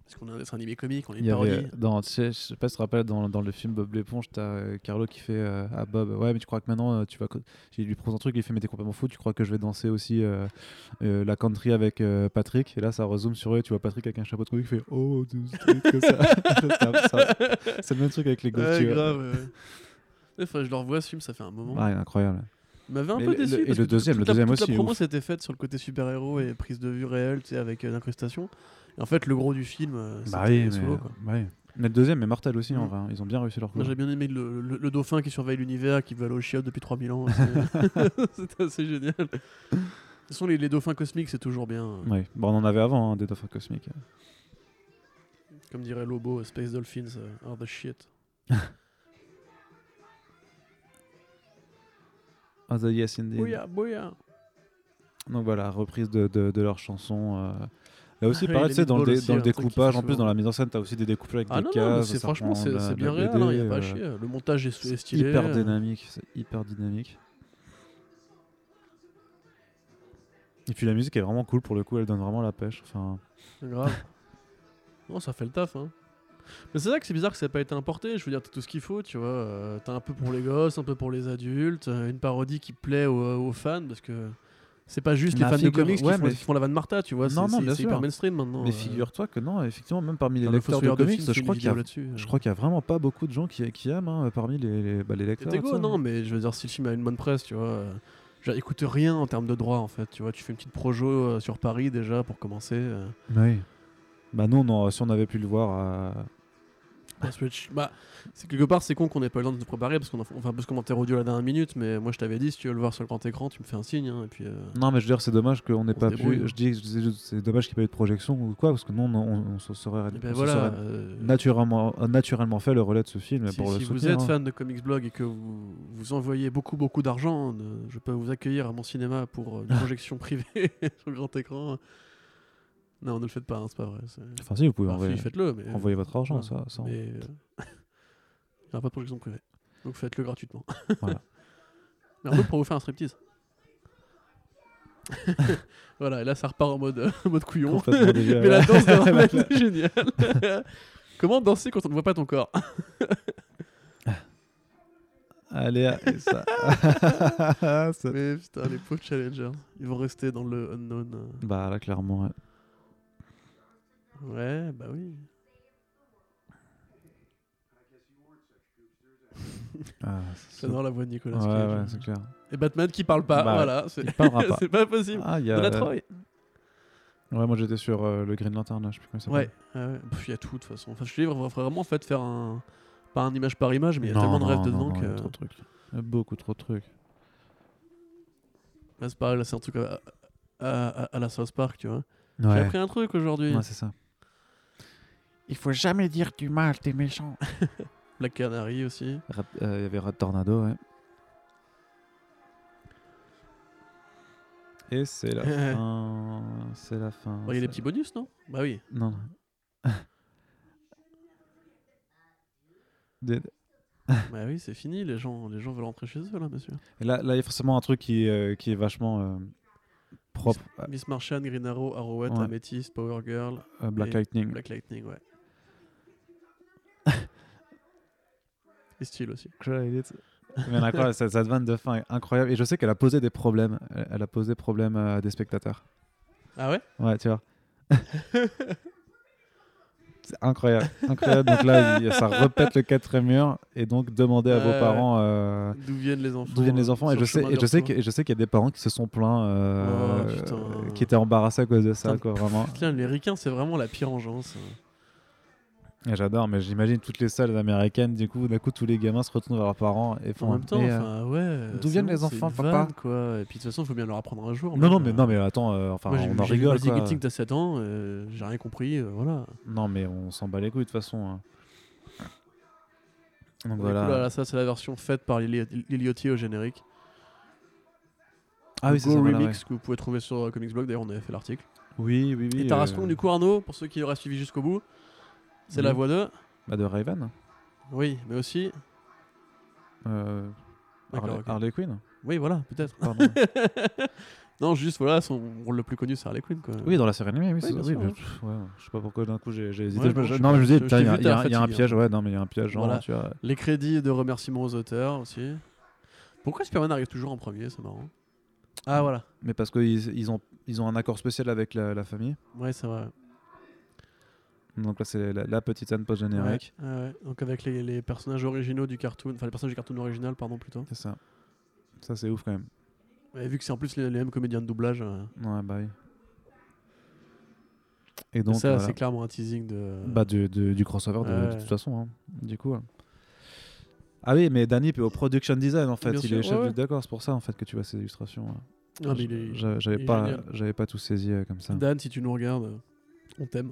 Parce qu'on a un dessin animé comique, on est Il une y parodie. avait, euh, dans, tu sais, je sais pas si tu te rappelles, dans, dans le film Bob l'éponge, t'as euh, Carlo qui fait euh, à Bob Ouais, mais tu crois que maintenant, euh, tu vas. co- Il lui propose un truc, il fait Mais t'es complètement fou, tu crois que je vais danser aussi euh, euh, la country avec euh, Patrick Et là, ça rezoome sur eux, tu vois Patrick avec un chapeau de couille qui fait Oh, de ce truc comme <laughs> ça. Ça- ça- c'est le même truc avec les gosses, Ouais, tu vois. grave. ouais. Enfin, je le revois ce film, ça fait un moment. Ouais, incroyable. Il m'avait un Mais peu le- déçu. le- et parce le que deuxième, toute le la- deuxième toute aussi, La promo s'était faite sur le côté super-héros et prise de vue réelle, tu sais, avec euh, l'incrustation. Et en fait, le gros du film, euh, c'était Bah oui, mais, solo. Quoi. ouais. Mais le deuxième est mortel aussi, en Mm. vrai. hein. Ils ont bien réussi leur coup. Moi, j'ai bien aimé le, le- le dauphin qui surveille l'univers, qui veut aller au chiottes depuis <laughs> 3000 ans. c'est- <laughs> C'était assez génial. De toute façon, les, les dauphins cosmiques, c'est toujours bien. euh, Ouais. Bon, on en avait avant, hein, des dauphins cosmiques. Comme dirait Lobo, euh, Space Dolphins euh, are the shit. Ah, the yes indeed. Bouya, bouya. Donc voilà, reprise de, de, de leur chanson. euh. Là aussi, Ah oui, pareil, les tu sais, dans, le dé- meatballs aussi, dans le un truc qui découpage, fait en plus, souvent. dans la mise en scène, t'as aussi des découpages avec des Ah non, non, mais cases. c'est ça franchement, reprend c'est la- c'est la bien BD, réel, il a pas à euh, chier. Le montage est, est C'est stylé. hyper euh, dynamique, c'est hyper dynamique. Et puis la musique est vraiment cool pour le coup, elle donne vraiment la pêche. Enfin, Grave. <laughs> non, ça fait le taf, hein. Mais c'est vrai que c'est bizarre que ça n'ait pas été importé. Je veux dire, t'as tout ce qu'il faut, tu vois. euh, t'as un peu pour les gosses, un peu pour les adultes, euh, une parodie qui plaît aux, aux fans parce que c'est pas juste Ma les fans figure- de comics ouais, qui, mais- font, qui font la vanne Martha, tu vois. Non, c'est- non, c'est- bien c'est hyper sûr. mainstream maintenant. mais euh, figure-toi que non, effectivement, même parmi les dans le lecteurs de Fossoyeur comics, films, fait je une crois qu'il y vidéo a là-dessus. euh. Je crois qu'il y a vraiment pas beaucoup de gens qui, qui aiment hein, parmi les, les, bah, les lecteurs. T'es et tout go, ça. non, mais je veux dire, si le film a une bonne presse, tu vois, euh, je veux dire, il coûte rien en termes de droit, en fait. Tu vois, tu fais une petite projo euh, sur Paris déjà pour commencer. euh. Oui. Bah non, non, si on avait pu le voir, euh, Parce que je- bah, c'est quelque part, c'est con qu'on n'ait pas eu le temps de se préparer parce qu'on a- on fait un peu ce commentaire audio à la dernière minute, mais moi je t'avais dit, si tu veux le voir sur le grand écran, tu me fais un signe, hein, et puis. euh, Non, mais je veux dire, c'est dommage qu'on n'ait On pas se débrouille. pu. Je dis, je dis- c'est dommage qu'il n'y ait pas eu de projection ou quoi, parce que non, non, on, on se serait, et on ben se voilà. serait euh, naturellement, naturellement fait le relais de ce film si pour le si vous soutenir, êtes hein. fan de Comics Blog et que vous, vous envoyez beaucoup, beaucoup d'argent, euh, je peux vous accueillir à mon cinéma pour euh, <laughs> une projection privée <laughs> sur le grand écran. Non, ne le faites pas, hein, c'est pas vrai. c'est- Enfin, si, vous pouvez Enfin, envoyer, si, faites-le, mais. envoyer votre argent, voilà. ça. ça, on- Mais, euh, <laughs> il n'y aura pas de projection privée. Donc faites-le gratuitement. <laughs> Voilà. L'arnaud pour vous faire un striptease. <laughs> voilà, et là ça repart en mode, euh, <laughs> mode couillon. Complètement délire. Mais la <laughs> danse de Ramen, c'est génial. <laughs> Comment danser quand on ne voit pas ton corps Allez, ah, et ça. <laughs> Ça- Mais putain, les pauvres challengers, ils vont rester dans le unknown. Bah là, clairement. ouais. euh. Ouais, bah oui. Ah, c'est- J'adore la voix de Nicolas Ouais, Cage. ouais, c'est clair. Et Batman qui parle pas, Bah, voilà. C'est Il parlera pas. <laughs> c'est pas possible. Ah, il y De a. la Troy. Ouais, moi j'étais sur euh, le Green Lantern, là, je sais plus comment il s'appelle. Ouais, ouais, ouais. Pff, il y a tout de toute façon. Enfin, je suis libre, vraiment en fait faire un. Pas un image par image, mais il y a Non, tellement de non, rêves non, dedans non, que. il y a trop de trucs. Il y a beaucoup trop de trucs. Là, c'est pareil, là, c'est un truc à, à- à- à la South Park, tu vois. J'ai Ouais, appris un truc aujourd'hui. ouais c'est ça. Il faut jamais dire du mal des méchants. Black Canary aussi. Rat- euh, Il y avait Rat Tornado, ouais. Et c'est <laughs> la fin. C'est la fin. Oh, Il y a des c'est- petits bonus, non Bah <laughs> oui. Non. non. Des- bah oui, c'est fini. Les gens, les gens veulent rentrer chez eux, là, monsieur. Et Là, là, il y a forcément un truc qui, est, euh, qui est vachement euh, propre à Miss Martian, Green Arrow, Arrowette, Ouais. Amethyst, Power Girl, à Black Et- Lightning. Black <laughs> Lightning, ouais. Et Steel aussi. Credits. Mais <laughs> d'accord, cette, cette vanne de fin est incroyable. Et je sais qu'elle a posé des problèmes. Elle, elle a posé problème à des spectateurs. Ah ouais Ouais, tu vois. <laughs> c'est incroyable. incroyable. Donc là, il- ça répète le quatrième mur. Et donc, demandez à vos Ouais. parents euh, D'où viennent les enfants d'où viennent les euh, enfants. Et sur je, le sais, chemin et, de je sais leur que, et je sais qu'il y a des parents qui se sont plaints, euh, Oh, putain. qui étaient embarrassés à cause de ça, Putain, quoi, vraiment. Putain, les ricains, c'est vraiment la pire hein. engeance. Et j'adore, mais j'imagine toutes les salles américaines, du coup, d'un coup, tous les gamins se retournent vers leurs parents et font. en même temps, mais, euh, enfin, ouais. d'où c'est viennent bon, les c'est enfants, une papa vanne, quoi. Et puis de toute façon, il faut bien leur apprendre un jour. non, non, mais, mais euh, non, mais attends, euh, enfin, Moi, j'ai- on en j'ai lu rigole. Basic quoi. Instinct à 7 ans, euh, j'ai rien compris, euh, voilà. Non, mais on s'en bat les couilles de toute façon. hein. Donc Du voilà. coup, là, là, ah, ça, c'est la version faite par Lili- Liliotti au générique. Ah oui, c'est Go ça. voilà, Remix ouais. que vous pouvez trouver sur euh, Comics Blog, d'ailleurs, on avait fait l'article. Oui, oui, oui. Et Tarascon, euh, du coup, Arnaud, pour ceux qui l'auraient suivi jusqu'au bout, c'est Oui. la voix de. hein. bah, de Raven. Oui, mais aussi. Euh, D'accord, Harley, ok. Harley <laughs> Quinn Oui, voilà, peut-être. Pardon. non, juste, voilà, son rôle le plus connu, c'est Harley Quinn, quoi. Oui, dans la série animée, oui, c'est bien oui, sûr, mais, ouais. pff, ouais, Je sais pas pourquoi d'un coup j'ai j'ai hésité. je Ouais, me- bon, je- je- non, mais je me dis, je- putain, je il y, t'ai a- vu, il y a- t'as il y a un fatigué, piège, ouais, non, mais il y a un piège, genre, hein. Voilà. tu vois. Les crédits de remerciements aux auteurs aussi. Pourquoi Superman arrive toujours en premier C'est marrant. Ah, voilà. Mais parce qu'ils ils ont, ils ont un accord spécial avec la, la famille. Ouais, c'est vrai. Donc là, c'est la, la petite scène Ouais, post-générique. ouais. Donc, avec les, les personnages originaux du cartoon, enfin, les personnages du cartoon original, pardon, plutôt. C'est ça. Ça, c'est ouf quand même. Et vu que c'est en plus les, les mêmes comédiens de doublage. euh, Ouais, bah oui. Et donc, ça, voilà. c'est clairement un teasing de. bah, du, du- du crossover de, de Ouais. toute façon, hein. du coup. ouais. Ah oui, mais Danny est au production design en fait, Bien il sûr, est chef ouais, ouais. du d'accord, c'est pour ça en fait que tu vois ces illustrations. ouais. Ah, mais il est- J'a- il J'avais est pas, génial. j'avais pas tout saisi euh, comme ça. Dan, si tu nous regardes, euh, on t'aime.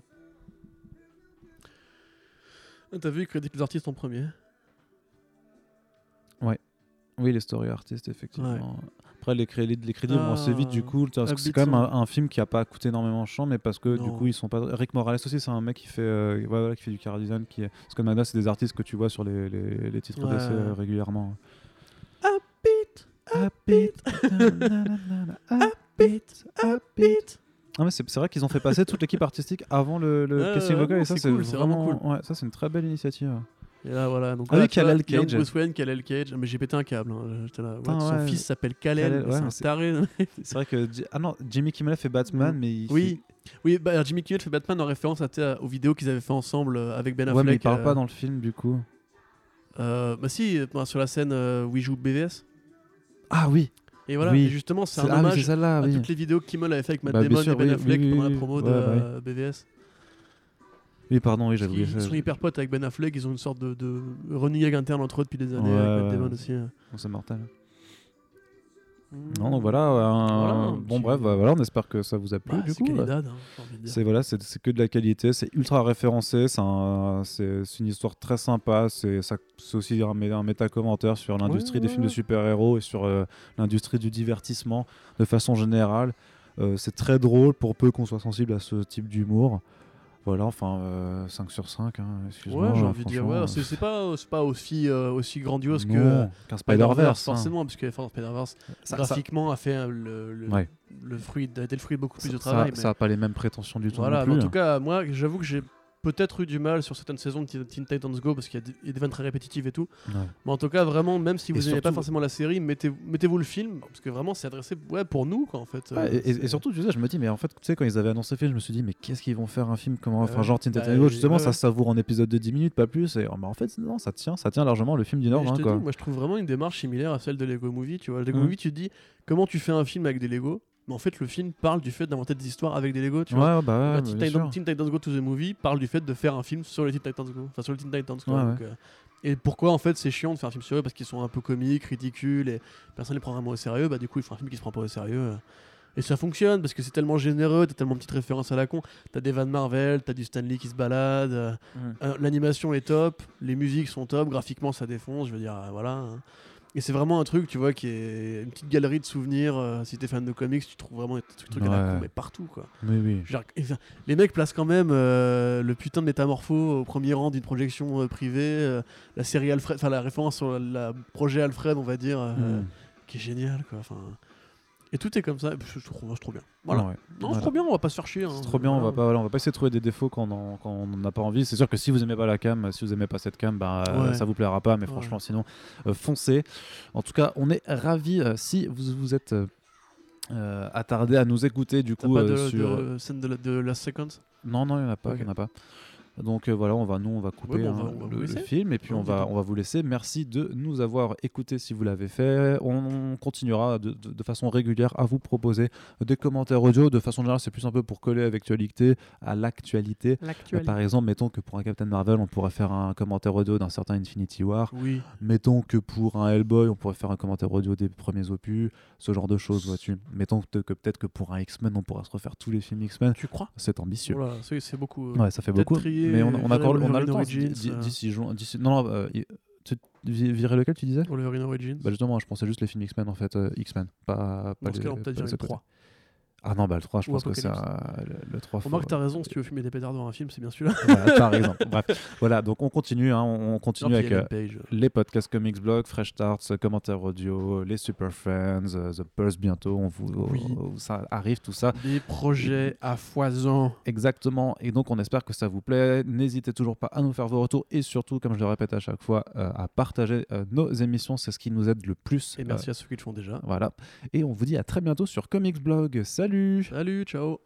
Ah, T'as vu, il crédite les artistes en premier. Oui, les story artistes, effectivement. Après, les crédits, les crédits vont assez vite, du Ah, coup. tu vois, Parce que c'est quand même un, un film qui a pas coûté énormément de champ, mais parce que, du Non. coup, ils sont pas. Rick Morales aussi, c'est un mec qui fait, euh, ouais, voilà, qui fait du car design. Qui... est- Parce que maintenant, c'est des artistes que tu vois sur les, les, les titres Ouais. d'essai euh, régulièrement. Pete, Upbeat, nananana, upbeat, upbeat. Ah, mais c'est c'est vrai qu'ils ont fait passer toute l'équipe artistique avant le, le Ouais, casting ouais, vocal non, et ça c'est c'est cool, c'est vraiment Ouais, ça c'est une très belle initiative. Et là, voilà. Donc, Ah voilà, oui, tu vois, Kal-El Young Cage. Bruce Wayne, Kal-El Cage. Ah, Mais j'ai pété un câble. hein, j'étais là, what, Putain, son ouais. fils s'appelle Kal-El. Kal-El, ouais, c'est mais un c'est- taré. <laughs> <laughs> C'est vrai que Ji- ah non, Jimmy Kimmel fait Batman, mais il oui. Oui, bah, Jimmy Kimmel fait Batman en référence à, tu sais, aux vidéos qu'ils avaient fait ensemble euh, avec Ben fait- Affleck. ouais, mais il parle euh, pas dans le film du coup. euh, bah si, euh, sur la scène euh, où il joue BVS. Ah oui, Et voilà, Oui. et justement, c'est un ah oui, c'est hommage celle-là. à Oui. toutes les vidéos que Kimmel avait fait avec Matt Bah, bien Damon sûr, et Ben oui, Affleck oui, oui, pendant oui. la promo Ouais, de bah oui. euh, BVS. oui, pardon, oui, j'avais oublié Ils, ça. sont hyper potes avec Ben Affleck, ils ont une sorte de, de running gag interne entre eux depuis des années. Ouais, avec Matt ouais. Damon aussi. hein. Bon, c'est mortel. Non, donc voilà. un- Voilà, un bon, petit- bref, bah, voilà, on espère que ça vous a plu Bah, du c'est coup. ouais. Calidad, hein, j'ai envie de dire. C'est voilà, c'est c'est que de la qualité, c'est ultra référencé, c'est un- c'est c'est une histoire très sympa, c'est ça- c'est aussi un, mé- un méta-commentaire sur l'industrie des ouais, films de ouais. super-héros et sur euh, l'industrie du divertissement de façon générale. Euh, c'est très drôle pour peu qu'on soit sensible à ce type d'humour. Voilà, enfin, euh, 5 sur 5, hein, excuse-moi. Ouais, j'ai envie de dire, ouais, franchement, hein. euh, c'est c'est pas, c'est pas aussi, euh, aussi grandiose non, que euh, qu'un Spider-Verse, Spider-Verse. hein. forcément, parce que enfin, Spider-Verse, Ça- ça- graphiquement, a fait euh, le, le, Ouais. le fruit, a été le fruit de beaucoup plus ça- de travail. ça- mais- ça a pas les mêmes prétentions du tout. Voilà, non mais en plus. hein. tout cas, moi, j'avoue que j'ai peut-être eu du mal sur certaines saisons de Teen Teen Titans Go parce qu'il y a des- il y a des vannes très répétitives et tout. Ouais. Mais en tout cas, vraiment, même si vous n'aimez pas surtout- forcément la série, mettez- mettez-vous le film parce que vraiment, c'est adressé ouais, pour nous, quoi, en fait. Ouais, Euh, et, et- c'est- et surtout, tu sais, je me dis, mais en fait, tu sais, quand ils avaient annoncé le film, je me suis dit, mais qu'est-ce qu'ils vont faire un film comment Ouais, Enfin, genre Teen bah, Titans Go, euh, justement, ouais, ça ouais. se savoure en épisode de 10 minutes, pas plus. Et oh, mais en fait, non, ça tient, ça tient largement le film d'une heure Mais je vingt, te hein, quoi. dis, moi, je trouve vraiment une démarche similaire à celle de Lego Movie. Tu vois, Lego Mhm. Movie, tu te dis comment tu fais un film avec des Lego, mais en fait, le film parle du fait d'inventer des histoires avec des Lego. Tu vois, ouais, bah ouais, Teen, bien Titans, sûr. Teen Titans Go to the Movie parle du fait de faire un film sur les Teen Titans Go, enfin sur les Teen Titans. quoi. Ouais, Donc, euh, et pourquoi en fait c'est chiant de faire un film sur eux parce qu'ils sont un peu comiques, ridicules et personne les prend vraiment au sérieux. Bah du coup ils font un film qui se prend pas au sérieux. euh. Et ça fonctionne parce que c'est tellement généreux, t'as tellement de petites références à la con. T'as des vannes Marvel, t'as du Stanley qui se balade, euh, Mm. euh, l'animation est top, les musiques sont top, graphiquement ça défonce, je veux dire, euh, voilà. hein. Et c'est vraiment un truc, tu vois, qui est une petite galerie de souvenirs. euh, si t'es fan de comics, tu trouves vraiment des trucs, trucs à la Ouais. con, mais partout quoi. Oui, oui. Je veux dire, enfin, les mecs placent quand même euh, le putain de métamorpho au premier rang d'une projection euh, privée. euh, la série Alfred, enfin la référence sur le projet Alfred, on va dire, euh, Mm. qui est génial quoi. Enfin, et tout est comme ça. et puis, Je trouve, moi, c'est trop bien. Voilà. Ouais. Non, Voilà. c'est trop bien. On va pas se faire chier. hein. C'est trop bien, on va Voilà. pas, voilà, on va pas essayer de trouver des défauts quand on en- quand on n'en a pas envie. C'est sûr que si vous aimez pas la cam, si vous aimez pas cette cam, bah, euh, Ouais. ça vous plaira pas. Mais Ouais. franchement, sinon, euh, foncez. En tout cas, on est ravis euh, si vous vous êtes euh, euh, attardé à nous écouter du T'as coup pas euh, de, sur. de scène de, la- de Last Seconds Non, non, il n'y en a pas, il y en a pas. Donc euh, voilà, on va, nous, on va couper Ouais, bon, on hein, va- on va vous le, le laisser. film et puis Non, on va, dis-donc. on va vous laisser. Merci de nous avoir écoutés si vous l'avez fait. On continuera de, de- de façon régulière à vous proposer des commentaires audio. De façon générale, c'est plus un peu pour coller à l'actualité, à l'actualité. Euh, L'actualité. Par exemple, mettons que pour un Captain Marvel, on pourrait faire un commentaire audio d'un certain Infinity War. Oui. Mettons que pour un Hellboy, on pourrait faire un commentaire audio des premiers opus, ce genre de choses, vois-tu. Mettons que, que peut-être que pour un X-Men, on pourra se refaire tous les films X-Men. Tu crois C'est ambitieux. Oh là là, c'est c'est beaucoup. euh. Ouais, ça fait Peut-être beaucoup. trier mais on, on a Wolverine encore on a le Origins, temps d- d- euh. d'ici juin. d'ici- Non, non, euh, y- tu vi- virer lequel tu disais Wolverine Origins. bah justement, je pensais juste les films X-Men en fait, euh, X-Men, pas, pas Dans ce les- cas-là, on peut pas peut-être les dire autres. 3. Ah non, bah le 3, je Ou pense que c'est Apocalypse. un- le, le 3. faut- Remarque, t'as raison, si tu veux fumer des pétards dans un film, c'est bien celui-là. <laughs> Voilà, par exemple. <laughs> Bref, voilà, donc on continue, hein, on on continue Alors avec qu'il y euh, a Ellen Page. les podcasts Comics Blog, Fresh Starts, euh, commentaires audio, les Super Friends, euh, The Pulse bientôt, on vous, Oui. euh, ça arrive tout ça. Des projets à foison. Exactement, et donc on espère que ça vous plaît. N'hésitez toujours pas à nous faire vos retours et surtout, comme je le répète à chaque fois, euh, à partager euh, nos émissions, c'est ce qui nous aide le plus. Et merci à ceux qui le font déjà. Euh, voilà, et on vous dit à très bientôt sur Comics Blog. Salut Salut, ciao